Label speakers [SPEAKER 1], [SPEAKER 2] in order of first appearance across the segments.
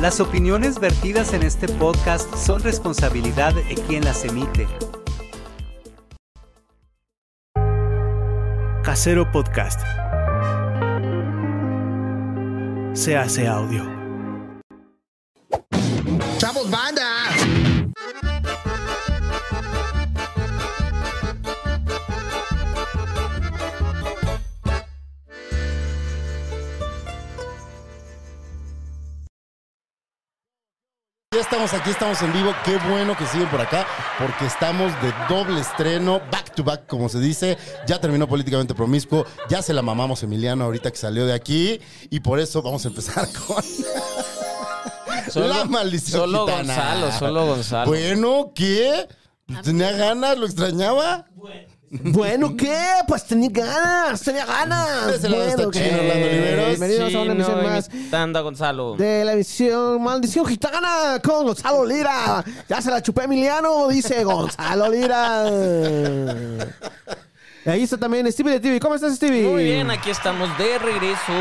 [SPEAKER 1] Las opiniones vertidas en este podcast son responsabilidad de quien las emite.
[SPEAKER 2] Casero Podcast. Se hace audio.
[SPEAKER 3] ¡Chavos, banda! Ya estamos aquí, estamos en vivo. Qué bueno que siguen por acá, porque estamos de doble estreno, back to back, como se dice. Ya terminó políticamente promiscuo, ya se la mamamos a Emiliano ahorita que salió de aquí, y por eso vamos a empezar con. la maldición.
[SPEAKER 4] Solo
[SPEAKER 3] gitana.
[SPEAKER 4] Gonzalo, solo Gonzalo.
[SPEAKER 3] Bueno, ¿qué? ¿Tenía ganas? ¿Lo extrañaba?
[SPEAKER 5] Bueno, ¿qué? Pues tenía ganas, tenía ganas.
[SPEAKER 3] De ese lado está
[SPEAKER 5] Bueno, ¿qué?
[SPEAKER 3] Chino Orlando Oliveros.
[SPEAKER 5] Bienvenidos a una
[SPEAKER 4] Chino
[SPEAKER 5] emisión más
[SPEAKER 4] imitando a Gonzalo.
[SPEAKER 5] de la emisión Maldición Gitana con Gonzalo Lira. Ya se la chupé Emiliano, dice Gonzalo Lira. Y ahí está también Stevie de TV. ¿Cómo estás, Stevie?
[SPEAKER 4] Muy bien, aquí estamos de regreso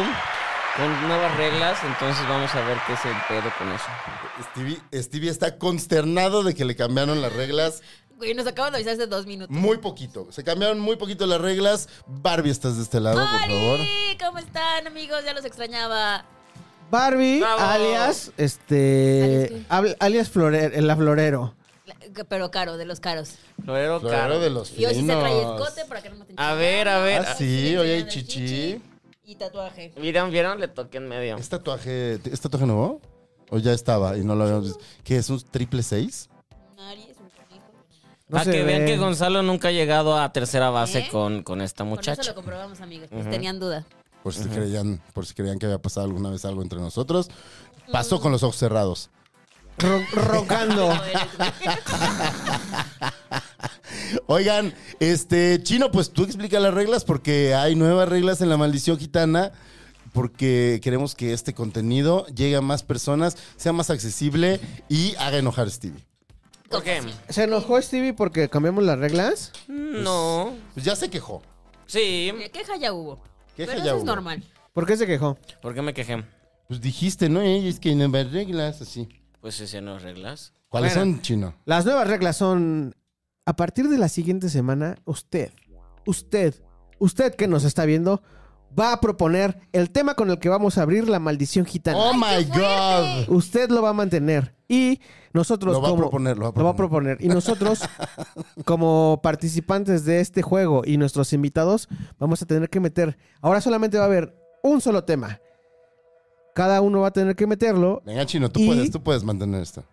[SPEAKER 4] con nuevas reglas, entonces vamos a ver qué es el pedo con eso.
[SPEAKER 3] Stevie, Stevie está consternado de que le cambiaron las reglas
[SPEAKER 6] Güey, nos acaban de avisar hace dos minutos.
[SPEAKER 3] muy poquito. Se cambiaron muy poquito las reglas. Barbie, estás de este lado, por favor.
[SPEAKER 6] ¡Mari! ¿Cómo están, amigos? Ya los extrañaba.
[SPEAKER 5] Barbie,
[SPEAKER 4] Bravo.
[SPEAKER 5] alias,
[SPEAKER 6] ¿Alias
[SPEAKER 5] este.
[SPEAKER 6] qué?
[SPEAKER 5] habl- Alias Florer, el aflorero.
[SPEAKER 6] La- Pero caro, de los caros.
[SPEAKER 4] Florero
[SPEAKER 3] Florero
[SPEAKER 4] Caro.
[SPEAKER 3] de los
[SPEAKER 6] Oh, Y hoy sí se trae
[SPEAKER 3] finos.
[SPEAKER 6] escote para que no maten
[SPEAKER 4] A ver, a ver.
[SPEAKER 3] Ah, sí, hoy hay
[SPEAKER 6] el
[SPEAKER 3] chichi.
[SPEAKER 6] Y tatuaje.
[SPEAKER 4] ¿Vieron, vieron? Le toqué en medio.
[SPEAKER 3] ¿Es ¿Este tatuaje, ¿es tatuaje nuevo? ¿O ya estaba y no lo habíamos visto?
[SPEAKER 6] Uh.
[SPEAKER 3] ¿Qué es un triple seis?
[SPEAKER 6] Mari es un canijo.
[SPEAKER 5] No
[SPEAKER 4] Para
[SPEAKER 5] se
[SPEAKER 4] que vean
[SPEAKER 5] ve.
[SPEAKER 4] que Gonzalo nunca ha llegado a tercera base
[SPEAKER 6] ¿Eh?
[SPEAKER 4] con, con esta
[SPEAKER 6] Por eso
[SPEAKER 4] muchacha.
[SPEAKER 6] lo comprobamos, amigos. pues Tenían duda.
[SPEAKER 3] Por si, creían, por si creían que había pasado alguna vez algo entre nosotros.
[SPEAKER 6] Mm.
[SPEAKER 3] Pasó con los ojos cerrados.
[SPEAKER 5] Ro- rocando.
[SPEAKER 3] Oigan, este, Chino, pues tú explica las reglas porque hay nuevas reglas en la maldición gitana. Porque queremos que este contenido llegue a más personas, sea más accesible y haga enojar a Stevie.
[SPEAKER 4] ¿Por qué?
[SPEAKER 5] ¿Se enojó Stevie porque cambiamos las reglas?
[SPEAKER 4] Mm, No.
[SPEAKER 3] Pues ya se quejó.
[SPEAKER 4] Sí.
[SPEAKER 6] ¿Qué Eh, queja ya hubo?
[SPEAKER 3] Queja ya
[SPEAKER 6] Pero eso
[SPEAKER 3] hubo.
[SPEAKER 6] es normal.
[SPEAKER 5] ¿Por qué se quejó?
[SPEAKER 4] ¿Por qué me quejé?
[SPEAKER 3] Pues dijiste, ¿no? Eh, Es que hay nuevas reglas, así.
[SPEAKER 4] Pues si se nos reglas.
[SPEAKER 3] ¿Cuáles
[SPEAKER 5] Bueno.
[SPEAKER 3] son, Chino?
[SPEAKER 5] Las nuevas reglas son, a partir de la siguiente semana, usted, usted, usted que nos está viendo, va a proponer el tema con el que vamos a abrir la maldición gitana.
[SPEAKER 3] ¡Oh, my
[SPEAKER 6] ¡Ay, qué
[SPEAKER 3] God!
[SPEAKER 6] fuerte!
[SPEAKER 5] Usted lo va a mantener y nosotros
[SPEAKER 3] Lo va a
[SPEAKER 5] como-
[SPEAKER 3] proponer, lo va a
[SPEAKER 5] lo va a proponer. Y nosotros, como participantes de este juego y nuestros invitados, vamos a tener que meter, ahora solamente va a haber un solo tema. Cada uno va a tener que meterlo
[SPEAKER 3] Venga, Chino, tú
[SPEAKER 5] Y-
[SPEAKER 3] puedes, tú puedes mantener esto.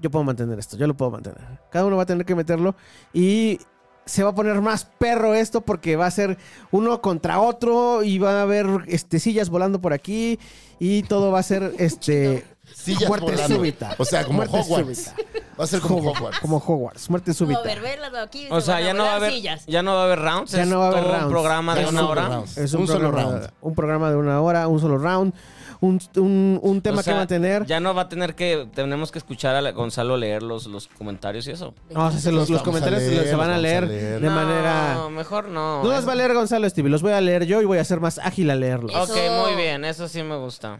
[SPEAKER 5] yo puedo mantener esto, yo lo puedo mantener. Cada uno va a tener que meterlo y se va a poner más perro esto porque va a ser uno contra otro y va a haber este, sillas volando por aquí y todo va a ser este
[SPEAKER 3] Sillas
[SPEAKER 5] muerte
[SPEAKER 3] volando.
[SPEAKER 5] súbita.
[SPEAKER 3] O sea, como
[SPEAKER 5] Muerte
[SPEAKER 3] Hogwarts.
[SPEAKER 5] súbita.
[SPEAKER 3] Va a ser como Hogwarts.
[SPEAKER 5] Como Hogwarts, muerte
[SPEAKER 6] Hubo
[SPEAKER 5] súbita.
[SPEAKER 6] verbenas aquí.
[SPEAKER 4] O
[SPEAKER 6] se
[SPEAKER 4] sea,
[SPEAKER 6] van
[SPEAKER 4] ya no va a
[SPEAKER 6] volar
[SPEAKER 4] haber,
[SPEAKER 6] sillas.
[SPEAKER 4] ya no va a haber rounds.
[SPEAKER 5] Ya
[SPEAKER 4] es
[SPEAKER 5] no va a haber
[SPEAKER 4] todo
[SPEAKER 5] rounds.
[SPEAKER 4] un programa de
[SPEAKER 3] Es
[SPEAKER 4] una
[SPEAKER 3] un
[SPEAKER 4] hora.
[SPEAKER 3] programa.
[SPEAKER 5] Es
[SPEAKER 3] un
[SPEAKER 5] un,
[SPEAKER 3] solo
[SPEAKER 5] programa,
[SPEAKER 3] round.
[SPEAKER 5] Un programa de una hora, un solo round, un, un- un tema
[SPEAKER 4] O sea,
[SPEAKER 5] que mantener.
[SPEAKER 4] Ya no va a tener que. Tenemos que escuchar a la- Gonzalo leer los, los comentarios y eso.
[SPEAKER 5] No, o sea, se los, los
[SPEAKER 3] Los vamos a
[SPEAKER 5] comentarios se
[SPEAKER 3] leer,
[SPEAKER 5] los- se van
[SPEAKER 3] los
[SPEAKER 5] a
[SPEAKER 3] vamos a
[SPEAKER 5] leer,
[SPEAKER 3] leer.
[SPEAKER 5] de
[SPEAKER 4] No,
[SPEAKER 5] manera...
[SPEAKER 4] mejor no. eh.
[SPEAKER 5] No los va a leer Gonzalo Stevie, los voy a leer yo y voy a ser más ágil a leerlos.
[SPEAKER 6] Eso.
[SPEAKER 4] Ok, muy bien. Eso sí me gusta.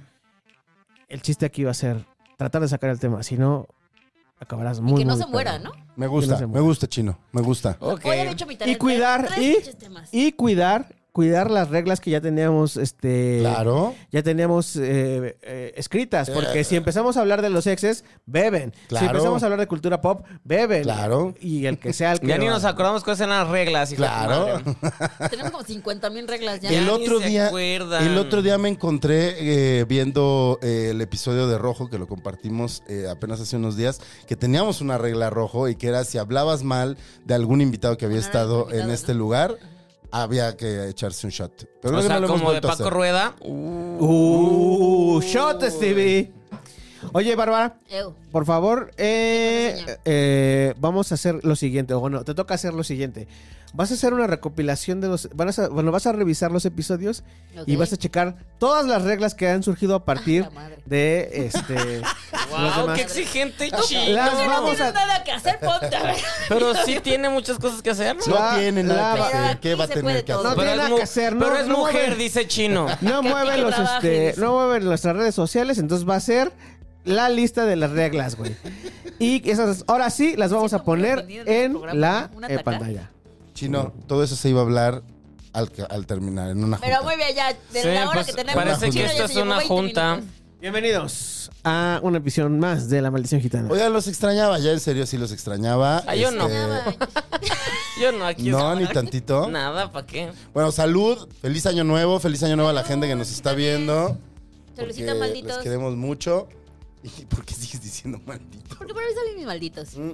[SPEAKER 5] el chiste aquí va a ser tratar de sacar el tema, si no acabarás muy
[SPEAKER 6] Y que no
[SPEAKER 5] muy
[SPEAKER 6] se muera,
[SPEAKER 5] pedo.
[SPEAKER 6] ¿no?
[SPEAKER 3] Me gusta,
[SPEAKER 5] Que no se
[SPEAKER 3] me
[SPEAKER 5] muera.
[SPEAKER 3] gusta, Chino, me gusta.
[SPEAKER 4] Ok.
[SPEAKER 6] Hoy había hecho mi tarea,
[SPEAKER 5] Y cuidar
[SPEAKER 6] tres
[SPEAKER 5] y,
[SPEAKER 6] pinches temas.
[SPEAKER 5] y cuidar, cuidar las reglas que ya teníamos este
[SPEAKER 3] Claro.
[SPEAKER 5] ya teníamos eh, eh, escritas, porque si empezamos a hablar de los exes, beben.
[SPEAKER 3] eh. Claro.
[SPEAKER 5] Si empezamos a hablar de cultura pop, beben.
[SPEAKER 3] Claro.
[SPEAKER 5] Y el que sea el que
[SPEAKER 4] Ya ni
[SPEAKER 5] lo-
[SPEAKER 4] nos acordamos cuáles eran las reglas. hija de
[SPEAKER 3] Claro.
[SPEAKER 4] madre.
[SPEAKER 6] Tenemos como 50 mil reglas ya.
[SPEAKER 3] El
[SPEAKER 4] ni
[SPEAKER 3] otro,
[SPEAKER 4] se
[SPEAKER 3] día,
[SPEAKER 4] acuerdan.
[SPEAKER 3] el otro día me encontré eh, viendo eh, el episodio de Rojo que lo compartimos eh, apenas hace unos días, que teníamos una regla rojo y que era si hablabas mal de algún invitado que había
[SPEAKER 6] Bueno,
[SPEAKER 3] estado
[SPEAKER 6] invitado,
[SPEAKER 3] en
[SPEAKER 6] ¿no?
[SPEAKER 3] este lugar, había que echarse un shot. Pero
[SPEAKER 4] O
[SPEAKER 3] creo que
[SPEAKER 4] sea,
[SPEAKER 3] no lo hemos
[SPEAKER 4] como de
[SPEAKER 3] vuelto a
[SPEAKER 4] Paco
[SPEAKER 3] hacer.
[SPEAKER 4] Rueda.
[SPEAKER 5] Uh, shot Stevie. Oye, Bárbara,
[SPEAKER 6] Ew.
[SPEAKER 5] por favor, eh,
[SPEAKER 6] Sí, con eso ya.
[SPEAKER 5] eh, vamos a hacer lo siguiente. O bueno, te toca hacer lo siguiente. Vas a hacer una recopilación de los. Van a, bueno, vas a revisar los episodios
[SPEAKER 6] Ok. Ah,
[SPEAKER 5] y vas a checar todas las reglas que han surgido a partir
[SPEAKER 6] la madre.
[SPEAKER 5] de este. los
[SPEAKER 4] ¡Wow!
[SPEAKER 5] demás.
[SPEAKER 4] ¡Qué exigente,
[SPEAKER 5] Las
[SPEAKER 4] chico!
[SPEAKER 6] Si no
[SPEAKER 5] vamos
[SPEAKER 6] tienes
[SPEAKER 5] a-
[SPEAKER 6] nada que hacer, ponte a ver.
[SPEAKER 4] Pero sí tiene muchas cosas que hacer.
[SPEAKER 3] No
[SPEAKER 5] La-
[SPEAKER 3] tiene
[SPEAKER 5] la-
[SPEAKER 3] nada que hacer.
[SPEAKER 6] aquí
[SPEAKER 3] ¿Qué va a
[SPEAKER 6] se
[SPEAKER 3] tener
[SPEAKER 6] puede
[SPEAKER 3] que
[SPEAKER 6] todo.
[SPEAKER 3] hacer?
[SPEAKER 5] tiene
[SPEAKER 4] es
[SPEAKER 5] nada
[SPEAKER 4] mu-
[SPEAKER 5] que hacer, no,
[SPEAKER 4] pero es
[SPEAKER 5] no
[SPEAKER 4] mujer,
[SPEAKER 5] mueve.
[SPEAKER 4] dice Chino.
[SPEAKER 5] No
[SPEAKER 6] Que
[SPEAKER 5] mueven
[SPEAKER 6] aquí
[SPEAKER 5] los
[SPEAKER 6] trabajen,
[SPEAKER 5] este,
[SPEAKER 6] dice.
[SPEAKER 5] no mueven nuestras redes sociales, entonces va a ser la lista de las reglas, güey. Y esas ahora sí las vamos a
[SPEAKER 6] Siento muy
[SPEAKER 5] poner
[SPEAKER 6] ofendida en este
[SPEAKER 5] en
[SPEAKER 6] programa,
[SPEAKER 5] la
[SPEAKER 6] ¿no? ¿Una
[SPEAKER 5] eh,
[SPEAKER 6] tacada?
[SPEAKER 5] pantalla.
[SPEAKER 3] Chino, todo eso se iba a hablar al, ca- al terminar, en una junta.
[SPEAKER 6] Pero muy bien, ya. De
[SPEAKER 4] Sí,
[SPEAKER 6] la hora
[SPEAKER 4] pues,
[SPEAKER 6] que tenemos.
[SPEAKER 4] parece que
[SPEAKER 6] Chino ya
[SPEAKER 4] esta
[SPEAKER 6] se
[SPEAKER 4] es
[SPEAKER 6] llevó
[SPEAKER 4] una
[SPEAKER 6] 20
[SPEAKER 4] junta.
[SPEAKER 6] minutos.
[SPEAKER 5] Bienvenidos a una visión más de la maldición gitana.
[SPEAKER 3] Oigan, los extrañaba, ya en serio sí los extrañaba. Este,
[SPEAKER 4] Ah, yo no. Yo no, aquí es-
[SPEAKER 3] No, ni tantito.
[SPEAKER 4] Nada, ¿para qué?
[SPEAKER 3] Bueno, salud, feliz año nuevo, feliz año nuevo a la gente que nos está viendo.
[SPEAKER 6] Saludcita,
[SPEAKER 3] porque
[SPEAKER 6] malditos.
[SPEAKER 3] Les queremos mucho. ¿Y por qué sigues diciendo maldito?
[SPEAKER 6] Porque por ahí salen mis malditos.
[SPEAKER 3] Mm.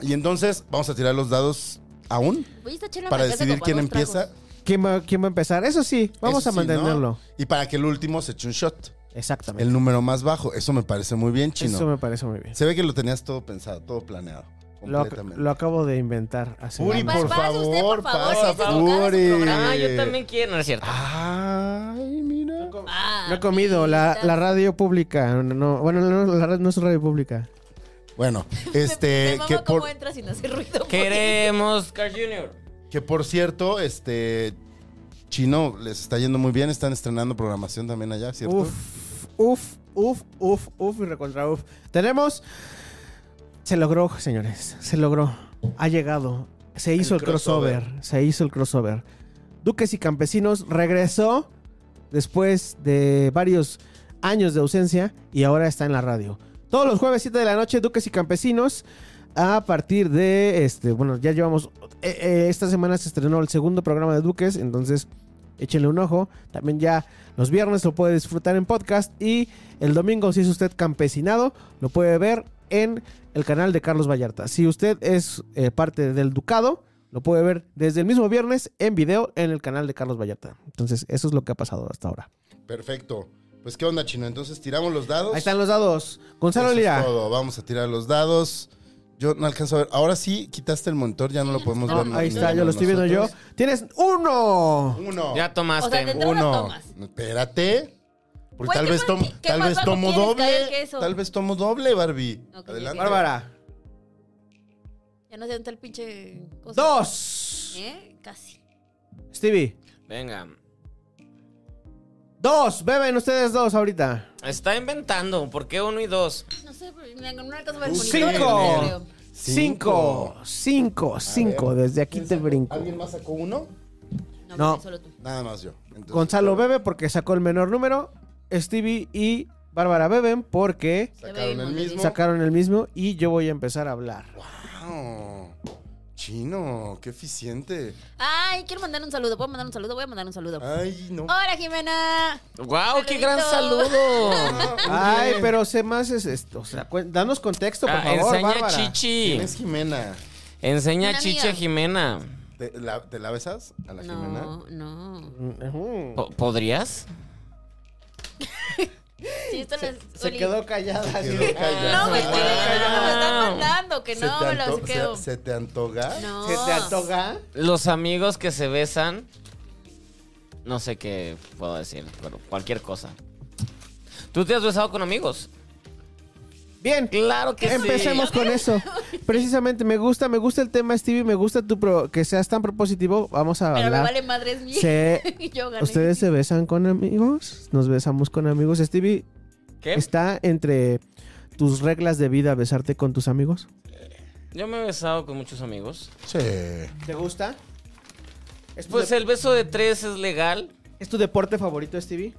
[SPEAKER 3] Y entonces, vamos a tirar los dados aún
[SPEAKER 6] Voy a estar chela
[SPEAKER 3] para
[SPEAKER 6] me alcanza
[SPEAKER 3] decidir
[SPEAKER 6] como
[SPEAKER 3] quién
[SPEAKER 6] dos tragos.
[SPEAKER 3] empieza.
[SPEAKER 5] ¿Quién, va, quién va a empezar? Eso sí, vamos
[SPEAKER 3] Eso
[SPEAKER 5] a
[SPEAKER 3] sí, ¿no?
[SPEAKER 5] mantenerlo.
[SPEAKER 3] Y para que el último se eche un shot.
[SPEAKER 5] Exactamente.
[SPEAKER 3] El número más bajo. Eso me parece muy bien, chino.
[SPEAKER 5] Eso me parece muy bien.
[SPEAKER 3] Se ve que lo tenías todo pensado, todo planeado.
[SPEAKER 5] Lo,
[SPEAKER 3] Completamente.
[SPEAKER 5] lo Pues acabo de inventar hace
[SPEAKER 3] Uri,
[SPEAKER 5] nada
[SPEAKER 6] Pasa,
[SPEAKER 5] más.
[SPEAKER 3] por
[SPEAKER 6] pasa usted,
[SPEAKER 3] favor,
[SPEAKER 6] por favor,
[SPEAKER 3] pasa,
[SPEAKER 6] este es su casa, es su
[SPEAKER 3] Uri.
[SPEAKER 6] programa.
[SPEAKER 4] Ah, yo también quiero, no es cierto.
[SPEAKER 3] Ay, mira.
[SPEAKER 6] Ah,
[SPEAKER 5] No he comido, la, la radio pública. no- no- bueno, no, la radio no es radio pública.
[SPEAKER 3] Bueno,
[SPEAKER 6] Me
[SPEAKER 3] este,
[SPEAKER 6] mama
[SPEAKER 3] que
[SPEAKER 6] cómo
[SPEAKER 3] por,
[SPEAKER 6] entra sin hacer ruido.
[SPEAKER 4] Queremos Carl Jr.
[SPEAKER 3] que por cierto, este, Chino les está yendo muy bien, están estrenando programación también allá, ¿cierto?
[SPEAKER 5] Uf, uf, uf, uf, uf y recontra uf. Tenemos. Se logró, señores. Se logró. Ha llegado. Se hizo el, crossover. Se hizo el crossover. Duques y Campesinos regresó después de varios años de ausencia y ahora está en la radio. Todos los jueves 7 de la noche, Duques y Campesinos. A partir de este, bueno, ya llevamos. eh, eh, esta semana se estrenó el segundo programa de Duques, entonces échenle un ojo. También ya los viernes lo puede disfrutar en podcast y el domingo, si es usted campesinado, lo puede ver en el canal de Carlos Vallarta. Si usted es eh, parte del Ducado, lo puede ver desde el mismo viernes en video en el canal de Carlos Vallarta. Entonces, eso es lo que ha pasado hasta ahora.
[SPEAKER 3] Perfecto. Pues qué onda, Chino, entonces tiramos los dados.
[SPEAKER 5] Ahí están los dados.
[SPEAKER 3] Eso
[SPEAKER 5] Gonzalo
[SPEAKER 3] es
[SPEAKER 5] Lira.
[SPEAKER 3] todo. Vamos a tirar los dados. Yo no alcanzo a ver. Ahora sí, quitaste el monitor, ya no lo podemos ver.
[SPEAKER 5] Ahí
[SPEAKER 3] no-
[SPEAKER 5] está, yo lo estoy viendo yo.
[SPEAKER 3] nosotros.
[SPEAKER 5] Tienes uno.
[SPEAKER 3] Uno.
[SPEAKER 4] Ya
[SPEAKER 6] O sea,
[SPEAKER 4] tomaste.
[SPEAKER 6] tendrá una
[SPEAKER 3] Uno.
[SPEAKER 6] tomas.
[SPEAKER 3] Espérate. Porque
[SPEAKER 6] Güey,
[SPEAKER 3] tal
[SPEAKER 6] ¿qué
[SPEAKER 3] vez
[SPEAKER 6] más-
[SPEAKER 3] tomo,
[SPEAKER 6] qué- qué
[SPEAKER 3] tal
[SPEAKER 6] más
[SPEAKER 3] vez
[SPEAKER 6] bajo
[SPEAKER 3] tomo
[SPEAKER 6] quieres
[SPEAKER 3] doble.
[SPEAKER 6] caer que eso?
[SPEAKER 3] Tal vez tomo doble, Barbie.
[SPEAKER 6] Ok,
[SPEAKER 3] Adelante.
[SPEAKER 6] ok.
[SPEAKER 5] Bárbara.
[SPEAKER 6] Ya no sé dónde está el pinche.
[SPEAKER 3] Pues
[SPEAKER 6] cosa.
[SPEAKER 5] Dos.
[SPEAKER 6] ¿Eh? Casi.
[SPEAKER 5] Stevie.
[SPEAKER 4] Venga.
[SPEAKER 5] Dos. Beben ustedes dos ahorita.
[SPEAKER 4] Está inventando. ¿Por qué uno y dos?
[SPEAKER 6] No sé, pero me no alcanzo a ver el
[SPEAKER 3] Cinco.
[SPEAKER 6] monitor, yo creo.
[SPEAKER 5] Cinco. Cinco. Cinco.
[SPEAKER 3] ver.
[SPEAKER 5] Desde aquí te brinco.
[SPEAKER 3] ¿Alguien más sacó uno?
[SPEAKER 6] No,
[SPEAKER 5] No.
[SPEAKER 6] no. solo tú.
[SPEAKER 3] Nada más yo. Entonces,
[SPEAKER 5] Gonzalo bebe porque sacó el menor número. Stevie y Bárbara beben porque
[SPEAKER 3] Sacaron el mismo.
[SPEAKER 5] sacaron el mismo. Y yo voy a empezar a hablar.
[SPEAKER 3] Wow. Oh, Chino, qué eficiente.
[SPEAKER 6] Ay, quiero mandar un saludo. ¿Puedo mandar un saludo? Voy a mandar un saludo.
[SPEAKER 3] Ay, no.
[SPEAKER 6] Hola, Jimena.
[SPEAKER 4] ¡Wow! ¡Qué
[SPEAKER 6] Saludito.
[SPEAKER 4] gran saludo! Ah,
[SPEAKER 5] Ay, pero sé más es esto. O sea, cuen- danos contexto, por
[SPEAKER 4] Ah,
[SPEAKER 5] favor,
[SPEAKER 4] enseña
[SPEAKER 5] Bárbara.
[SPEAKER 4] Chichi.
[SPEAKER 3] ¿Quién es Jimena?
[SPEAKER 4] Enseña
[SPEAKER 6] Una
[SPEAKER 4] Chichi
[SPEAKER 6] amiga.
[SPEAKER 4] a Jimena.
[SPEAKER 3] ¿Te la, te la besas a la Jimena?
[SPEAKER 6] No, no.
[SPEAKER 5] Ujú.
[SPEAKER 4] Po- ¿Podrías?
[SPEAKER 6] Sí, esto les-
[SPEAKER 5] Se
[SPEAKER 6] Oli.
[SPEAKER 5] quedó callada. así
[SPEAKER 3] Quedó
[SPEAKER 5] de-
[SPEAKER 3] callada.
[SPEAKER 6] No, güey, estoy leyendo, me están mandando, que
[SPEAKER 3] ¿Se,
[SPEAKER 6] no,
[SPEAKER 3] te
[SPEAKER 6] me los
[SPEAKER 3] anto-
[SPEAKER 6] quedo.
[SPEAKER 3] se- se te antoja?
[SPEAKER 6] No.
[SPEAKER 5] ¿Se te antoja?
[SPEAKER 4] Los amigos que se besan. No sé qué puedo decir, pero cualquier cosa. ¿Tú te has besado con amigos?
[SPEAKER 5] Bien.
[SPEAKER 4] Claro que
[SPEAKER 5] Empecemos con eso. Precisamente, me gusta, me gusta el tema, Stevie, me gusta tu pro- que seas tan propositivo. Vamos a
[SPEAKER 6] Pero me
[SPEAKER 5] hablar.
[SPEAKER 6] vale madres mía.
[SPEAKER 5] Se-
[SPEAKER 6] Y yo gané.
[SPEAKER 5] ¿Ustedes se besan con amigos? Nos besamos con amigos. Stevie,
[SPEAKER 4] sí. ¿Qué?
[SPEAKER 5] ¿está entre tus reglas de vida besarte con tus amigos?
[SPEAKER 4] Yo me he besado con muchos amigos.
[SPEAKER 3] Sí.
[SPEAKER 5] ¿Te gusta? ¿Es tu,
[SPEAKER 4] Pues
[SPEAKER 5] de-
[SPEAKER 4] el beso de tres es legal.
[SPEAKER 5] ¿Es tu deporte favorito, Stevie?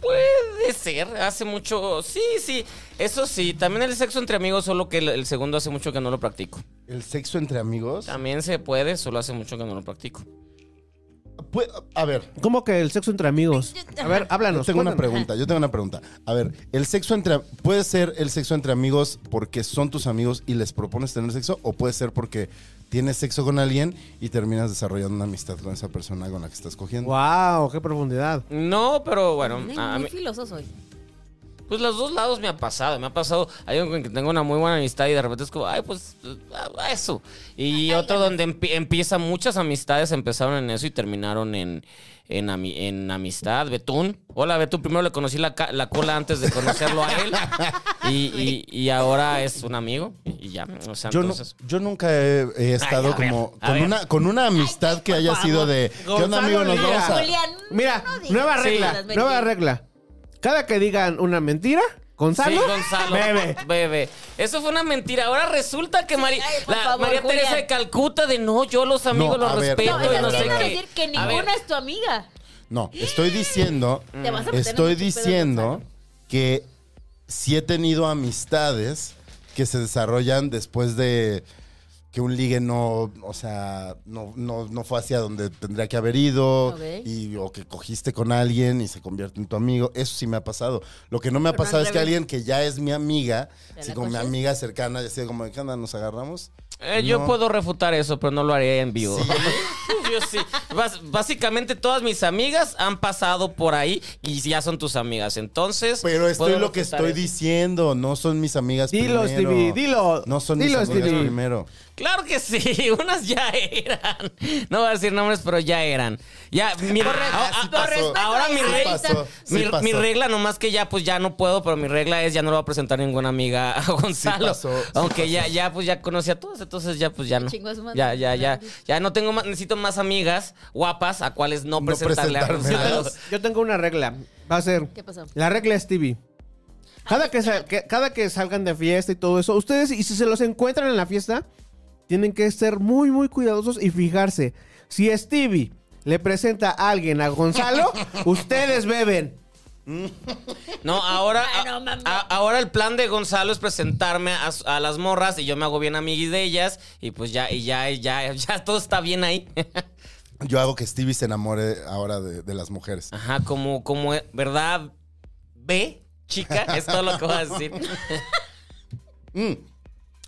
[SPEAKER 4] Puede ser, hace mucho. Sí, sí, eso sí. También el sexo entre amigos, solo que el, el segundo hace mucho que no lo practico.
[SPEAKER 3] ¿El sexo entre amigos?
[SPEAKER 4] También se puede, solo hace mucho que no lo practico.
[SPEAKER 3] Pues, a ver,
[SPEAKER 5] ¿Cómo que el sexo entre amigos? A ver,
[SPEAKER 3] yo
[SPEAKER 5] háblanos.
[SPEAKER 3] tengo una
[SPEAKER 5] cuéntanos.
[SPEAKER 3] pregunta, yo tengo una pregunta. A ver, el sexo entre puede ser el sexo entre amigos porque son tus amigos y les propones tener sexo o puede ser porque tienes sexo con alguien y terminas desarrollando una amistad con esa persona con la que estás cogiendo.
[SPEAKER 5] Wow, qué profundidad.
[SPEAKER 4] No, pero bueno,
[SPEAKER 6] Ay,
[SPEAKER 4] Ah, a- a
[SPEAKER 6] muy
[SPEAKER 4] mí-
[SPEAKER 6] filoso soy.
[SPEAKER 4] pues los dos lados me ha pasado. Me ha pasado, hay uno con que tengo una muy buena amistad y de repente es como, ay, pues ah, eso. Y otro donde empi- empieza muchas amistades, empezaron en eso y terminaron en, en, ami- en amistad. Betún, hola Betún, primero le conocí la, ca- la cola antes de conocerlo a él. Y, y- y ahora es un amigo y ya. O sea,
[SPEAKER 3] Yo, no-
[SPEAKER 4] entonces...
[SPEAKER 3] yo nunca he, he estado
[SPEAKER 4] a ver,
[SPEAKER 3] como
[SPEAKER 4] a
[SPEAKER 3] con
[SPEAKER 4] ver.
[SPEAKER 3] una, con una amistad que haya sido de ¿Qué onda,
[SPEAKER 5] Gonzalo
[SPEAKER 3] amigo? Nos
[SPEAKER 4] Pues
[SPEAKER 5] Lira.
[SPEAKER 3] vamos a.
[SPEAKER 6] Julián,
[SPEAKER 5] Mira,
[SPEAKER 6] no digas
[SPEAKER 5] nueva
[SPEAKER 6] esas
[SPEAKER 5] regla,
[SPEAKER 6] mentiras.
[SPEAKER 5] nueva regla. Cada que digan una mentira, Gonzalo,
[SPEAKER 4] Sí, Gonzalo.
[SPEAKER 5] bebe.
[SPEAKER 4] Bebe. Eso fue una mentira. Ahora resulta que Mari-
[SPEAKER 6] ay, por
[SPEAKER 4] la-
[SPEAKER 6] favor,
[SPEAKER 4] María
[SPEAKER 6] Julián.
[SPEAKER 4] Teresa de Calcuta de no, yo los amigos
[SPEAKER 3] No,
[SPEAKER 4] los
[SPEAKER 3] a ver,
[SPEAKER 4] respeto
[SPEAKER 6] No,
[SPEAKER 3] Pero
[SPEAKER 4] y Pues no
[SPEAKER 6] estás
[SPEAKER 4] sé
[SPEAKER 6] queriendo
[SPEAKER 4] qué.
[SPEAKER 6] decir que
[SPEAKER 4] A ver,
[SPEAKER 6] ninguna es tu amiga.
[SPEAKER 3] No, estoy diciendo.
[SPEAKER 6] Te vas a meter en
[SPEAKER 3] Estoy
[SPEAKER 6] muchos pedos,
[SPEAKER 3] diciendo
[SPEAKER 6] Gonzalo.
[SPEAKER 3] que sí he tenido amistades que se desarrollan después de que un ligue no, o sea, no, no, no fue hacia donde tendría que haber ido
[SPEAKER 6] Ok.
[SPEAKER 3] y, o que cogiste con alguien y se convierte en tu amigo. Eso sí me ha pasado. Lo que no me ha
[SPEAKER 6] Pero no
[SPEAKER 3] pasado
[SPEAKER 6] al
[SPEAKER 3] es que
[SPEAKER 6] revés.
[SPEAKER 3] alguien que ya es mi amiga,
[SPEAKER 6] ¿Te
[SPEAKER 3] así
[SPEAKER 6] la
[SPEAKER 3] como mi
[SPEAKER 6] coges?
[SPEAKER 3] amiga cercana, ya así como, ¿qué onda? ¿Nos agarramos?
[SPEAKER 4] eh, yo
[SPEAKER 3] No.
[SPEAKER 4] puedo refutar eso, pero no lo haré en vivo.
[SPEAKER 3] Sí.
[SPEAKER 4] Yo sí. Bas- básicamente todas mis amigas han pasado por ahí y ya son tus amigas. Entonces.
[SPEAKER 3] Pero estoy
[SPEAKER 4] puedo
[SPEAKER 3] lo que
[SPEAKER 4] refutar
[SPEAKER 3] estoy
[SPEAKER 4] eso.
[SPEAKER 3] diciendo, no son mis amigas
[SPEAKER 5] Dilo,
[SPEAKER 3] primero.
[SPEAKER 5] Stevie, dilo.
[SPEAKER 3] No son
[SPEAKER 5] Dilo,
[SPEAKER 3] mis amigas
[SPEAKER 5] Stevie.
[SPEAKER 3] primero.
[SPEAKER 4] Claro que sí, unas ya eran. No voy a decir nombres, pero ya eran. Ya, mi,
[SPEAKER 3] Ah, sí
[SPEAKER 4] ahora-
[SPEAKER 3] pasó.
[SPEAKER 4] ahora mi
[SPEAKER 3] Sí
[SPEAKER 4] regla.
[SPEAKER 3] pasó, sí
[SPEAKER 4] mi,
[SPEAKER 3] pasó.
[SPEAKER 4] mi regla, nomás que ya, pues ya no puedo, pero mi regla es ya no le voy a presentar ninguna amiga a Gonzalo.
[SPEAKER 3] pasó, sí
[SPEAKER 4] Aunque ya, ya, pues ya conocí a todas, entonces ya, pues ya no.
[SPEAKER 6] Chingo a su madre.
[SPEAKER 4] Ya, ya, ya. Ya no tengo más, necesito más amigas guapas a cuales no
[SPEAKER 3] No
[SPEAKER 4] presentarle a
[SPEAKER 3] presentarme.
[SPEAKER 4] Gonzalo.
[SPEAKER 5] Yo tengo una regla. Va a ser.
[SPEAKER 6] ¿Qué pasó? Ah,
[SPEAKER 5] La regla es TV. Cada que, sal- que- cada que salgan de fiesta y todo eso, ustedes, y si se los encuentran en la fiesta, tienen que ser muy, muy cuidadosos y fijarse. Si Stevie le presenta a alguien a Gonzalo, ustedes beben.
[SPEAKER 4] No, ahora,
[SPEAKER 6] Ay, no, mamá.
[SPEAKER 4] a- ahora el plan de Gonzalo es presentarme a, a las morras y yo me hago bien amiguis de ellas y pues ya, y ya, y ya, ya todo está bien ahí.
[SPEAKER 3] Yo hago que Stevie se enamore ahora de, de las mujeres.
[SPEAKER 4] Ajá, como, como, ¿verdad? ¿Ve? Chica, es todo lo que voy a decir.
[SPEAKER 3] Mm.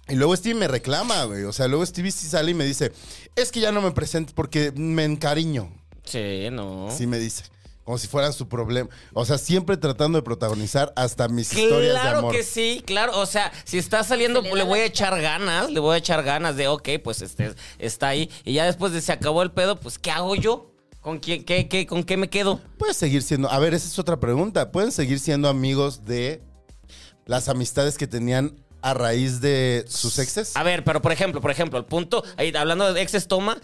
[SPEAKER 3] Y luego Stevie me reclama, güey. O sea, luego Stevie sí sale y me dice, es que ya no me presentes porque me encariño.
[SPEAKER 4] Sí, no.
[SPEAKER 3] Sí me dice. Como si fuera su problema. O sea, siempre tratando de protagonizar hasta mis historias de
[SPEAKER 4] Claro
[SPEAKER 3] amor.
[SPEAKER 4] que sí, claro. O sea, si está saliendo,
[SPEAKER 6] Se le
[SPEAKER 4] le,
[SPEAKER 6] da la
[SPEAKER 4] voy a
[SPEAKER 6] chica.
[SPEAKER 4] echar ganas, le voy a echar ganas de, ok, pues este, está ahí. Y ya después de se acabó el pedo, pues, ¿qué hago yo? ¿Con quién, qué, qué, con qué me quedo?
[SPEAKER 3] Puedes seguir siendo... A ver, esa es otra pregunta. ¿Pueden seguir siendo amigos de las amistades que tenían a raíz de sus exes?
[SPEAKER 4] A ver, pero por ejemplo, por ejemplo, el punto, ahí, hablando de ex estoma,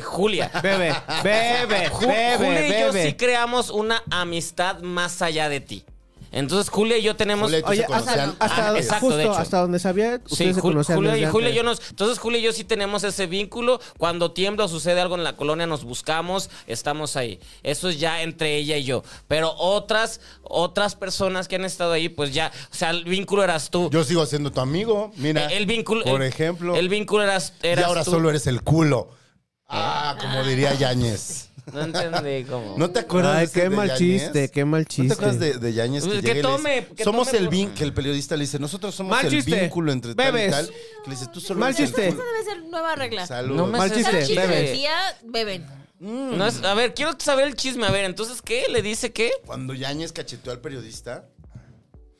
[SPEAKER 4] Julia.
[SPEAKER 5] Bebe, bebe,
[SPEAKER 4] Ju- Julia y
[SPEAKER 5] bebe,
[SPEAKER 4] yo sí
[SPEAKER 5] bebe.
[SPEAKER 4] creamos una amistad más allá de ti. Entonces, Julia y yo tenemos.
[SPEAKER 3] Julia y tú
[SPEAKER 5] Oye,
[SPEAKER 3] se conocían
[SPEAKER 5] hasta, hasta-
[SPEAKER 4] Ah, exacto,
[SPEAKER 5] justo
[SPEAKER 4] de hecho.
[SPEAKER 5] hasta donde sabía, ustedes
[SPEAKER 4] Sí,
[SPEAKER 5] se
[SPEAKER 4] Jul-
[SPEAKER 5] conocían
[SPEAKER 4] Julio,
[SPEAKER 5] desde
[SPEAKER 4] y Julio y
[SPEAKER 5] antes.
[SPEAKER 4] yo nos. Entonces, Julio y yo sí tenemos ese vínculo. Cuando tiembla o sucede algo en la colonia, nos buscamos, estamos ahí. Eso es ya entre ella y yo. Pero otras, otras personas que han estado ahí, pues ya. O sea, el vínculo eras tú.
[SPEAKER 3] Yo sigo siendo tu amigo, mira.
[SPEAKER 4] Eh, el vínculo.
[SPEAKER 3] Por
[SPEAKER 4] el-
[SPEAKER 3] ejemplo.
[SPEAKER 4] El vínculo eras,
[SPEAKER 3] y
[SPEAKER 4] eras
[SPEAKER 3] ahora
[SPEAKER 4] tú.
[SPEAKER 3] solo eres el culo. Ah, como diría Yáñez.
[SPEAKER 4] No entendí cómo.
[SPEAKER 3] ¿No te acuerdas
[SPEAKER 5] Ay,
[SPEAKER 3] de ese
[SPEAKER 5] qué
[SPEAKER 3] de
[SPEAKER 5] mal
[SPEAKER 3] Yáñez?
[SPEAKER 5] chiste, qué mal
[SPEAKER 3] ¿No te
[SPEAKER 5] chiste.
[SPEAKER 3] acuerdas de, de Yáñez que,
[SPEAKER 4] Pues que
[SPEAKER 3] llega y le
[SPEAKER 4] tome,
[SPEAKER 3] dice,
[SPEAKER 4] que
[SPEAKER 3] Somos
[SPEAKER 4] tome
[SPEAKER 3] el
[SPEAKER 4] por-
[SPEAKER 3] vínculo, que el periodista le dice, nosotros somos
[SPEAKER 5] Mal
[SPEAKER 3] el
[SPEAKER 5] chiste.
[SPEAKER 3] vínculo entre tal
[SPEAKER 5] Bebes.
[SPEAKER 3] y tal. Que le dice, tú solo
[SPEAKER 5] Mal
[SPEAKER 3] eres el
[SPEAKER 5] chiste.
[SPEAKER 6] Esa
[SPEAKER 3] culo".
[SPEAKER 6] debe ser nueva regla.
[SPEAKER 3] Saludos.
[SPEAKER 4] No me
[SPEAKER 5] Mal
[SPEAKER 4] sé-
[SPEAKER 5] chiste,
[SPEAKER 6] Cada chiste
[SPEAKER 5] bebe.
[SPEAKER 6] del día, beben.
[SPEAKER 4] Mm. No es- a ver, quiero saber el chisme. A ver, entonces, ¿qué? ¿Le dice qué?
[SPEAKER 3] Cuando Yáñez cacheteó al periodista,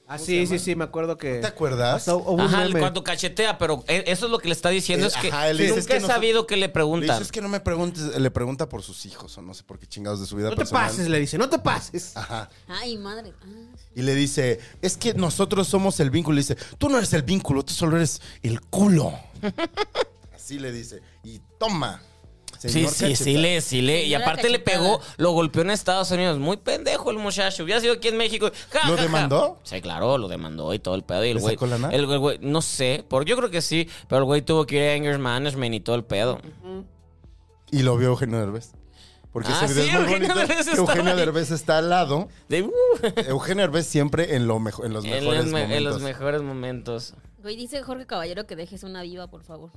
[SPEAKER 5] Ah, sí, sí, sí, me acuerdo que...
[SPEAKER 3] ¿te acuerdas?
[SPEAKER 5] hasta hubo un
[SPEAKER 4] Ajá,
[SPEAKER 5] meme.
[SPEAKER 4] cuando cachetea, pero eh, eso es lo que le está diciendo.
[SPEAKER 3] Eh,
[SPEAKER 4] es que
[SPEAKER 3] ajá, él dice,
[SPEAKER 4] nunca
[SPEAKER 3] es que
[SPEAKER 4] he
[SPEAKER 3] no-
[SPEAKER 4] sabido que le
[SPEAKER 3] Le
[SPEAKER 4] preguntan.
[SPEAKER 3] dice, es que no me preguntes, le pregunta por sus hijos o no sé por qué chingados de su vida
[SPEAKER 5] No te
[SPEAKER 3] personal.
[SPEAKER 5] pases, le dice, no te pases.
[SPEAKER 4] Ah,
[SPEAKER 3] Ajá.
[SPEAKER 6] Ay, madre. Ah,
[SPEAKER 3] Y le dice, es que nosotros somos el vínculo. Y dice, tú no eres el vínculo, tú solo eres el culo. Así le dice. Y toma.
[SPEAKER 4] Sí,
[SPEAKER 3] señor
[SPEAKER 4] sí, sí
[SPEAKER 3] cacheta.
[SPEAKER 4] le, sí le. Y
[SPEAKER 6] Señora
[SPEAKER 4] aparte le
[SPEAKER 6] cachetada.
[SPEAKER 4] pegó, lo golpeó en Estados Unidos. Muy pendejo el muchacho. Hubiera sido aquí en México. Ja,
[SPEAKER 3] ¿Lo
[SPEAKER 4] ja, ja.
[SPEAKER 3] demandó?
[SPEAKER 4] Sí, claro, lo demandó y todo el pedo. Y el
[SPEAKER 3] ¿Le
[SPEAKER 4] güey.
[SPEAKER 3] sacó lana?
[SPEAKER 4] El el güey, no sé. Porque yo creo que sí. Pero el güey tuvo que ir a Anger Management y todo el pedo.
[SPEAKER 3] Y lo vio Eugenio Derbez. Porque
[SPEAKER 4] Ah,
[SPEAKER 3] ese video
[SPEAKER 4] sí,
[SPEAKER 3] es muy
[SPEAKER 4] Eugenio
[SPEAKER 3] bonito.
[SPEAKER 4] Derbez estaba
[SPEAKER 3] Eugenio
[SPEAKER 4] ahí.
[SPEAKER 3] Derbez está al lado.
[SPEAKER 4] De- uh,
[SPEAKER 3] Eugenio Derbez siempre en, lo mejo- en los
[SPEAKER 4] en,
[SPEAKER 3] mejores
[SPEAKER 4] los me- en
[SPEAKER 3] momentos.
[SPEAKER 4] los mejores momentos.
[SPEAKER 6] Güey, dice Jorge Caballero que dejes una viva, por favor.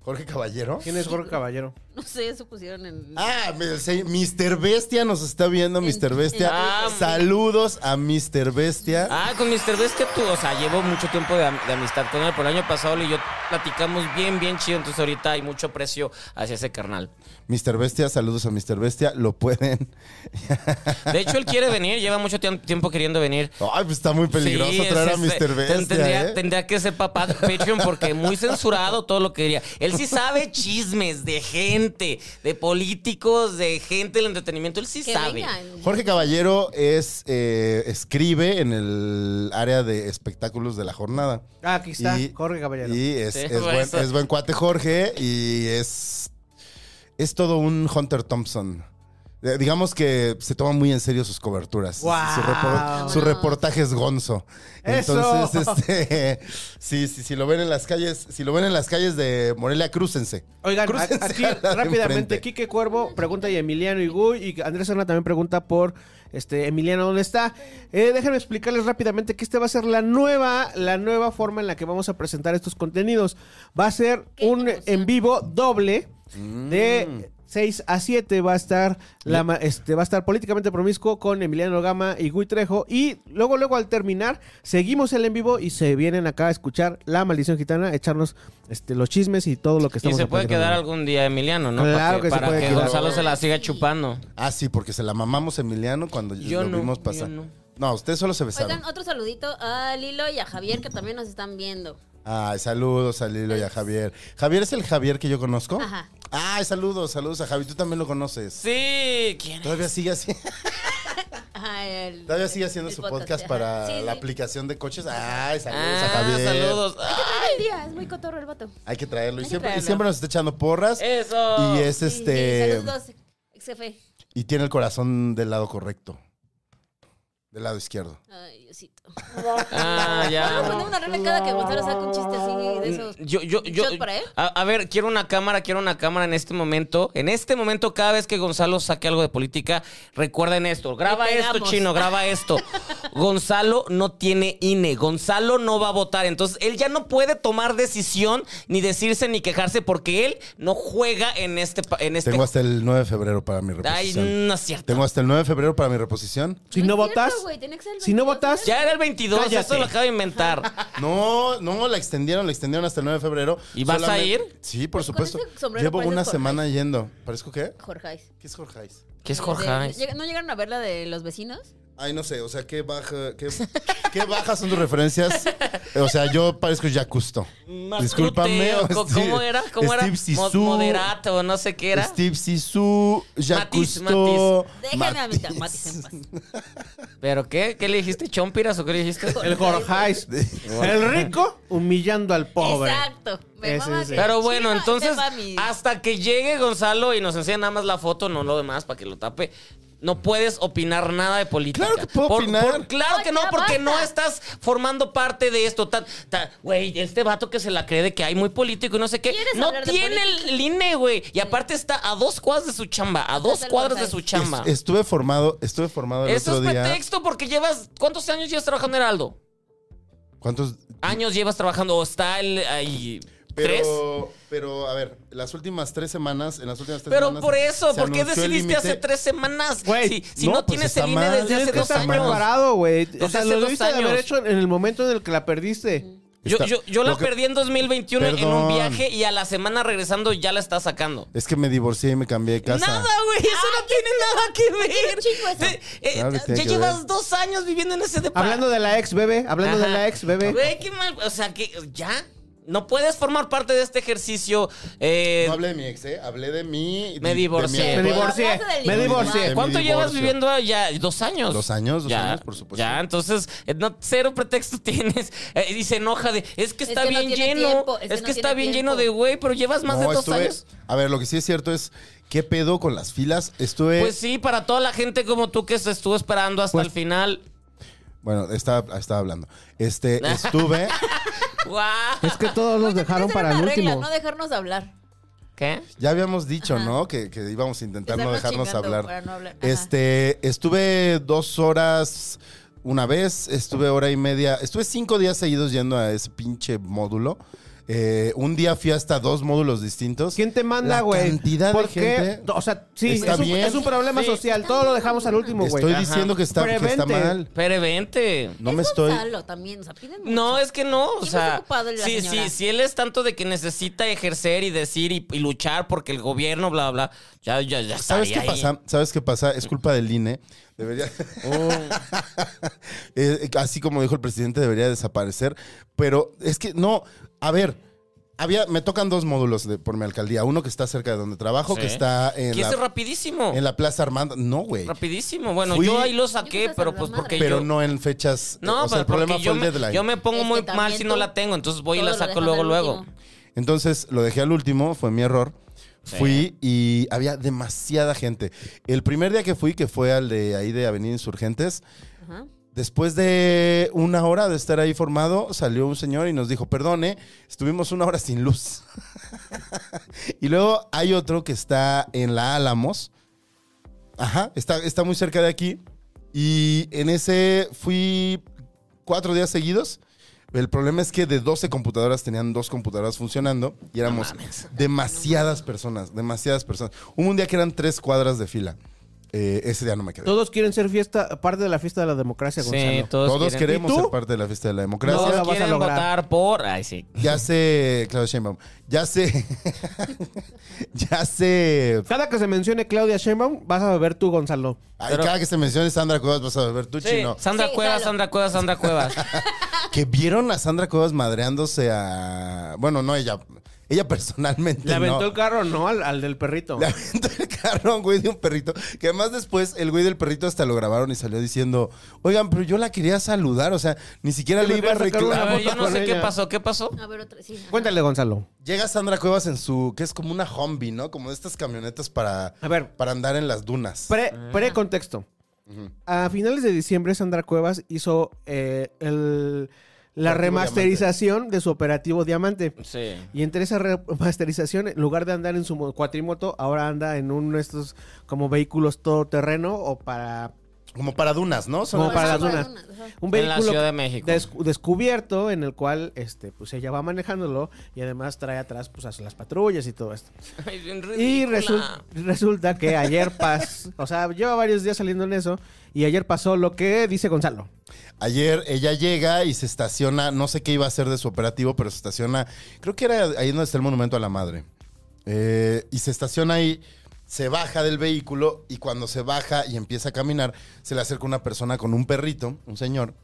[SPEAKER 3] Jorge Caballero.
[SPEAKER 5] ¿Quién es Jorge Caballero?
[SPEAKER 6] No sé, eso pusieron en.
[SPEAKER 3] Ah, el se- Mr. Bestia nos está viendo, Mr. Bestia.
[SPEAKER 4] Ah,
[SPEAKER 3] Saludos a Mr. Bestia.
[SPEAKER 4] Ah, con Mr. Bestia tú, o sea, llevo mucho tiempo de, am- de amistad con él, pero el año pasado él y yo platicamos bien, bien chido, entonces ahorita hay mucho aprecio hacia ese carnal.
[SPEAKER 3] Mr. Bestia, saludos a Mr. Bestia. Lo pueden.
[SPEAKER 4] De hecho, él quiere venir, lleva mucho tiam- tiempo queriendo venir.
[SPEAKER 3] Ay, pues está muy peligroso
[SPEAKER 4] Sí,
[SPEAKER 3] traer a
[SPEAKER 4] es- es-
[SPEAKER 3] Mr. Bestia.
[SPEAKER 4] Tendría,
[SPEAKER 3] ¿eh?
[SPEAKER 4] tendría que ser papá de Patreon porque muy censurado todo lo que diría. Él sí sabe chismes de gente, de políticos, de gente del entretenimiento. Él sí
[SPEAKER 6] que
[SPEAKER 4] sabe.
[SPEAKER 6] vengan.
[SPEAKER 3] Jorge Caballero es eh, escribe en el área de espectáculos de la jornada.
[SPEAKER 5] Ah, aquí está,
[SPEAKER 3] Y-
[SPEAKER 5] Jorge Caballero.
[SPEAKER 3] Y es,
[SPEAKER 4] Sí,
[SPEAKER 3] es
[SPEAKER 4] por
[SPEAKER 3] buen,
[SPEAKER 4] eso.
[SPEAKER 3] es buen cuate Jorge y es, es todo un Hunter Thompson. Eh, Digamos que se toma muy en serio sus coberturas.
[SPEAKER 5] ¡Guau!
[SPEAKER 3] Su, repor- su
[SPEAKER 6] Vámonos.
[SPEAKER 3] reportaje es gonzo.
[SPEAKER 5] ¡Eso!
[SPEAKER 3] Entonces, este, sí, sí, si lo ven en las calles, si lo ven en las calles de Morelia, crúcense.
[SPEAKER 5] Oigan, a-
[SPEAKER 3] Crúcense
[SPEAKER 5] aquí
[SPEAKER 3] a la de
[SPEAKER 5] rápidamente,
[SPEAKER 3] enfrente.
[SPEAKER 5] Quique Cuervo pregunta y Emiliano Iguy y Andrés Serna también pregunta por este Emiliano dónde está. Eh, déjenme explicarles rápidamente que este va a ser la nueva, la nueva forma en la que vamos a presentar estos contenidos. Va a ser
[SPEAKER 6] Qué
[SPEAKER 5] un
[SPEAKER 6] emoción.
[SPEAKER 5] en vivo doble
[SPEAKER 4] Mm.
[SPEAKER 5] de 6 a 7 va a estar la, ma- este va a estar políticamente promiscuo con Emiliano Gama y Gui Trejo y luego luego al terminar seguimos el en vivo y se vienen acá a escuchar La Maldición Gitana, echarnos este los chismes y todo lo que
[SPEAKER 4] Y
[SPEAKER 5] estamos
[SPEAKER 4] se puede
[SPEAKER 5] platicando.
[SPEAKER 4] quedar algún día Emiliano, ¿no?
[SPEAKER 5] Claro
[SPEAKER 4] para que,
[SPEAKER 5] que se
[SPEAKER 4] para
[SPEAKER 5] puede
[SPEAKER 4] que
[SPEAKER 5] quedar.
[SPEAKER 4] Gonzalo se la siga chupando.
[SPEAKER 3] Ah, sí, porque se la mamamos a Emiliano cuando
[SPEAKER 4] Yo
[SPEAKER 3] lo
[SPEAKER 4] no,
[SPEAKER 3] vimos
[SPEAKER 4] yo
[SPEAKER 3] pasar.
[SPEAKER 4] no.
[SPEAKER 3] No, ustedes solo se besaron.
[SPEAKER 6] Oigan, otro saludito a Lilo y a Javier que también nos están viendo.
[SPEAKER 3] Ay, saludos a Lilo y a Javier. ¿Javier es el Javier que yo conozco?
[SPEAKER 6] Pues. Ajá.
[SPEAKER 3] Ay, saludos, saludos a Javi. Tú también lo conoces.
[SPEAKER 4] Sí, ¿quién es?
[SPEAKER 3] Todavía sigue, así,
[SPEAKER 6] Ajá, el-
[SPEAKER 3] todavía sigue haciendo
[SPEAKER 6] el
[SPEAKER 3] su podcast para
[SPEAKER 6] ajá. Sí,
[SPEAKER 3] la
[SPEAKER 6] sí.
[SPEAKER 3] aplicación de coches. Ay, saludos a
[SPEAKER 4] Ah,
[SPEAKER 3] Javier.
[SPEAKER 4] saludos.
[SPEAKER 6] Hay que traerlo el día, es muy cotorro el vato.
[SPEAKER 3] Hay que traerlo. Y
[SPEAKER 6] que
[SPEAKER 3] siempre, y
[SPEAKER 6] traerlo.
[SPEAKER 3] siempre nos está echando porras.
[SPEAKER 4] Eso.
[SPEAKER 3] Y es
[SPEAKER 6] Sí,
[SPEAKER 3] este.
[SPEAKER 6] sí, saludos, ex jefe.
[SPEAKER 3] y tiene el corazón del lado correcto. Del lado izquierdo.
[SPEAKER 6] Ay, Diosito.
[SPEAKER 4] Ah,
[SPEAKER 6] Vamos a poner
[SPEAKER 4] ya.
[SPEAKER 6] una regla cada que Gonzalo saca un chiste así de esos.
[SPEAKER 4] Yo, yo, yo.
[SPEAKER 6] ¿Shot para él?
[SPEAKER 4] A, a ver, quiero una cámara, quiero una cámara en este momento. En este momento, cada vez que Gonzalo saque algo de política, recuerden esto. Graba
[SPEAKER 6] Le
[SPEAKER 4] esto,
[SPEAKER 6] pegamos.
[SPEAKER 4] chino, graba esto. Gonzalo no tiene INE. Gonzalo no va a votar. Entonces, él ya no puede tomar decisión, ni decirse, ni quejarse, porque él no juega en este. pa- En este
[SPEAKER 3] Tengo hasta el 9 de febrero para mi
[SPEAKER 4] Ay,
[SPEAKER 3] reposición.
[SPEAKER 4] no es cierto.
[SPEAKER 3] Tengo hasta el 9 de febrero para mi reposición.
[SPEAKER 5] Si no,
[SPEAKER 6] No es cierto,
[SPEAKER 5] votas,
[SPEAKER 6] güey, tiene que ser el
[SPEAKER 5] si no
[SPEAKER 6] 22,
[SPEAKER 5] votas,
[SPEAKER 4] Ya era el 22,
[SPEAKER 5] Cállate.
[SPEAKER 4] eso lo acabo de inventar.
[SPEAKER 3] No, no, la extendieron, la extendieron hasta el 9 de febrero.
[SPEAKER 4] ¿Y vas a ir?
[SPEAKER 3] Sí, por
[SPEAKER 6] Con
[SPEAKER 3] supuesto.
[SPEAKER 6] ese sombrero
[SPEAKER 3] Llevo
[SPEAKER 6] pareces
[SPEAKER 3] una
[SPEAKER 6] Jorge.
[SPEAKER 3] semana yendo. ¿Parezco qué?
[SPEAKER 6] Jorgeis. Este,
[SPEAKER 3] ¿Qué es Jorgeis?
[SPEAKER 4] ¿Qué es
[SPEAKER 6] De-
[SPEAKER 4] Jorge?
[SPEAKER 6] lleg- ¿No llegaron a ver la de los vecinos?
[SPEAKER 3] Ay, no sé, o sea, qué baja, qué, qué bajas son tus referencias. O sea, yo parezco Jacusto.
[SPEAKER 4] Más
[SPEAKER 3] Discúlpame.
[SPEAKER 4] cruteo,
[SPEAKER 3] o
[SPEAKER 4] co-
[SPEAKER 3] Steve-
[SPEAKER 4] ¿Cómo era? ¿Cómo era?
[SPEAKER 3] Steve
[SPEAKER 4] Mo-
[SPEAKER 3] Sisu,
[SPEAKER 4] Moderato, no sé qué era.
[SPEAKER 3] Steve Sisu,
[SPEAKER 4] Matiz,
[SPEAKER 3] Jacusto.
[SPEAKER 6] Déjenme a mi Matiz en paz.
[SPEAKER 4] ¿Pero qué? ¿Qué le dijiste? ¿Chompiras o qué le dijiste?
[SPEAKER 5] el Jorjais, el rico humillando al pobre.
[SPEAKER 6] Exacto. Me
[SPEAKER 5] Ese
[SPEAKER 6] mama
[SPEAKER 5] es
[SPEAKER 6] que-
[SPEAKER 5] el-
[SPEAKER 4] Pero bueno,
[SPEAKER 6] Sí, no,
[SPEAKER 4] entonces,
[SPEAKER 6] sepa mi-
[SPEAKER 4] hasta que llegue Gonzalo y nos enseñe nada más la foto, no lo demás, para que lo tape. No puedes opinar nada de política.
[SPEAKER 3] Claro que puedo opinar.
[SPEAKER 4] claro que no,
[SPEAKER 6] Ay, ya
[SPEAKER 4] porque
[SPEAKER 6] basta.
[SPEAKER 4] no estás formando parte de esto. tan- tan- Güey, este vato que se la cree de que hay muy político y no sé qué.
[SPEAKER 6] ¿Quieres
[SPEAKER 4] No
[SPEAKER 6] hablar de
[SPEAKER 4] tiene
[SPEAKER 6] política?
[SPEAKER 4] el INE, güey. Y aparte está a dos cuadras de su chamba. A dos
[SPEAKER 6] del
[SPEAKER 4] cuadras de
[SPEAKER 6] Gonzalo.
[SPEAKER 4] su chamba.
[SPEAKER 3] Es- estuve formado, estuve formado el
[SPEAKER 4] Eso es
[SPEAKER 3] otro día.
[SPEAKER 4] pretexto porque llevas. ¿Cuántos años llevas trabajando en Heraldo?
[SPEAKER 3] ¿Cuántos?
[SPEAKER 4] ¿Años llevas trabajando? ¿O está el. ahí, ¿Tres?
[SPEAKER 3] Pero, pero, a ver, las últimas tres semanas, en las últimas tres
[SPEAKER 4] Pero
[SPEAKER 3] semanas.
[SPEAKER 4] por eso,
[SPEAKER 3] se
[SPEAKER 4] ¿por qué
[SPEAKER 3] anunció el
[SPEAKER 4] decidiste
[SPEAKER 3] límite.
[SPEAKER 4] hace tres semanas?
[SPEAKER 5] Güey,
[SPEAKER 4] si si no,
[SPEAKER 3] no, pues
[SPEAKER 4] tienes
[SPEAKER 3] está
[SPEAKER 4] el INE
[SPEAKER 3] mal.
[SPEAKER 4] desde
[SPEAKER 3] Tienes
[SPEAKER 4] hace
[SPEAKER 3] que
[SPEAKER 4] dos
[SPEAKER 3] estar
[SPEAKER 5] Está
[SPEAKER 4] años.
[SPEAKER 5] preparado, güey. O
[SPEAKER 4] Desde
[SPEAKER 5] sea,
[SPEAKER 4] hace
[SPEAKER 5] lo
[SPEAKER 4] dos
[SPEAKER 5] debiste de haber
[SPEAKER 4] años.
[SPEAKER 5] hecho en el momento en el que la perdiste.
[SPEAKER 6] Mm.
[SPEAKER 4] Yo,
[SPEAKER 3] Está-
[SPEAKER 4] yo, yo la
[SPEAKER 3] lo que-
[SPEAKER 4] perdí en 2021 en un
[SPEAKER 3] Perdón.
[SPEAKER 4] viaje y a la semana regresando ya la está sacando.
[SPEAKER 3] Es que me divorcié y me cambié de casa.
[SPEAKER 4] Nada, güey, eso no tiene nada que ver.
[SPEAKER 6] chingo eso.
[SPEAKER 4] Eh, eh,
[SPEAKER 3] Claro que
[SPEAKER 4] ya
[SPEAKER 3] tiene que
[SPEAKER 4] llevas
[SPEAKER 3] ver.
[SPEAKER 4] dos años viviendo en ese departamento.
[SPEAKER 5] Hablando de la ex, bebé. Hablando de
[SPEAKER 4] Ajá.
[SPEAKER 5] la ex, bebé.
[SPEAKER 4] Güey, qué mal. O sea, que ya. No puedes formar parte de este ejercicio. eh,
[SPEAKER 3] No hablé de mi ex, ¿eh? Hablé de mi.
[SPEAKER 4] Me
[SPEAKER 3] de mi
[SPEAKER 4] divorcié.
[SPEAKER 3] actual-
[SPEAKER 5] Me divorcié.
[SPEAKER 6] Hablaste del
[SPEAKER 5] Me
[SPEAKER 6] divorcio.
[SPEAKER 5] divorcié.
[SPEAKER 4] Eh, ¿Cuánto
[SPEAKER 3] mi
[SPEAKER 4] llevas
[SPEAKER 3] divorcio.
[SPEAKER 4] viviendo allá? ¿Dos años?
[SPEAKER 3] Dos años, dos
[SPEAKER 4] Ya,
[SPEAKER 3] años, por supuesto.
[SPEAKER 4] Ya, entonces, eh, no, cero pretexto tienes. Eh, y se enoja de, es que
[SPEAKER 6] Es
[SPEAKER 4] está
[SPEAKER 6] que no
[SPEAKER 4] bien
[SPEAKER 6] tiene
[SPEAKER 4] lleno.
[SPEAKER 6] tiempo,
[SPEAKER 4] es
[SPEAKER 6] es
[SPEAKER 4] que,
[SPEAKER 6] que no
[SPEAKER 4] está
[SPEAKER 6] tiene
[SPEAKER 4] bien
[SPEAKER 6] tiempo.
[SPEAKER 4] lleno de güey, pero llevas más
[SPEAKER 3] No,
[SPEAKER 4] de dos
[SPEAKER 3] estuve-
[SPEAKER 4] años.
[SPEAKER 3] A ver, lo que sí es cierto es, ¿qué pedo con las filas? Estuve...
[SPEAKER 4] Pues sí, para toda la gente como tú que se estuvo esperando hasta
[SPEAKER 3] eh, Pues-
[SPEAKER 4] el final.
[SPEAKER 3] Bueno, estaba, estaba hablando. Este, estuve...
[SPEAKER 4] ¡Guau!
[SPEAKER 5] Es que todos los
[SPEAKER 6] Oye,
[SPEAKER 5] dejaron
[SPEAKER 6] esa
[SPEAKER 5] para el
[SPEAKER 6] era Pues, la regla,
[SPEAKER 5] último.
[SPEAKER 6] No dejarnos hablar.
[SPEAKER 4] ¿Qué?
[SPEAKER 3] Ya habíamos dicho, ¿no? Que, que íbamos a intentar no
[SPEAKER 6] Estarnos
[SPEAKER 3] dejarnos
[SPEAKER 6] chingando
[SPEAKER 3] hablar.
[SPEAKER 6] para no hablar. Ajá.
[SPEAKER 3] Este, estuve dos horas una vez, estuve hora y media, estuve cinco días seguidos yendo a ese pinche módulo. eh, un día fui hasta dos módulos distintos.
[SPEAKER 5] ¿Quién te manda,
[SPEAKER 3] La
[SPEAKER 5] güey?
[SPEAKER 3] cantidad de
[SPEAKER 5] ¿Por qué?
[SPEAKER 3] gente
[SPEAKER 5] O sea, sí,
[SPEAKER 3] está
[SPEAKER 5] es un,
[SPEAKER 3] bien.
[SPEAKER 5] es un problema social. Todo lo dejamos al último, güey.
[SPEAKER 3] Estoy
[SPEAKER 4] Ajá.
[SPEAKER 3] diciendo que está, que está
[SPEAKER 5] Prevente.
[SPEAKER 3] mal.
[SPEAKER 4] Pero vente.
[SPEAKER 3] No
[SPEAKER 6] Es
[SPEAKER 3] me estoy.
[SPEAKER 6] Gonzalo también, o sea, piden mucho.
[SPEAKER 4] No, es que no, o
[SPEAKER 6] Siempre está
[SPEAKER 4] sea,
[SPEAKER 6] ocupado la
[SPEAKER 4] si,
[SPEAKER 6] señora.
[SPEAKER 4] si, si él es tanto de que necesita ejercer y decir y, y luchar porque el gobierno, bla, bla, ya, ya, ya
[SPEAKER 3] ¿Sabes qué
[SPEAKER 4] Pues estaría ahí.
[SPEAKER 3] pasa? ¿Sabes qué pasa? Es culpa del INE. Debería.
[SPEAKER 4] Oh.
[SPEAKER 3] Eh, así como dijo el presidente, debería desaparecer. Pero es que no. A ver, había, me tocan dos módulos de- por mi alcaldía. Uno que está cerca de donde trabajo,
[SPEAKER 4] Sí.
[SPEAKER 3] que está en
[SPEAKER 4] Y eso es
[SPEAKER 3] la,
[SPEAKER 4] rapidísimo,
[SPEAKER 3] en la Plaza Armando. No, güey.
[SPEAKER 4] rapidísimo. Bueno,
[SPEAKER 3] Fui-
[SPEAKER 4] yo ahí lo
[SPEAKER 6] Yo
[SPEAKER 4] saqué,
[SPEAKER 6] creo que
[SPEAKER 4] pero
[SPEAKER 6] se
[SPEAKER 4] pues
[SPEAKER 6] la
[SPEAKER 4] porque
[SPEAKER 3] Pero
[SPEAKER 4] yo...
[SPEAKER 3] no en fechas.
[SPEAKER 4] No,
[SPEAKER 3] o sea, el
[SPEAKER 4] pero
[SPEAKER 3] problema
[SPEAKER 4] porque
[SPEAKER 3] fue
[SPEAKER 4] yo
[SPEAKER 3] el
[SPEAKER 4] me,
[SPEAKER 3] deadline.
[SPEAKER 4] yo me pongo
[SPEAKER 6] Es que
[SPEAKER 4] muy
[SPEAKER 6] también
[SPEAKER 4] mal si no
[SPEAKER 6] tú-
[SPEAKER 4] la tengo, entonces voy y
[SPEAKER 6] Todo
[SPEAKER 4] la
[SPEAKER 6] lo
[SPEAKER 4] saco
[SPEAKER 6] dejas
[SPEAKER 4] luego,
[SPEAKER 6] al
[SPEAKER 4] luego.
[SPEAKER 6] último.
[SPEAKER 3] Entonces lo dejé al último, fue mi error.
[SPEAKER 4] Sí.
[SPEAKER 3] Fui y había demasiada gente. El primer día que fui, que fue al de ahí de Avenida Insurgentes,
[SPEAKER 6] Ajá.
[SPEAKER 3] Después de una hora de estar ahí formado, salió un señor y nos dijo, perdone, estuvimos una hora sin luz. y luego hay otro que está en la Álamos. Ajá, está, está muy cerca de aquí. Y en ese fui cuatro días seguidos. El problema es que de 12 computadoras tenían dos computadoras funcionando y éramos demasiadas personas, demasiadas personas. Hubo un día que eran tres cuadras de fila. Eh, ese día no me quedé.
[SPEAKER 5] Todos quieren ser fiesta, parte de la fiesta de la democracia, Gonzalo.
[SPEAKER 4] todos,
[SPEAKER 3] Todos
[SPEAKER 4] quieren,
[SPEAKER 3] queremos
[SPEAKER 5] ¿Y tú?
[SPEAKER 3] ser parte de la fiesta de la democracia.
[SPEAKER 4] todos
[SPEAKER 5] No la vas a
[SPEAKER 4] quieren
[SPEAKER 5] lograr.
[SPEAKER 4] votar por... Ay, sí.
[SPEAKER 3] Ya sé, Claudia Sheinbaum. Ya sé. ya sé.
[SPEAKER 5] Cada que se mencione Claudia Sheinbaum, vas a beber tú, Gonzalo.
[SPEAKER 3] Ay,
[SPEAKER 4] Pero-
[SPEAKER 3] cada que se mencione Sandra Cuevas vas a beber tú,
[SPEAKER 4] Sí,
[SPEAKER 3] chino.
[SPEAKER 4] Sandra
[SPEAKER 6] Sí,
[SPEAKER 4] Cuevas,
[SPEAKER 6] claro.
[SPEAKER 4] Sandra Cuevas, Sandra Cuevas.
[SPEAKER 3] Que vieron a Sandra Cuevas madreándose a. Bueno, no ella. Ella personalmente.
[SPEAKER 5] Le aventó
[SPEAKER 3] no.
[SPEAKER 5] el carro, no, al, al del perrito.
[SPEAKER 3] Le aventó el carro a un güey de un perrito. Que además después el güey del perrito hasta lo grabaron y salió diciendo: Oigan, pero yo la quería saludar. O sea, ni siquiera
[SPEAKER 5] Yo
[SPEAKER 3] le
[SPEAKER 5] me
[SPEAKER 3] iba a
[SPEAKER 5] quería sacar una
[SPEAKER 4] A
[SPEAKER 3] reclamar.
[SPEAKER 4] ver, yo
[SPEAKER 5] foto
[SPEAKER 4] no
[SPEAKER 5] con
[SPEAKER 4] sé qué
[SPEAKER 5] ella.
[SPEAKER 4] pasó, ¿qué pasó?
[SPEAKER 6] A ver, otra, sí. ajá.
[SPEAKER 5] Cuéntale, Gonzalo.
[SPEAKER 3] Llega Sandra Cuevas en su. que es como una Humvee, ¿no? Como de estas camionetas para.
[SPEAKER 5] A ver.
[SPEAKER 3] para andar en las dunas.
[SPEAKER 5] Pre, contexto A finales de diciembre, Sandra Cuevas hizo eh, el- la
[SPEAKER 3] Operativo
[SPEAKER 5] remasterización de su operativo Diamante.
[SPEAKER 4] Sí.
[SPEAKER 5] Y entre esa remasterización, en lugar de andar en su mo- cuatrimoto, ahora anda en uno de estos como vehículos todoterreno o para
[SPEAKER 3] Como para dunas, ¿no? Son
[SPEAKER 5] Como
[SPEAKER 3] las-
[SPEAKER 5] para
[SPEAKER 6] Ajá,
[SPEAKER 5] las dunas.
[SPEAKER 6] ajá.
[SPEAKER 5] un
[SPEAKER 4] En la
[SPEAKER 5] vehículo
[SPEAKER 4] Ciudad de México.
[SPEAKER 5] descu- descubierto en el cual este pues ella va manejándolo y además trae atrás pues a las patrullas y todo esto.
[SPEAKER 4] Ay, bien
[SPEAKER 5] Y
[SPEAKER 4] ridícula.
[SPEAKER 5] resul- resulta que ayer pasó, o sea, lleva varios días saliendo en eso y ayer pasó lo que dice Gonzalo.
[SPEAKER 3] Ayer ella llega y se estaciona, no sé qué iba a hacer de su operativo, pero se estaciona, creo que era ahí donde está el monumento a la madre. Eh, y se estaciona ahí, se baja del vehículo y cuando se baja y empieza a caminar, se le acerca una persona con un perrito, un señor,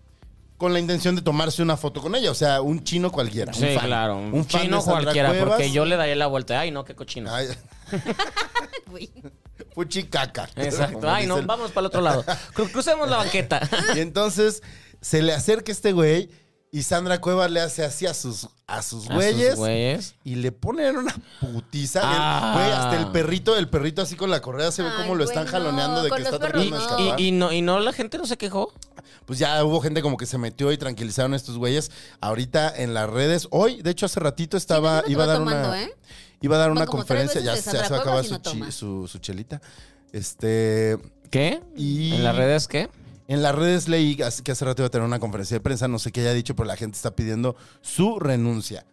[SPEAKER 3] con la intención de tomarse una foto con ella, o sea, un chino cualquiera. un
[SPEAKER 4] Sí,
[SPEAKER 3] fan.
[SPEAKER 4] claro. Un,
[SPEAKER 3] fan de
[SPEAKER 4] chino
[SPEAKER 3] Sandra
[SPEAKER 4] cualquiera,
[SPEAKER 3] Cuevas.
[SPEAKER 4] porque yo le daría la vuelta. Ay, no, qué cochino.
[SPEAKER 3] Ay,
[SPEAKER 6] Güey.
[SPEAKER 3] fuchicaca.
[SPEAKER 4] Exacto.
[SPEAKER 3] Como
[SPEAKER 4] Ay,
[SPEAKER 3] dice
[SPEAKER 4] no,
[SPEAKER 3] el-
[SPEAKER 4] vamos para el otro lado. Cru- crucemos la banqueta.
[SPEAKER 3] Y entonces se le acerca este güey y Sandra Cuevas le hace así a sus, a sus
[SPEAKER 4] A
[SPEAKER 3] güeyes.
[SPEAKER 4] sus güeyes.
[SPEAKER 3] Y le ponen una putiza. El-
[SPEAKER 4] Ah.
[SPEAKER 3] güey, hasta el perrito, el perrito así con la correa, se ve
[SPEAKER 6] Ay,
[SPEAKER 3] cómo lo están
[SPEAKER 6] güey,
[SPEAKER 3] jaloneando
[SPEAKER 6] no,
[SPEAKER 3] de que
[SPEAKER 6] con
[SPEAKER 3] está
[SPEAKER 6] los
[SPEAKER 4] Y,
[SPEAKER 3] tratando de
[SPEAKER 6] perros,
[SPEAKER 4] y-
[SPEAKER 3] escapar.
[SPEAKER 4] y no, y no, la gente no se quejó.
[SPEAKER 3] Pues ya hubo gente como que se metió y tranquilizaron a estos güeyes. Ahorita en las redes, hoy, de hecho hace ratito estaba,
[SPEAKER 6] Sí, no, no
[SPEAKER 3] iba a dar
[SPEAKER 6] estaba
[SPEAKER 3] una,
[SPEAKER 6] tomando, ¿eh?
[SPEAKER 3] iba a dar
[SPEAKER 6] Toma
[SPEAKER 3] una
[SPEAKER 6] como tres
[SPEAKER 3] conferencia, ya,
[SPEAKER 6] veces de
[SPEAKER 3] se- ya se va a
[SPEAKER 6] Sandra
[SPEAKER 3] acabar
[SPEAKER 6] Cuevas y
[SPEAKER 3] su,
[SPEAKER 6] no
[SPEAKER 3] chi-
[SPEAKER 6] toma.
[SPEAKER 3] su- su chelita. Este,
[SPEAKER 4] ¿Qué?
[SPEAKER 3] Y-
[SPEAKER 4] ¿En las redes qué?
[SPEAKER 3] En las redes leí as- que hace rato iba a tener una conferencia de prensa, no sé qué haya dicho, pero la gente está pidiendo su renuncia.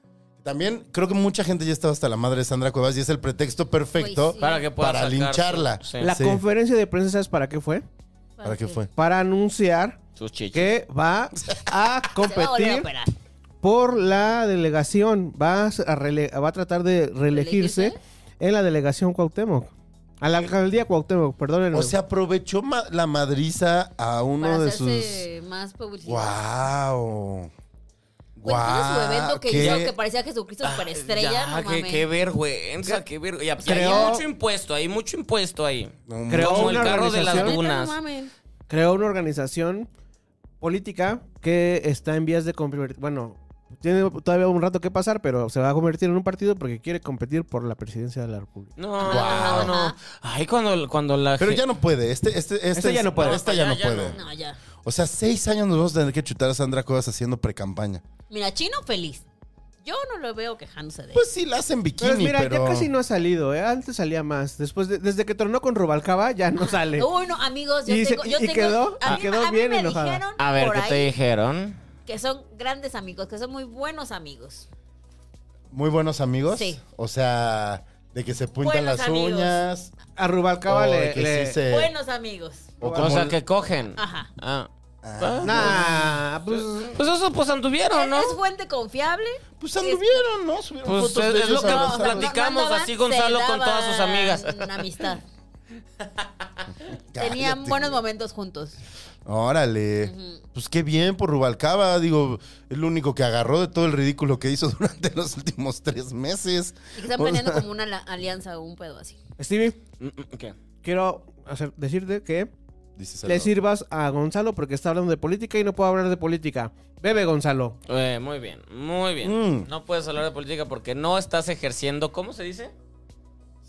[SPEAKER 3] También creo que mucha gente ya estaba hasta la madre de Sandra Cuevas y es el pretexto perfecto
[SPEAKER 6] Pues sí.
[SPEAKER 4] Para que pueda
[SPEAKER 3] para
[SPEAKER 4] sacar su-
[SPEAKER 3] lincharla.
[SPEAKER 4] sí,
[SPEAKER 5] La
[SPEAKER 3] Sí.
[SPEAKER 5] conferencia de prensa, ¿sabes para qué fue?
[SPEAKER 3] ¿Para qué fue?
[SPEAKER 5] Para anunciar
[SPEAKER 4] sus chichis.
[SPEAKER 5] que va a
[SPEAKER 6] Se va a volver a
[SPEAKER 5] competir
[SPEAKER 6] operar.
[SPEAKER 5] por la delegación. Va a, rele- va a tratar de reelegirse
[SPEAKER 6] ¿Reelegirse?
[SPEAKER 5] en la delegación Cuauhtémoc. A la alcaldía Cuauhtémoc, perdónenme.
[SPEAKER 3] O sea, aprovechó ma- la madriza a uno
[SPEAKER 6] Para
[SPEAKER 3] de sus...
[SPEAKER 6] hacerse más publicidad.
[SPEAKER 3] ¡Guau!
[SPEAKER 6] Bueno, entonces Pues su evento que
[SPEAKER 3] ¿Qué?
[SPEAKER 6] hizo, que parecía Jesucristo superestrella,
[SPEAKER 4] Ah, Ya,
[SPEAKER 6] no
[SPEAKER 4] qué,
[SPEAKER 6] mames.
[SPEAKER 4] qué vergüenza, qué vergüenza. Y
[SPEAKER 5] Creó-
[SPEAKER 4] hay mucho impuesto, hay mucho impuesto ahí.
[SPEAKER 3] No,
[SPEAKER 5] Creo-
[SPEAKER 4] Como el
[SPEAKER 5] una
[SPEAKER 4] carro de las
[SPEAKER 5] organización-
[SPEAKER 6] Neta,
[SPEAKER 4] dunas.
[SPEAKER 6] No mames.
[SPEAKER 5] creó una organización política que está en vías de convertir. Bueno, tiene todavía un rato que pasar, pero se va a convertir en un partido porque quiere competir por la presidencia de la República.
[SPEAKER 4] No,
[SPEAKER 3] Guau.
[SPEAKER 4] no, no. Ay, cuando, cuando la
[SPEAKER 3] Pero
[SPEAKER 4] ge-
[SPEAKER 3] ya no puede. Este, este, este,
[SPEAKER 5] Este ya no puede.
[SPEAKER 4] pues
[SPEAKER 3] Esta ya no puede.
[SPEAKER 6] No, ya.
[SPEAKER 3] O sea, seis años nos vamos a tener que chutar a Sandra Cuevas haciendo pre-campaña.
[SPEAKER 6] Mira, chino feliz. Yo no lo veo quejándose de él.
[SPEAKER 3] Pues sí, la hacen bikini,
[SPEAKER 5] Pues mira,
[SPEAKER 3] pero...
[SPEAKER 5] ya casi no ha salido, ¿eh? antes salía más. Después, de- desde que tornó con Rubalcaba, ya no sale.
[SPEAKER 6] Uy, no, amigos, yo
[SPEAKER 5] Y se-
[SPEAKER 6] tengo, yo
[SPEAKER 5] y
[SPEAKER 6] tengo-
[SPEAKER 5] quedó-
[SPEAKER 6] a
[SPEAKER 5] y
[SPEAKER 6] mí-
[SPEAKER 5] quedó
[SPEAKER 6] a mí
[SPEAKER 5] bien
[SPEAKER 6] me
[SPEAKER 5] enojada.
[SPEAKER 6] dijeron
[SPEAKER 4] A ver,
[SPEAKER 6] por
[SPEAKER 4] ¿qué te
[SPEAKER 6] ahí
[SPEAKER 4] dijeron?
[SPEAKER 6] que son grandes amigos, que son muy buenos amigos.
[SPEAKER 3] muy buenos amigos.
[SPEAKER 6] Sí.
[SPEAKER 3] O sea, de que se puntan
[SPEAKER 6] Buenos
[SPEAKER 3] las
[SPEAKER 6] amigos.
[SPEAKER 3] uñas.
[SPEAKER 5] A Rubalcaba
[SPEAKER 3] o de
[SPEAKER 5] le.
[SPEAKER 3] que
[SPEAKER 5] le-
[SPEAKER 3] sí se-
[SPEAKER 6] Buenos amigos.
[SPEAKER 3] o
[SPEAKER 4] O
[SPEAKER 3] como-
[SPEAKER 4] sea, que cogen.
[SPEAKER 6] Ajá.
[SPEAKER 4] Ah.
[SPEAKER 3] Ah,
[SPEAKER 5] Nah, pues.
[SPEAKER 4] Pues eso, pues anduvieron, ¿no?
[SPEAKER 6] ¿Es, es fuente confiable?
[SPEAKER 3] Pues anduvieron, ¿no? Subieron
[SPEAKER 4] Pues
[SPEAKER 3] fotos
[SPEAKER 4] es-
[SPEAKER 3] de
[SPEAKER 4] es lo
[SPEAKER 3] ellos
[SPEAKER 4] que nos
[SPEAKER 3] abrazados.
[SPEAKER 4] platica- platicamos
[SPEAKER 6] Cuando
[SPEAKER 4] así,
[SPEAKER 6] andaban,
[SPEAKER 4] Gonzalo,
[SPEAKER 6] se
[SPEAKER 4] con todas sus
[SPEAKER 6] daban
[SPEAKER 4] amigas.
[SPEAKER 6] Amistad.
[SPEAKER 3] Cállate.
[SPEAKER 6] Tenían buenos momentos juntos.
[SPEAKER 3] Órale. Pues qué bien por Rubalcaba. Digo, es lo único que agarró de todo el ridículo que hizo durante los últimos tres meses.
[SPEAKER 6] Y que están
[SPEAKER 3] O
[SPEAKER 6] planeando
[SPEAKER 3] sea,
[SPEAKER 6] como una la- alianza o un pedo así.
[SPEAKER 5] Stevie,
[SPEAKER 4] Mm, mm, ¿Qué?
[SPEAKER 5] quiero hacer- decirte que
[SPEAKER 3] dices
[SPEAKER 5] le
[SPEAKER 3] algo.
[SPEAKER 5] sirvas a Gonzalo porque está hablando de política y no puedo hablar de política. Bebe, Gonzalo.
[SPEAKER 4] Eh, muy bien, muy bien.
[SPEAKER 3] Mm.
[SPEAKER 4] No puedes hablar de política porque no estás ejerciendo, ¿cómo se dice?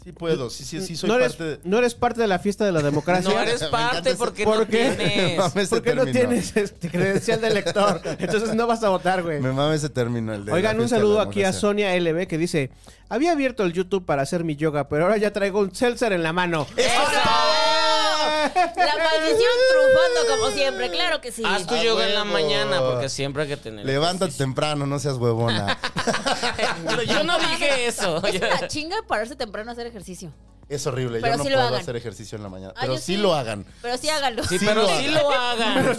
[SPEAKER 3] Sí puedo, sí, sí, sí, soy
[SPEAKER 5] no, eres,
[SPEAKER 3] parte de...
[SPEAKER 5] no eres parte de la fiesta de la democracia.
[SPEAKER 4] No eres
[SPEAKER 3] Me encanta
[SPEAKER 4] parte
[SPEAKER 3] ese-
[SPEAKER 4] porque
[SPEAKER 5] ¿Por
[SPEAKER 4] no
[SPEAKER 5] qué?
[SPEAKER 4] tienes.
[SPEAKER 3] Mames,
[SPEAKER 5] Porque
[SPEAKER 3] ese
[SPEAKER 5] no
[SPEAKER 3] término.
[SPEAKER 5] tienes este, credencial de elector. Entonces no vas a votar, güey.
[SPEAKER 3] Me mame ese término. El de
[SPEAKER 5] Oigan,
[SPEAKER 3] la
[SPEAKER 5] un
[SPEAKER 3] fiesta de la
[SPEAKER 5] saludo aquí a
[SPEAKER 3] democracia.
[SPEAKER 5] Sonia LB que dice: Había abierto el YouTube para hacer mi yoga, pero ahora ya traigo un seltzer en la mano.
[SPEAKER 6] ¡Eso! La maldición triunfando como siempre, claro que sí.
[SPEAKER 4] Haz tu
[SPEAKER 3] A
[SPEAKER 4] yoga en la
[SPEAKER 3] huevo.
[SPEAKER 4] mañana porque siempre hay que tener.
[SPEAKER 3] Levántate temprano, no seas huevona.
[SPEAKER 4] Pero Yo no dije eso.
[SPEAKER 6] Es
[SPEAKER 4] Yo-
[SPEAKER 6] una chinga pararse temprano a hacer ejercicio.
[SPEAKER 3] Es horrible,
[SPEAKER 6] Pero
[SPEAKER 3] yo no
[SPEAKER 6] sí lo
[SPEAKER 3] puedo
[SPEAKER 6] hagan.
[SPEAKER 3] hacer ejercicio en la mañana.
[SPEAKER 6] Ah,
[SPEAKER 3] pero
[SPEAKER 6] yo
[SPEAKER 3] sí lo hagan.
[SPEAKER 6] Pero sí hágalo.
[SPEAKER 4] Sí, pero
[SPEAKER 3] lo
[SPEAKER 4] sí lo hagan.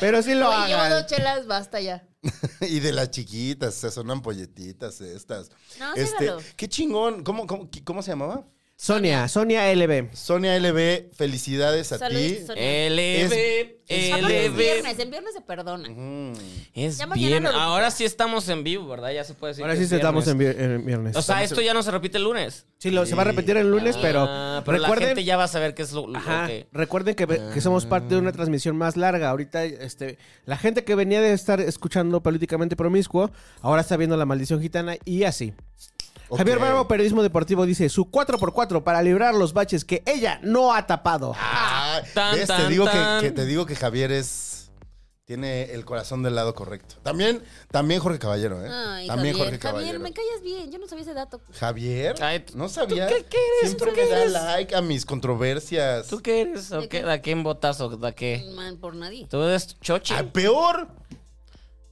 [SPEAKER 5] Pero sí lo
[SPEAKER 6] Oye, llevo
[SPEAKER 5] hagan.
[SPEAKER 6] dos chelas, basta ya.
[SPEAKER 3] y de las chiquitas, se son ampolletitas estas.
[SPEAKER 6] No, sí,
[SPEAKER 3] este,
[SPEAKER 6] hágalo.
[SPEAKER 3] qué chingón. ¿Cómo, cómo, qué- cómo se llamaba?
[SPEAKER 5] Sonia, Sonia LB.
[SPEAKER 3] Sonia LB, felicidades a
[SPEAKER 6] Saludos,
[SPEAKER 3] ti.
[SPEAKER 6] Sonia.
[SPEAKER 4] E LB,
[SPEAKER 3] Es-
[SPEAKER 6] Aparte es
[SPEAKER 4] LB.
[SPEAKER 6] viernes, en viernes se perdona.
[SPEAKER 3] Mm.
[SPEAKER 4] E Es
[SPEAKER 6] Ya mañana
[SPEAKER 4] bien.
[SPEAKER 6] lo recuperas.
[SPEAKER 4] Ahora sí estamos en vivo, ¿verdad? Ya se puede decir.
[SPEAKER 5] Ahora
[SPEAKER 4] que
[SPEAKER 5] sí
[SPEAKER 4] es
[SPEAKER 5] se estamos en,
[SPEAKER 4] viernes.
[SPEAKER 5] vi- en viernes.
[SPEAKER 4] O sea, esto ya no se repite el lunes.
[SPEAKER 5] sí, lo- se va a repetir el lunes, pero,
[SPEAKER 4] Ah, pero la
[SPEAKER 5] recuerden.
[SPEAKER 4] gente ya va a saber qué es lo. lo
[SPEAKER 5] Ajá,
[SPEAKER 4] que-
[SPEAKER 5] recuerden que, ve- que somos parte de
[SPEAKER 3] Ah.
[SPEAKER 5] una transmisión más larga. Ahorita, este, la gente que venía de estar escuchando políticamente promiscuo, ahora está viendo la maldición gitana y así.
[SPEAKER 3] Ok.
[SPEAKER 5] Javier Bravo, Periodismo Deportivo, dice su 4x4 para librar los baches que ella no ha tapado.
[SPEAKER 3] Ah,
[SPEAKER 4] Tan,
[SPEAKER 3] ¿ves?
[SPEAKER 4] tan,
[SPEAKER 3] te digo que,
[SPEAKER 4] tan.
[SPEAKER 3] que te digo que Javier es tiene el corazón del lado correcto. También, también Jorge Caballero, ¿eh?
[SPEAKER 6] Ay,
[SPEAKER 3] también
[SPEAKER 6] Javier,
[SPEAKER 3] Jorge Caballero.
[SPEAKER 6] Javier, me callas bien. Yo no sabía ese dato. pues,
[SPEAKER 3] Javier,
[SPEAKER 4] Ay, ¿tú-
[SPEAKER 3] no sabía.
[SPEAKER 4] qué- qué eres?
[SPEAKER 3] Siempre me
[SPEAKER 4] ¿Tú qué
[SPEAKER 3] da
[SPEAKER 4] eres?
[SPEAKER 3] like a mis controversias.
[SPEAKER 4] ¿Tú qué eres? ¿O qué? ¿De quién votas o de qué?
[SPEAKER 6] Man, por nadie.
[SPEAKER 4] ¿Tú eres choche?
[SPEAKER 3] Ah, peor.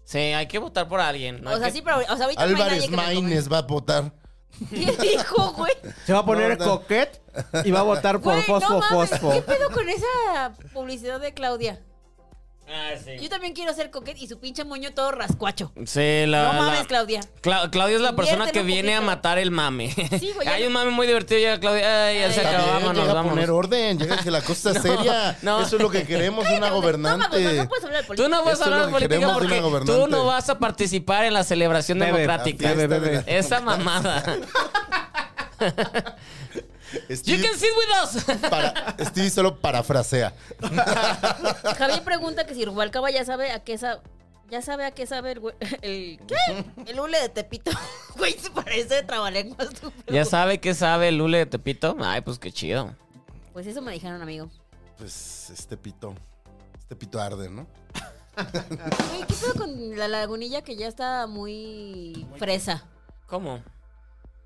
[SPEAKER 4] Sí, hay que votar por alguien. ¿no?
[SPEAKER 6] O
[SPEAKER 4] Hay
[SPEAKER 6] sea,
[SPEAKER 4] que-
[SPEAKER 6] sí, pero o sea, ahorita no hay nadie
[SPEAKER 3] Álvarez
[SPEAKER 6] que me
[SPEAKER 3] Maínez va a votar.
[SPEAKER 6] convenza. ¿Qué dijo, güey?
[SPEAKER 5] Se va a poner
[SPEAKER 3] No, no.
[SPEAKER 5] coquet y va a votar por
[SPEAKER 6] Güey,
[SPEAKER 5] fosfo,
[SPEAKER 6] no mames,
[SPEAKER 5] fosfo.
[SPEAKER 6] ¿Qué pedo con esa publicidad de Claudia?
[SPEAKER 4] Ah, sí.
[SPEAKER 6] Yo también quiero ser coquet y su pinche moño todo rascuacho.
[SPEAKER 4] Sí, la.
[SPEAKER 6] No mames,
[SPEAKER 4] la-
[SPEAKER 6] Claudia.
[SPEAKER 4] Cla- Claudia es la persona
[SPEAKER 6] Inviértele
[SPEAKER 4] que
[SPEAKER 6] un
[SPEAKER 4] viene a
[SPEAKER 6] poquito.
[SPEAKER 4] matar el mame.
[SPEAKER 6] Sí, güey, ya
[SPEAKER 4] Hay
[SPEAKER 6] no-
[SPEAKER 4] un mame muy divertido ya, Claudia. Ay, ya
[SPEAKER 6] Ay,
[SPEAKER 4] se
[SPEAKER 3] Está
[SPEAKER 4] acabó.
[SPEAKER 3] bien,
[SPEAKER 4] Vámonos,
[SPEAKER 3] llega a poner
[SPEAKER 4] vámonos.
[SPEAKER 3] orden, llega que la cosa es seria.
[SPEAKER 4] no.
[SPEAKER 3] Eso es lo que queremos de una
[SPEAKER 6] Cállate, toma,
[SPEAKER 3] gobernante.
[SPEAKER 6] Gonzalo, no puedes hablar de
[SPEAKER 4] Tú
[SPEAKER 6] política.
[SPEAKER 4] no vas
[SPEAKER 3] Eso
[SPEAKER 4] a hablar
[SPEAKER 3] es
[SPEAKER 4] de
[SPEAKER 3] lo que queremos
[SPEAKER 4] política
[SPEAKER 3] de una
[SPEAKER 4] porque tú
[SPEAKER 3] gobernante.
[SPEAKER 4] no vas a participar en la celebración
[SPEAKER 5] Bebe,
[SPEAKER 4] democrática.
[SPEAKER 5] bebe, bebe.
[SPEAKER 3] Fiesta de
[SPEAKER 4] Esa mamada. You
[SPEAKER 3] Steve,
[SPEAKER 4] can sit with us.
[SPEAKER 3] para- Steve solo parafrasea.
[SPEAKER 6] Javier pregunta que si Rubalcaba ya sabe a qué sabe. Ya sabe a qué sabe el güey. El, ¿Qué? El hule de Tepito. Güey, se parece de trabalenguas. tú, pero-
[SPEAKER 4] ya sabe qué sabe el Lule de Tepito. Ay, pues qué chido.
[SPEAKER 6] Pues eso me dijeron, amigo.
[SPEAKER 3] Pues este pito. Este pito arde, ¿no?
[SPEAKER 6] Güey, ¿qué pedo con la lagunilla que ya está muy fresa?
[SPEAKER 4] ¿Cómo?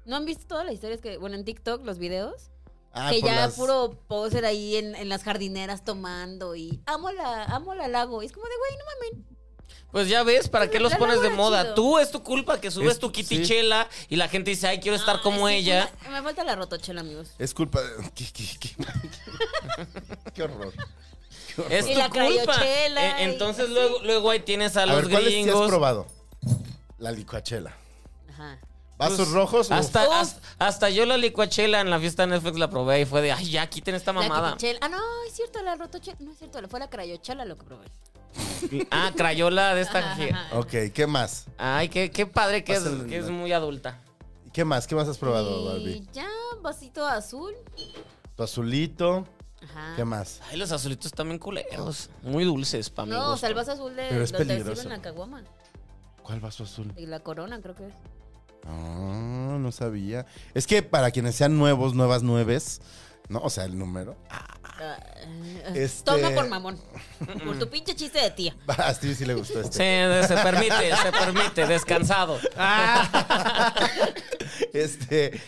[SPEAKER 6] ¿No han visto todas las historias que, bueno, en TikTok, los videos?
[SPEAKER 3] Ah,
[SPEAKER 6] que
[SPEAKER 3] por
[SPEAKER 6] ya
[SPEAKER 3] las-
[SPEAKER 6] puro poser ahí en, en las jardineras tomando y amo la, amo la lago. Es como de, güey, no mames.
[SPEAKER 4] Pues ya ves, ¿para qué los
[SPEAKER 6] Ya
[SPEAKER 4] pones
[SPEAKER 6] luego
[SPEAKER 4] de
[SPEAKER 6] era
[SPEAKER 4] moda?
[SPEAKER 6] chido.
[SPEAKER 4] Tú es tu culpa que subes
[SPEAKER 3] Es-
[SPEAKER 4] tu
[SPEAKER 3] sí.
[SPEAKER 4] kitichela y la gente dice, ay, quiero estar
[SPEAKER 6] Ay,
[SPEAKER 4] como
[SPEAKER 6] sí,
[SPEAKER 4] ella.
[SPEAKER 6] me- Me falta la rotochela, amigos.
[SPEAKER 3] Es culpa de... ¿Qué, qué, qué, qué- qué horror.
[SPEAKER 4] Es
[SPEAKER 6] Y
[SPEAKER 4] tu
[SPEAKER 6] la
[SPEAKER 4] culpa.
[SPEAKER 6] crayochela
[SPEAKER 4] Eh,
[SPEAKER 6] y
[SPEAKER 4] entonces
[SPEAKER 6] así.
[SPEAKER 4] luego, luego ahí tienes a
[SPEAKER 3] A
[SPEAKER 4] los
[SPEAKER 3] ver, ¿cuál es, si has
[SPEAKER 4] gringos.
[SPEAKER 3] probado? La licuachela.
[SPEAKER 6] Ajá.
[SPEAKER 3] ¿Vasos
[SPEAKER 4] Pues,
[SPEAKER 3] rojos? o-
[SPEAKER 4] Hasta,
[SPEAKER 6] Uf.
[SPEAKER 4] hasta, hasta yo la licuachela en la fiesta de Netflix la probé y fue de, ay, ya quiten esta
[SPEAKER 6] La
[SPEAKER 4] mamada.
[SPEAKER 6] quitichela. Ah, no, es cierto, la rotochela. No es cierto, fue la crayochela lo que probé.
[SPEAKER 4] Ah, crayola de esta.
[SPEAKER 6] Ajá, ajá.
[SPEAKER 3] Ok, ¿qué más?
[SPEAKER 4] Ay, qué, qué padre que es,
[SPEAKER 3] Pásenle
[SPEAKER 4] que es
[SPEAKER 3] la-
[SPEAKER 4] muy adulta.
[SPEAKER 3] ¿Qué más? ¿Qué más has probado,
[SPEAKER 6] Y
[SPEAKER 3] Barbie?
[SPEAKER 6] ya, vasito azul.
[SPEAKER 3] Tu azulito.
[SPEAKER 6] Ajá.
[SPEAKER 3] ¿Qué más?
[SPEAKER 4] Ay, los azulitos también culeros. Muy dulces para mí.
[SPEAKER 6] No, o sea, el vaso azul de
[SPEAKER 3] Pero es
[SPEAKER 6] donde
[SPEAKER 3] peligroso.
[SPEAKER 6] sirven la caguama.
[SPEAKER 3] ¿Cuál vaso azul?
[SPEAKER 6] Y la corona, creo que es.
[SPEAKER 3] Ah, no sabía. Es que para quienes sean nuevos, nuevas nueves, ¿no? O sea, el número.
[SPEAKER 6] Ah,
[SPEAKER 3] Este-
[SPEAKER 6] Toma por mamón. Por tu pinche chiste de tía.
[SPEAKER 3] A Steve sí le gustó este.
[SPEAKER 4] Sí, de- se permite, se permite, descansado.
[SPEAKER 6] Ah.
[SPEAKER 3] Este.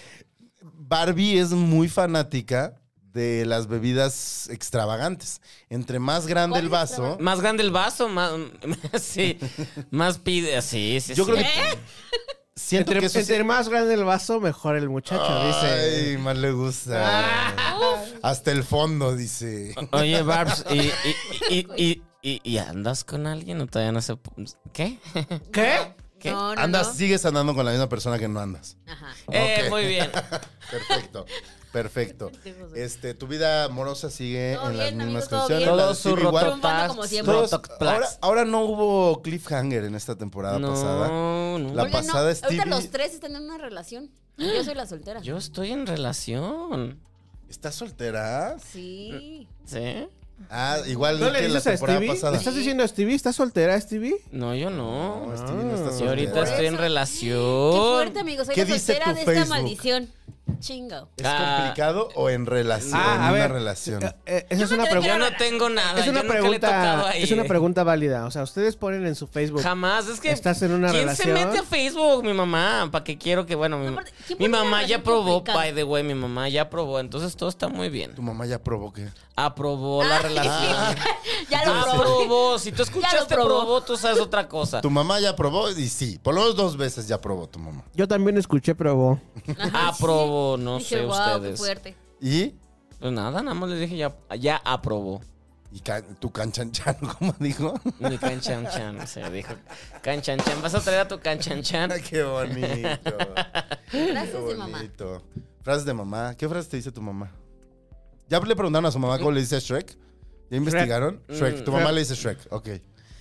[SPEAKER 3] Barbie es muy fanática de las bebidas extravagantes. Entre más grande el vaso,
[SPEAKER 4] Más grande el vaso, más. sí. Más pide. Sí, sí.
[SPEAKER 3] Yo
[SPEAKER 4] sí.
[SPEAKER 3] creo
[SPEAKER 6] ¿Eh?
[SPEAKER 3] que- siento
[SPEAKER 5] Entre,
[SPEAKER 3] que eso sí-
[SPEAKER 5] entre más grande el vaso, mejor el muchacho, dice.
[SPEAKER 3] Ay, más le gusta. Hasta el fondo, dice.
[SPEAKER 4] O- Oye, Barbs, ¿y, y, y, y, y- y andas con alguien o todavía no se. ¿Qué?
[SPEAKER 5] ¿Qué?
[SPEAKER 4] ¿Qué?
[SPEAKER 6] No, no,
[SPEAKER 3] Andas,
[SPEAKER 6] no.
[SPEAKER 3] sigues andando con la misma persona que no andas.
[SPEAKER 6] Ajá.
[SPEAKER 4] Eh,
[SPEAKER 3] Ok.
[SPEAKER 4] muy bien.
[SPEAKER 3] Perfecto, perfecto. Este, tu vida amorosa sigue
[SPEAKER 6] pues, Todo
[SPEAKER 3] en las
[SPEAKER 6] bien, amigo,
[SPEAKER 3] mismas
[SPEAKER 6] todo
[SPEAKER 3] condiciones.
[SPEAKER 6] bien.
[SPEAKER 3] la de
[SPEAKER 4] Todo su
[SPEAKER 3] Stevie Wonder.
[SPEAKER 6] roto- Triunfando como siempre.
[SPEAKER 4] rotoplax.
[SPEAKER 3] Todos- ahora, ahora no hubo cliffhanger en esta temporada pasada.
[SPEAKER 4] No, no.
[SPEAKER 3] La-
[SPEAKER 6] Oigan,
[SPEAKER 3] pasada
[SPEAKER 6] no, Ahorita
[SPEAKER 3] Stevie-
[SPEAKER 6] los tres están en una relación. Yo soy la soltera.
[SPEAKER 4] Yo estoy en relación.
[SPEAKER 3] ¿Estás soltera?
[SPEAKER 6] Sí.
[SPEAKER 4] ¿Sí?
[SPEAKER 3] Ah, igual
[SPEAKER 5] ¿No
[SPEAKER 3] que
[SPEAKER 5] le
[SPEAKER 3] la
[SPEAKER 5] dices a
[SPEAKER 3] temporada
[SPEAKER 5] Stevie?
[SPEAKER 3] pasada.
[SPEAKER 5] ¿Le estás diciendo a Stevie? ¿Estás soltera, Stevie?
[SPEAKER 4] No, yo no.
[SPEAKER 3] No, Stevie no está
[SPEAKER 4] Yo ahorita
[SPEAKER 3] soltera.
[SPEAKER 4] estoy en
[SPEAKER 6] Eso-
[SPEAKER 4] relación.
[SPEAKER 6] Qué fuerte, amigo. Soy
[SPEAKER 3] ¿Qué
[SPEAKER 6] la
[SPEAKER 3] dice
[SPEAKER 6] soltera
[SPEAKER 3] tu
[SPEAKER 6] de
[SPEAKER 3] Facebook?
[SPEAKER 6] esta maldición. Chingo.
[SPEAKER 3] ¿Es
[SPEAKER 4] Ah.
[SPEAKER 3] complicado o en relación?
[SPEAKER 5] Ah, a
[SPEAKER 3] en
[SPEAKER 5] ver.
[SPEAKER 3] una relación.
[SPEAKER 5] Eh, eh, esa es una
[SPEAKER 6] quedé
[SPEAKER 4] Yo
[SPEAKER 5] pregunta.
[SPEAKER 4] no tengo nada.
[SPEAKER 5] Es una
[SPEAKER 4] Ah, yo nunca le he tocado
[SPEAKER 5] pregunta,
[SPEAKER 4] ahí,
[SPEAKER 5] es una
[SPEAKER 4] eh.
[SPEAKER 5] pregunta válida. O sea, ustedes ponen en su Facebook.
[SPEAKER 4] Jamás, es que.
[SPEAKER 5] ¿Estás en una
[SPEAKER 4] ¿Quién
[SPEAKER 5] relación?
[SPEAKER 4] se mete a Facebook? Mi mamá, ¿para qué quiero que, bueno, mi,
[SPEAKER 6] No, aparte, ¿quién
[SPEAKER 4] mi
[SPEAKER 6] pone una
[SPEAKER 4] mamá ya
[SPEAKER 6] relación
[SPEAKER 4] aprobó,
[SPEAKER 6] complicada?
[SPEAKER 4] by the way, mi mamá ya aprobó, entonces todo está muy bien.
[SPEAKER 3] Tu mamá ya provoqué.
[SPEAKER 4] Aprobó la
[SPEAKER 6] Ah,
[SPEAKER 4] relación.
[SPEAKER 6] Ya lo probé.
[SPEAKER 4] Aprobó, Ah, si tú escuchaste
[SPEAKER 6] probó.
[SPEAKER 4] aprobó, tú sabes otra cosa.
[SPEAKER 3] Tu mamá ya probó y sí, por lo menos dos veces ya probó tu mamá.
[SPEAKER 5] Yo también escuché, probó.
[SPEAKER 6] Ajá, sí.
[SPEAKER 4] Aprobó, Ah, no
[SPEAKER 6] Dije,
[SPEAKER 4] sé
[SPEAKER 6] wow, qué
[SPEAKER 4] ustedes.
[SPEAKER 6] fuerte.
[SPEAKER 3] Y,
[SPEAKER 4] Pues nada, nada más les dije ya, ya aprobó.
[SPEAKER 3] y can- tu canchanchan, como dijo.
[SPEAKER 4] Mi canchanchan, se dijo. Canchanchan, vas a traer a tu canchanchan.
[SPEAKER 3] Ah, Qué bonito. Qué
[SPEAKER 6] Gracias, de mamá.
[SPEAKER 3] bonito. Frases de mamá. ¿Qué frase te dice tu mamá? ¿Ya le preguntaron a su mamá cómo le dice Shrek? ¿Ya investigaron? Shrek.
[SPEAKER 4] Mm.
[SPEAKER 3] Tu mamá le dice Shrek. Ok.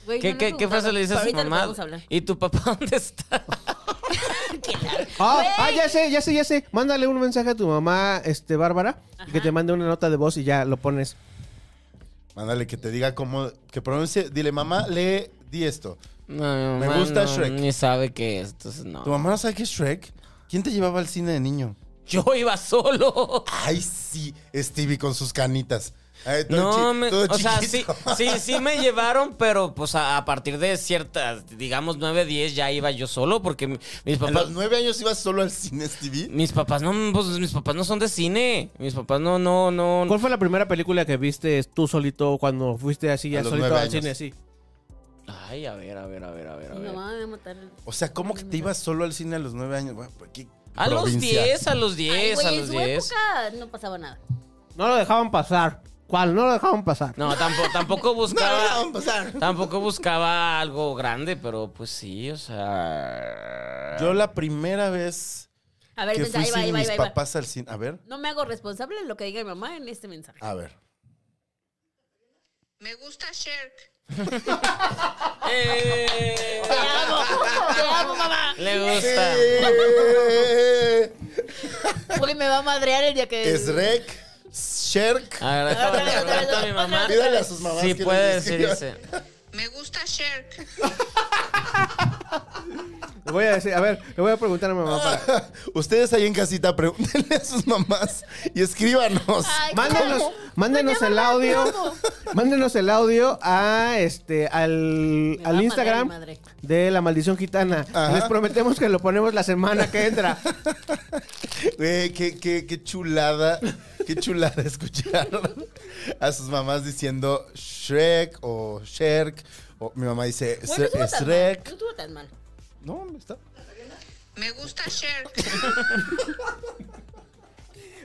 [SPEAKER 6] Güey,
[SPEAKER 4] ¿Qué,
[SPEAKER 6] no
[SPEAKER 4] qué,
[SPEAKER 6] me
[SPEAKER 4] qué frase le dices a su
[SPEAKER 6] preguntaron, pero
[SPEAKER 4] mamá?
[SPEAKER 6] ahorita lo podemos hablar.
[SPEAKER 4] ¿Y tu papá dónde está?
[SPEAKER 5] Ah, ah, ya sé, ya sé, ya sé. Mándale un mensaje a tu mamá, este, Bárbara, y que te mande una nota de voz y ya lo pones.
[SPEAKER 3] Mándale que te diga cómo. Que pronuncie. Dile, mamá, lee. Di esto.
[SPEAKER 4] No, mi
[SPEAKER 3] Me
[SPEAKER 4] mamá
[SPEAKER 3] gusta
[SPEAKER 4] no,
[SPEAKER 3] Shrek.
[SPEAKER 4] Ni sabe qué es, entonces no.
[SPEAKER 3] ¿Tu mamá no sabe qué es Shrek? ¿Quién te llevaba al cine de niño?
[SPEAKER 4] Yo iba solo.
[SPEAKER 3] Ay, sí. Stevie con sus canitas. Ay, todo
[SPEAKER 4] No,
[SPEAKER 3] chi-
[SPEAKER 4] me-
[SPEAKER 3] todo
[SPEAKER 4] o sea, sí,
[SPEAKER 3] chiquito.
[SPEAKER 4] sí, sí me llevaron, pero pues a, a partir de ciertas, digamos 9, 10 ya iba yo solo porque mi- mis
[SPEAKER 3] ¿A
[SPEAKER 4] papás
[SPEAKER 3] los nueve años ibas solo al cine, Stevie?
[SPEAKER 4] mis papás no pues, mis papás no son de cine, mis papás no no no.
[SPEAKER 5] ¿Cuál fue la primera película que viste tú solito cuando fuiste así
[SPEAKER 3] A
[SPEAKER 5] ya
[SPEAKER 3] los
[SPEAKER 5] solito
[SPEAKER 3] nueve
[SPEAKER 5] al
[SPEAKER 3] años.
[SPEAKER 5] cine? Sí.
[SPEAKER 4] Ay, a ver, a ver, a ver, a ver, a
[SPEAKER 6] Mi
[SPEAKER 4] ver.
[SPEAKER 6] mamá me va a matar.
[SPEAKER 3] O sea, ¿cómo que te ibas solo al cine a los nueve años? Bueno, pues, ¿qué
[SPEAKER 4] A los
[SPEAKER 3] provincia?
[SPEAKER 4] 10, a los 10,
[SPEAKER 6] Ay,
[SPEAKER 4] a
[SPEAKER 6] güey, en
[SPEAKER 4] los
[SPEAKER 6] su
[SPEAKER 4] 10.
[SPEAKER 6] época no pasaba nada.
[SPEAKER 5] No lo dejaban pasar. ¿Cuál? No lo dejaban pasar.
[SPEAKER 4] No, tampoco tampoco
[SPEAKER 3] No, no,
[SPEAKER 4] buscaba
[SPEAKER 3] no, o sea,
[SPEAKER 4] tampoco buscaba algo grande, pero pues sí, o sea,
[SPEAKER 3] Yo la primera vez
[SPEAKER 6] A ver,
[SPEAKER 3] que fui
[SPEAKER 6] entonces ahí va, ahí
[SPEAKER 3] sin
[SPEAKER 6] va, ahí
[SPEAKER 3] mis
[SPEAKER 6] va, ahí va.
[SPEAKER 3] papás al cine. A ver,
[SPEAKER 6] No me hago responsable de lo que diga mi mamá en este mensaje.
[SPEAKER 3] a ver.
[SPEAKER 7] Me gusta Sherk.
[SPEAKER 4] Eh,
[SPEAKER 6] Te amo, te amo, mamá.
[SPEAKER 4] le gusta.
[SPEAKER 3] Eh,
[SPEAKER 6] Güey, me va a madrear el día que.
[SPEAKER 3] Es Rek, Sherk.
[SPEAKER 5] Ah,
[SPEAKER 4] Agradezco
[SPEAKER 6] Otra vez, otra vez,
[SPEAKER 4] a mi
[SPEAKER 6] otra
[SPEAKER 4] mamá.
[SPEAKER 6] vez.
[SPEAKER 3] Pídale a sus mamás.
[SPEAKER 4] Sí
[SPEAKER 3] que
[SPEAKER 4] puede
[SPEAKER 3] les
[SPEAKER 4] decir
[SPEAKER 3] escriban.
[SPEAKER 4] ese.
[SPEAKER 7] Me gusta Sherk.
[SPEAKER 5] Le voy a decir, a ver, le voy a preguntar a mi mamá. para-
[SPEAKER 3] Ustedes ahí en casita pregúntenle a sus mamás y escríbanos.
[SPEAKER 6] Ay,
[SPEAKER 5] Mándenos,
[SPEAKER 6] ¿cómo?
[SPEAKER 5] mándenos el audio. Mándenos el audio a este al,
[SPEAKER 6] Me
[SPEAKER 5] al
[SPEAKER 6] va a madrear
[SPEAKER 5] Instagram
[SPEAKER 6] mi madre.
[SPEAKER 5] de la maldición gitana.
[SPEAKER 3] Ajá.
[SPEAKER 5] Les prometemos que lo ponemos la semana que entra.
[SPEAKER 3] Güey, qué, qué- qué chulada, qué chulada escuchar a sus mamás diciendo Shrek o Sherk. O mi mamá dice
[SPEAKER 6] Güey,
[SPEAKER 3] "Sre-
[SPEAKER 6] no estuvo tan mal. No
[SPEAKER 3] Shrek.
[SPEAKER 6] estuvo tan mal.
[SPEAKER 3] No, está.
[SPEAKER 7] Me gusta Sherk.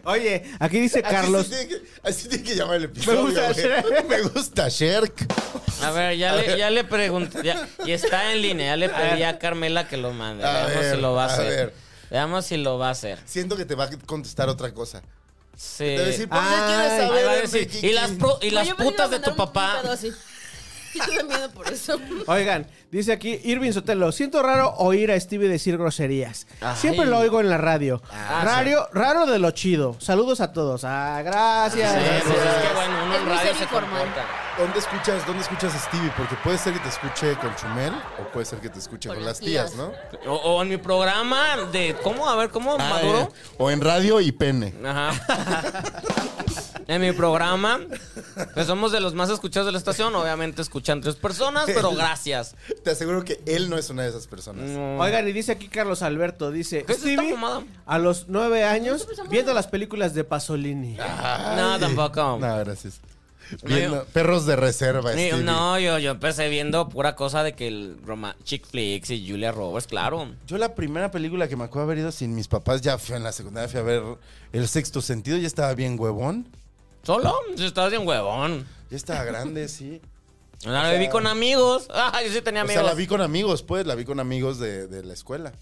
[SPEAKER 5] Oye, aquí dice
[SPEAKER 3] Así
[SPEAKER 5] Carlos.
[SPEAKER 3] se tiene que- así tiene que llamar el episodio.
[SPEAKER 5] gusta
[SPEAKER 3] güey.
[SPEAKER 5] Shrek.
[SPEAKER 3] Me gusta Sherk.
[SPEAKER 4] A ver, ya le, ya le pregunté. ya- y está en línea. Ya le pedí a Carmela que lo mande.
[SPEAKER 3] A
[SPEAKER 4] Veamos
[SPEAKER 3] ver,
[SPEAKER 4] si lo va a
[SPEAKER 3] a
[SPEAKER 4] hacer.
[SPEAKER 3] ver.
[SPEAKER 4] Veamos si lo va a hacer.
[SPEAKER 3] Siento que te va a contestar otra cosa.
[SPEAKER 4] Sí.
[SPEAKER 3] Te va a decir,
[SPEAKER 4] Ahí
[SPEAKER 3] ¿por qué quieres
[SPEAKER 5] Ay,
[SPEAKER 3] saber?
[SPEAKER 4] va a decir,
[SPEAKER 3] Enrique
[SPEAKER 4] y las,
[SPEAKER 3] King?"
[SPEAKER 4] pro- y
[SPEAKER 6] Güey,
[SPEAKER 4] las
[SPEAKER 6] yo pensé que
[SPEAKER 4] putas
[SPEAKER 6] iba
[SPEAKER 4] de
[SPEAKER 6] a
[SPEAKER 4] tu papá.
[SPEAKER 6] mandar un pedo así. Sí, tuve miedo por eso.
[SPEAKER 5] Oigan, dice aquí Irving Sotelo, siento raro oír a Stevie decir groserías.
[SPEAKER 4] Ay.
[SPEAKER 5] Siempre lo oigo en la radio.
[SPEAKER 4] Ah,
[SPEAKER 5] Rario- raro de lo chido. Saludos a todos. Ah, gracias.
[SPEAKER 4] Sí, pues
[SPEAKER 5] gracias.
[SPEAKER 4] es que bueno, uno
[SPEAKER 6] Es
[SPEAKER 4] en
[SPEAKER 6] muy
[SPEAKER 4] radio se
[SPEAKER 6] semiformal.
[SPEAKER 4] comporta.
[SPEAKER 3] ¿Dónde escuchas, ¿Dónde escuchas a Stevie? Porque puede ser que te escuche con Chumel o puede ser que te escuche con, las tías, ¿no?
[SPEAKER 4] O, o en mi programa de. ¿Cómo? A ver, ¿cómo? ¿Maduro?
[SPEAKER 3] Ah, eh, O en radio y pene.
[SPEAKER 4] Ajá. En mi programa, pues somos de los más escuchados de la estación. Obviamente escuchan tres personas, pero gracias.
[SPEAKER 3] Te aseguro que él no es una de esas personas.
[SPEAKER 4] No.
[SPEAKER 5] Oigan, y dice aquí Carlos Alberto, dice
[SPEAKER 4] ¿Qué es esta
[SPEAKER 5] Stevie
[SPEAKER 4] mamada?
[SPEAKER 5] a los nueve años viendo las películas de
[SPEAKER 4] Ah,
[SPEAKER 5] Pasolini.
[SPEAKER 4] No, tampoco.
[SPEAKER 3] No, gracias.
[SPEAKER 4] No,
[SPEAKER 3] Viendo-
[SPEAKER 4] yo-
[SPEAKER 3] perros de reserva.
[SPEAKER 4] Ni-
[SPEAKER 3] Stevie.
[SPEAKER 4] no, yo, yo empecé viendo pura cosa de que el Roma, Chick Flicks y Julia Roberts, claro.
[SPEAKER 3] Yo la primera película que me acuerdo haber ido sin mis papás ya fue en la secundaria, fui a ver El Sexto Sentido, ya estaba bien huevón.
[SPEAKER 4] Solo, si estabas bien huevón.
[SPEAKER 3] Ya estaba grande, sí.
[SPEAKER 4] No, la vi con amigos. Ah, yo sí tenía
[SPEAKER 3] O
[SPEAKER 4] amigos.
[SPEAKER 3] sea, la vi con amigos, pues, la vi con amigos de, de la escuela.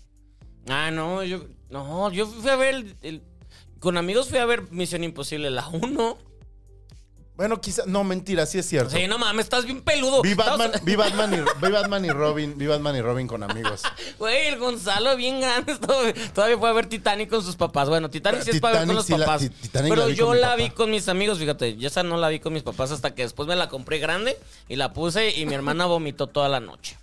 [SPEAKER 4] Ah, no, yo. No, yo fui a ver. el- el- con amigos fui a ver Misión Imposible, la 1.
[SPEAKER 3] Bueno, quizá, no, mentira, sí es cierto.
[SPEAKER 4] Sí, no mames, estás bien peludo.
[SPEAKER 3] Vi
[SPEAKER 4] Estabas-
[SPEAKER 3] Batman, vi Batman y, vi Batman y Robin, vi Batman y Robin con amigos.
[SPEAKER 4] Güey, el Gonzalo bien grande. Todavía, todavía fue a ver Titanic con sus papás. Bueno, Titanic sí es para
[SPEAKER 3] Titanic
[SPEAKER 4] ver con los
[SPEAKER 3] sí la-
[SPEAKER 4] papás.
[SPEAKER 3] Ti- Titanic
[SPEAKER 4] pero
[SPEAKER 3] la vi con
[SPEAKER 4] yo
[SPEAKER 3] mi
[SPEAKER 4] la
[SPEAKER 3] papá.
[SPEAKER 4] vi con mis amigos, fíjate. Yo esa no la vi con mis papás hasta que después me la compré grande y la puse y mi hermana vomitó toda la noche.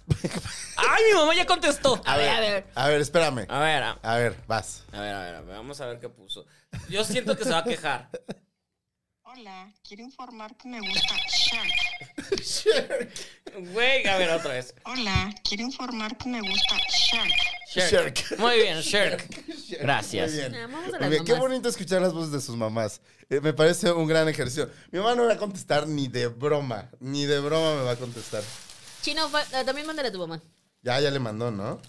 [SPEAKER 4] ¡Ay, mi mamá ya contestó! A ver, a ver. Ah.
[SPEAKER 3] A ver, espérame.
[SPEAKER 4] A ver, a
[SPEAKER 3] A ver, vas.
[SPEAKER 4] a ver, a ver, a ver, vamos a ver qué puso. Yo siento que se va a quejar.
[SPEAKER 7] Hola, quiero informar que me gusta Shark.
[SPEAKER 4] Güey, a ver otra vez.
[SPEAKER 7] Hola, quiero informar que me gusta Shark.
[SPEAKER 4] Shirk. Muy bien, Shirk. Gracias.
[SPEAKER 3] Muy bien.
[SPEAKER 6] Ah, vamos a
[SPEAKER 3] Muy
[SPEAKER 6] las
[SPEAKER 3] bien. Qué
[SPEAKER 6] mamás.
[SPEAKER 3] bonito escuchar las voces de sus mamás. Eh, me parece un gran ejercicio. Mi mamá no me va a contestar ni de broma. Ni de broma me va a contestar.
[SPEAKER 6] Chino, fa- ah, también mándale a tu mamá.
[SPEAKER 3] Ya, ya le mandó, ¿no?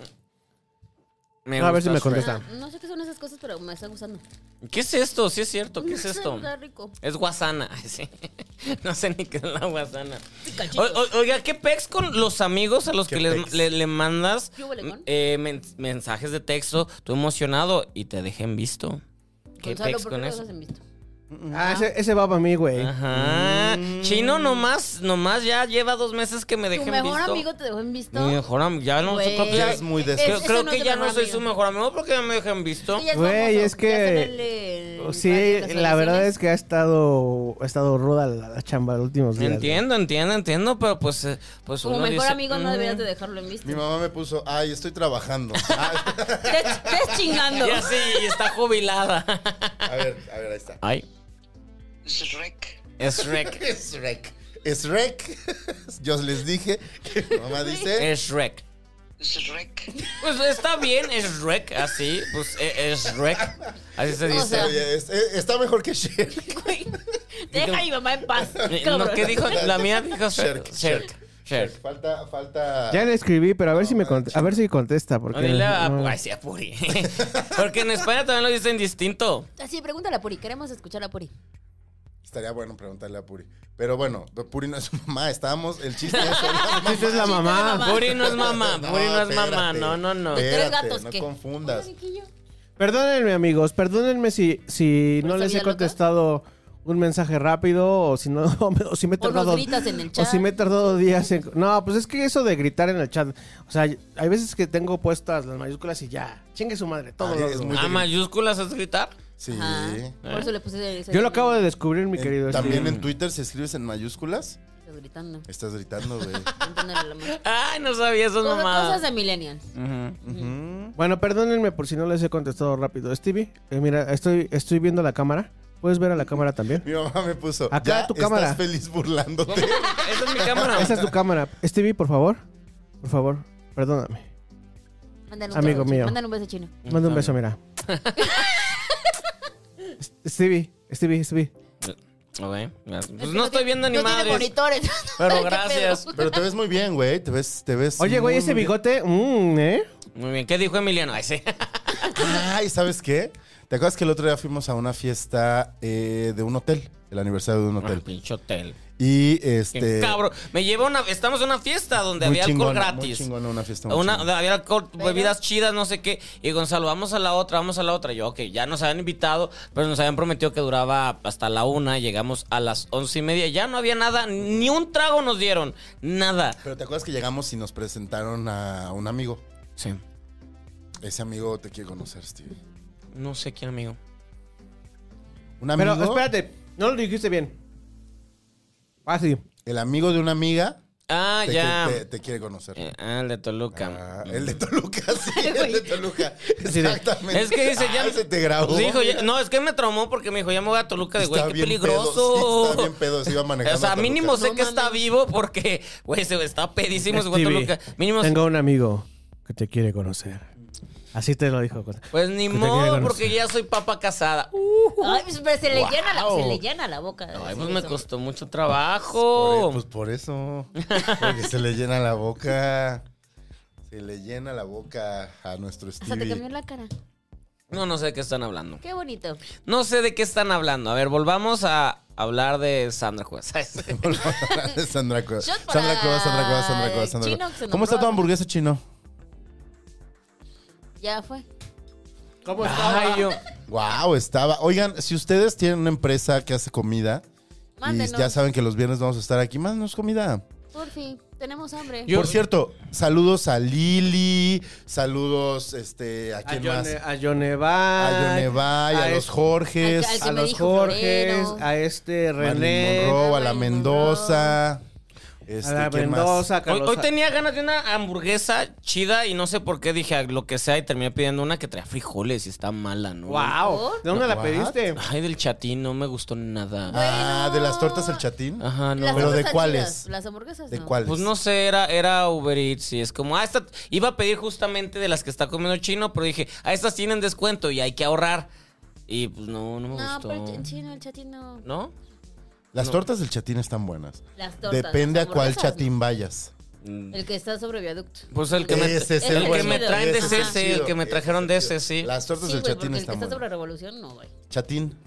[SPEAKER 4] Me
[SPEAKER 5] A ver si
[SPEAKER 4] gusta
[SPEAKER 5] me
[SPEAKER 4] Shrek.
[SPEAKER 5] contesta.
[SPEAKER 6] No sé qué son esas cosas, pero me está gustando.
[SPEAKER 4] ¿Qué es esto? Sí es cierto, ¿qué es esto?
[SPEAKER 6] Está rico.
[SPEAKER 4] Es guasana. Ay, sí. No sé ni qué es la guasana.
[SPEAKER 6] Picachitos.
[SPEAKER 4] O- o- oiga, ¿qué pex con los amigos a los
[SPEAKER 3] ¿Qué
[SPEAKER 4] que les-
[SPEAKER 3] pex?
[SPEAKER 4] le, le mandas
[SPEAKER 6] ¿Qué huele con?
[SPEAKER 4] eh, men- mensajes de texto, tú emocionado y te dejen visto? ¿Qué
[SPEAKER 6] Gonzalo,
[SPEAKER 4] pex
[SPEAKER 6] ¿por qué
[SPEAKER 4] con
[SPEAKER 6] no
[SPEAKER 4] eso?
[SPEAKER 6] los has visto?
[SPEAKER 5] Ah, ese, ese va para mí, güey.
[SPEAKER 4] Ajá.
[SPEAKER 3] Mm.
[SPEAKER 4] Chino nomás, nomás ya lleva dos meses que me
[SPEAKER 6] ¿Tu
[SPEAKER 4] dejen
[SPEAKER 6] mejor
[SPEAKER 4] visto.
[SPEAKER 6] amigo te dejó en visto?
[SPEAKER 4] Mi mejor amigo. Ya no
[SPEAKER 6] Güey.
[SPEAKER 4] creo que
[SPEAKER 3] Ya
[SPEAKER 4] ya,
[SPEAKER 3] es muy de
[SPEAKER 4] creo,
[SPEAKER 6] Ese
[SPEAKER 4] creo
[SPEAKER 6] no es
[SPEAKER 4] que
[SPEAKER 6] tu
[SPEAKER 4] ya
[SPEAKER 6] mejor
[SPEAKER 4] no soy
[SPEAKER 6] amigo.
[SPEAKER 4] su mejor amigo porque ya me dejan visto.
[SPEAKER 6] Sí, ya
[SPEAKER 5] Güey,
[SPEAKER 6] famoso,
[SPEAKER 5] es
[SPEAKER 6] ya
[SPEAKER 5] que-
[SPEAKER 6] está en el- el-
[SPEAKER 5] Sí,
[SPEAKER 6] las
[SPEAKER 5] la verdad
[SPEAKER 6] relaciones.
[SPEAKER 5] es que ha estado, ha estado ruda la, la chamba los últimos días. güey.
[SPEAKER 4] Entiendo, entiendo, entiendo, pero pues, eh, pues
[SPEAKER 6] Como
[SPEAKER 4] uno
[SPEAKER 6] mejor
[SPEAKER 4] dice,
[SPEAKER 6] amigo no
[SPEAKER 4] "Mm,
[SPEAKER 6] deberías de dejarlo en visto.
[SPEAKER 3] Mi mamá me puso, ay, estoy trabajando. Ah,
[SPEAKER 6] Te estás chingando.
[SPEAKER 4] Ya sí, y está jubilada.
[SPEAKER 3] a ver, a ver, ahí está.
[SPEAKER 4] Ay,
[SPEAKER 7] Shrek.
[SPEAKER 4] es Shrek.
[SPEAKER 3] Es rec. Es rec. Yo les dije que mi mamá dice.
[SPEAKER 4] Es Shrek.
[SPEAKER 7] Shrek.
[SPEAKER 4] Pues está bien, es Shrek, así. Pues e- es Shrek. Así se
[SPEAKER 6] O
[SPEAKER 4] dice.
[SPEAKER 6] sea,
[SPEAKER 3] Oye, es- eh, está mejor que Sher.
[SPEAKER 6] Güey, Deja a mi mamá en paz.
[SPEAKER 4] Eh,
[SPEAKER 6] cabrón.
[SPEAKER 4] no, ¿qué dijo? La mía dijo Shrek.
[SPEAKER 3] Shrek,
[SPEAKER 4] Shrek. Shrek.
[SPEAKER 3] Falta, falta.
[SPEAKER 5] Ya le escribí, pero a ver si me cont- a ver si contesta porque
[SPEAKER 4] Dile ah, pues. a,
[SPEAKER 5] no.
[SPEAKER 4] ay, sí, a Puri. Porque en España también lo dicen distinto.
[SPEAKER 6] Así, pregúntale a Puri. Queremos escuchar a Puri.
[SPEAKER 3] Estaría bueno preguntarle a Puri. Pero bueno, Puri no es su mamá. Estábamos. El chiste es.
[SPEAKER 5] Esta es la mamá.
[SPEAKER 4] Puri no es mamá, Puri no es mamá.
[SPEAKER 3] espérate.
[SPEAKER 4] No, no, no.
[SPEAKER 6] Tres
[SPEAKER 3] Espérate,
[SPEAKER 6] gatos,
[SPEAKER 3] no
[SPEAKER 6] ¿qué?
[SPEAKER 3] confundas.
[SPEAKER 6] Hola, chiquillo.
[SPEAKER 5] Perdónenme, amigos, perdónenme si, si
[SPEAKER 6] ¿Por
[SPEAKER 5] no
[SPEAKER 6] esa
[SPEAKER 5] les he
[SPEAKER 6] vida loca?
[SPEAKER 5] contestado un mensaje rápido o si no o si me he
[SPEAKER 6] O
[SPEAKER 5] tardado
[SPEAKER 6] nos gritas en el
[SPEAKER 5] o
[SPEAKER 6] chat.
[SPEAKER 5] si me he tardado días en- No, pues es que eso de gritar en el chat, o sea, hay veces que tengo puestas las mayúsculas y ya, chingue su madre, todo
[SPEAKER 3] Ah,
[SPEAKER 5] lo-
[SPEAKER 3] es muy-
[SPEAKER 4] ¿A mayúsculas es gritar?
[SPEAKER 3] Sí.
[SPEAKER 6] Ajá. Por eso le puse ese-
[SPEAKER 5] Yo lo acabo de descubrir, mi
[SPEAKER 3] En-
[SPEAKER 5] querido.
[SPEAKER 3] Eh, También
[SPEAKER 5] Steve.
[SPEAKER 3] en Twitter, si escribes en mayúsculas,
[SPEAKER 6] Estás gritando.
[SPEAKER 3] estás gritando, güey.
[SPEAKER 6] Contándole a la mamá.
[SPEAKER 4] Ay, no sabía esas
[SPEAKER 6] Cosas-
[SPEAKER 4] mamadas.
[SPEAKER 6] Cosas de millennials.
[SPEAKER 5] Bueno, perdónenme por si no les he contestado rápido. Stevie, eh, mira, estoy estoy viendo la cámara. ¿Puedes ver a la cámara también?
[SPEAKER 3] Mi mamá me puso.
[SPEAKER 5] Acá
[SPEAKER 3] ya
[SPEAKER 5] tu cámara.
[SPEAKER 3] Estás feliz burlándote.
[SPEAKER 4] Esa es mi cámara.
[SPEAKER 5] Esa es tu cámara. Stevie, por favor. Por favor, perdóname.
[SPEAKER 6] Mándale un
[SPEAKER 5] Amigo
[SPEAKER 6] beso,
[SPEAKER 5] mío.
[SPEAKER 6] Mándale un beso chino.
[SPEAKER 5] Manda un beso, mira. Stevie, Stevie, Stevie.
[SPEAKER 4] Ok, gracias. Pues no estoy viendo ni
[SPEAKER 6] no tiene
[SPEAKER 4] madres.
[SPEAKER 6] monitores.
[SPEAKER 4] Pero
[SPEAKER 6] ¿Qué
[SPEAKER 4] gracias.
[SPEAKER 6] pedo?
[SPEAKER 3] Pero te ves muy bien, güey. Te ves, te ves.
[SPEAKER 5] Oye, güey,
[SPEAKER 3] muy,
[SPEAKER 5] ese
[SPEAKER 3] muy bien.
[SPEAKER 5] bigote, mmm, ¿eh?
[SPEAKER 4] Muy bien, ¿qué dijo Emiliano? Ay, sí.
[SPEAKER 3] Ay, ¿sabes qué? ¿Te acuerdas que el otro día fuimos a una fiesta eh, de un hotel? El aniversario de un
[SPEAKER 4] Ah,
[SPEAKER 3] hotel.
[SPEAKER 4] pinche hotel.
[SPEAKER 3] Y
[SPEAKER 4] Qué
[SPEAKER 3] este.
[SPEAKER 4] cabrón. Me lleva una. Estamos en una fiesta donde
[SPEAKER 3] muy
[SPEAKER 4] había alcohol
[SPEAKER 3] chingona, Muy
[SPEAKER 4] gratis.
[SPEAKER 3] chingona una fiesta. muy
[SPEAKER 4] Una,
[SPEAKER 3] chingona.
[SPEAKER 4] había alcohol, bebidas chidas, no sé qué. Y Gonzalo, vamos a la otra, vamos a la otra. Yo, ok, ya nos habían invitado, pero nos habían prometido que duraba hasta la una. Llegamos a las once y media. Ya no había nada, ni un trago nos dieron. Nada.
[SPEAKER 3] Pero te acuerdas que llegamos y nos presentaron a un amigo.
[SPEAKER 4] Sí.
[SPEAKER 3] Ese amigo te quiere conocer, Steve.
[SPEAKER 4] No sé quién, amigo.
[SPEAKER 3] Un amigo.
[SPEAKER 5] Pero espérate, no lo dijiste bien. Ah, sí.
[SPEAKER 3] El amigo de una amiga
[SPEAKER 4] Ah,
[SPEAKER 3] Te,
[SPEAKER 4] ya.
[SPEAKER 3] te- te quiere conocer.
[SPEAKER 4] Eh, ah, el de Toluca.
[SPEAKER 3] Ah, el de Toluca, sí, el de Toluca.
[SPEAKER 4] Sí, de-
[SPEAKER 3] Exactamente.
[SPEAKER 4] Es que dice, ya.
[SPEAKER 3] Ay, Ah, se te grabó.
[SPEAKER 4] Dijo, ya- no, es que me traumó porque me dijo, ya me voy a Toluca de güey,
[SPEAKER 3] Está
[SPEAKER 4] qué
[SPEAKER 3] bien
[SPEAKER 4] peligroso.
[SPEAKER 3] pedo, sí, está bien pedo, se iba manejando
[SPEAKER 4] O sea,
[SPEAKER 3] a Toluca.
[SPEAKER 4] mínimo sé
[SPEAKER 6] No
[SPEAKER 4] que está
[SPEAKER 6] mames.
[SPEAKER 4] vivo porque, güey, se está pedísimo ese güey a
[SPEAKER 5] Stevie,
[SPEAKER 4] Toluca. Mínimo.
[SPEAKER 5] Tengo un amigo que te quiere conocer. Así te lo dijo.
[SPEAKER 4] Pues ni
[SPEAKER 5] que te quiere
[SPEAKER 4] modo,
[SPEAKER 5] conocer.
[SPEAKER 4] porque ya soy papa casada. Uh,
[SPEAKER 6] Ay, pues, pero se le,
[SPEAKER 3] Wow.
[SPEAKER 6] llena la, se le llena la boca. de
[SPEAKER 4] Ay,
[SPEAKER 6] decir
[SPEAKER 4] pues me
[SPEAKER 6] eso.
[SPEAKER 4] costó mucho
[SPEAKER 3] Por-
[SPEAKER 4] trabajo.
[SPEAKER 3] Pues por eso. Porque se le llena la boca. Se le llena la boca a nuestro
[SPEAKER 6] Hasta te cambió
[SPEAKER 3] Stevie.
[SPEAKER 6] la cara.
[SPEAKER 4] No, no sé de qué están hablando.
[SPEAKER 6] Qué bonito.
[SPEAKER 4] No sé de qué están hablando. A ver, volvamos a hablar de Sandra Juez.
[SPEAKER 3] Sandra Cuevas.
[SPEAKER 6] Shot para
[SPEAKER 3] Sandra Cuevas, Sandra Cuevas, Sandra Cuevas, Sandra
[SPEAKER 6] Chino,
[SPEAKER 3] Cuevas.
[SPEAKER 6] que se
[SPEAKER 3] ¿Cómo está
[SPEAKER 6] nombró.
[SPEAKER 3] tu hamburguesa, chino?
[SPEAKER 6] Ya fue.
[SPEAKER 5] ¿Cómo
[SPEAKER 4] Ay, yo.
[SPEAKER 3] Wow, estaba. Oigan, si ustedes tienen una empresa que hace comida
[SPEAKER 6] Mándenos.
[SPEAKER 3] y ya saben que los viernes vamos a estar aquí, mándenos comida.
[SPEAKER 6] Por fin, tenemos hambre.
[SPEAKER 4] Yo-
[SPEAKER 3] Por cierto, saludos a Lili, saludos este, a
[SPEAKER 5] A
[SPEAKER 3] quién más.
[SPEAKER 5] Yone, a Yoneva.
[SPEAKER 3] A Yonevay, a
[SPEAKER 5] a
[SPEAKER 3] los
[SPEAKER 5] es-
[SPEAKER 3] Jorges,
[SPEAKER 6] al- al-
[SPEAKER 3] a
[SPEAKER 5] a
[SPEAKER 6] me
[SPEAKER 5] los
[SPEAKER 6] dijo
[SPEAKER 5] Jorges,
[SPEAKER 6] Florero.
[SPEAKER 5] a este
[SPEAKER 3] Marilyn
[SPEAKER 5] René,
[SPEAKER 3] Monroe, a la
[SPEAKER 6] Marilyn
[SPEAKER 3] Mendoza.
[SPEAKER 5] a
[SPEAKER 3] Este,
[SPEAKER 5] la
[SPEAKER 3] ¿quién más?
[SPEAKER 5] Mendoza, a
[SPEAKER 4] Hoy,
[SPEAKER 5] Carlos.
[SPEAKER 4] hoy tenía ganas de una hamburguesa chida y no sé por qué dije a lo que sea y terminé pidiendo una que traía frijoles y está mala, ¿no?
[SPEAKER 5] Wow, ¿de dónde la
[SPEAKER 3] What?
[SPEAKER 5] pediste?
[SPEAKER 4] Ay, del chatín, no me gustó nada.
[SPEAKER 3] Ah,
[SPEAKER 6] Bueno.
[SPEAKER 3] de las tortas el chatín.
[SPEAKER 4] Ajá, no.
[SPEAKER 6] Las
[SPEAKER 3] Pero
[SPEAKER 6] hamburguesas
[SPEAKER 3] ¿de
[SPEAKER 6] chidas,
[SPEAKER 3] cuáles?
[SPEAKER 6] Las hamburguesas.
[SPEAKER 3] ¿De
[SPEAKER 6] no.
[SPEAKER 3] cuáles?
[SPEAKER 4] Pues no sé, era, era Uber Eats y es como, ah, esta, iba a pedir justamente de las que está comiendo chino, pero dije, ah, estas tienen descuento y hay que ahorrar. Y pues no, no me
[SPEAKER 6] No,
[SPEAKER 4] gustó.
[SPEAKER 6] pero el ch- el chino, el chatino.
[SPEAKER 4] ¿No?
[SPEAKER 3] Las tortas del chatín están buenas.
[SPEAKER 6] Las tortas.
[SPEAKER 3] Depende
[SPEAKER 6] las
[SPEAKER 3] a cuál
[SPEAKER 6] hamburguesas,
[SPEAKER 3] chatín vayas.
[SPEAKER 6] no. El que está sobre viaducto.
[SPEAKER 4] Pues el que me,
[SPEAKER 3] Ese es
[SPEAKER 4] el
[SPEAKER 6] el
[SPEAKER 4] que
[SPEAKER 6] bueno.
[SPEAKER 4] me traen de ese,
[SPEAKER 6] Ese es
[SPEAKER 3] el
[SPEAKER 4] el que
[SPEAKER 3] chido,
[SPEAKER 4] me
[SPEAKER 3] ese
[SPEAKER 4] trajeron
[SPEAKER 3] es
[SPEAKER 4] de
[SPEAKER 3] el chido.
[SPEAKER 4] ese, sí.
[SPEAKER 3] Las tortas
[SPEAKER 6] Sí,
[SPEAKER 3] del
[SPEAKER 6] güey, porque el
[SPEAKER 3] chatín
[SPEAKER 6] que
[SPEAKER 3] están
[SPEAKER 6] está sobre
[SPEAKER 3] buenas.
[SPEAKER 6] revolución, no, güey.
[SPEAKER 3] Chatín.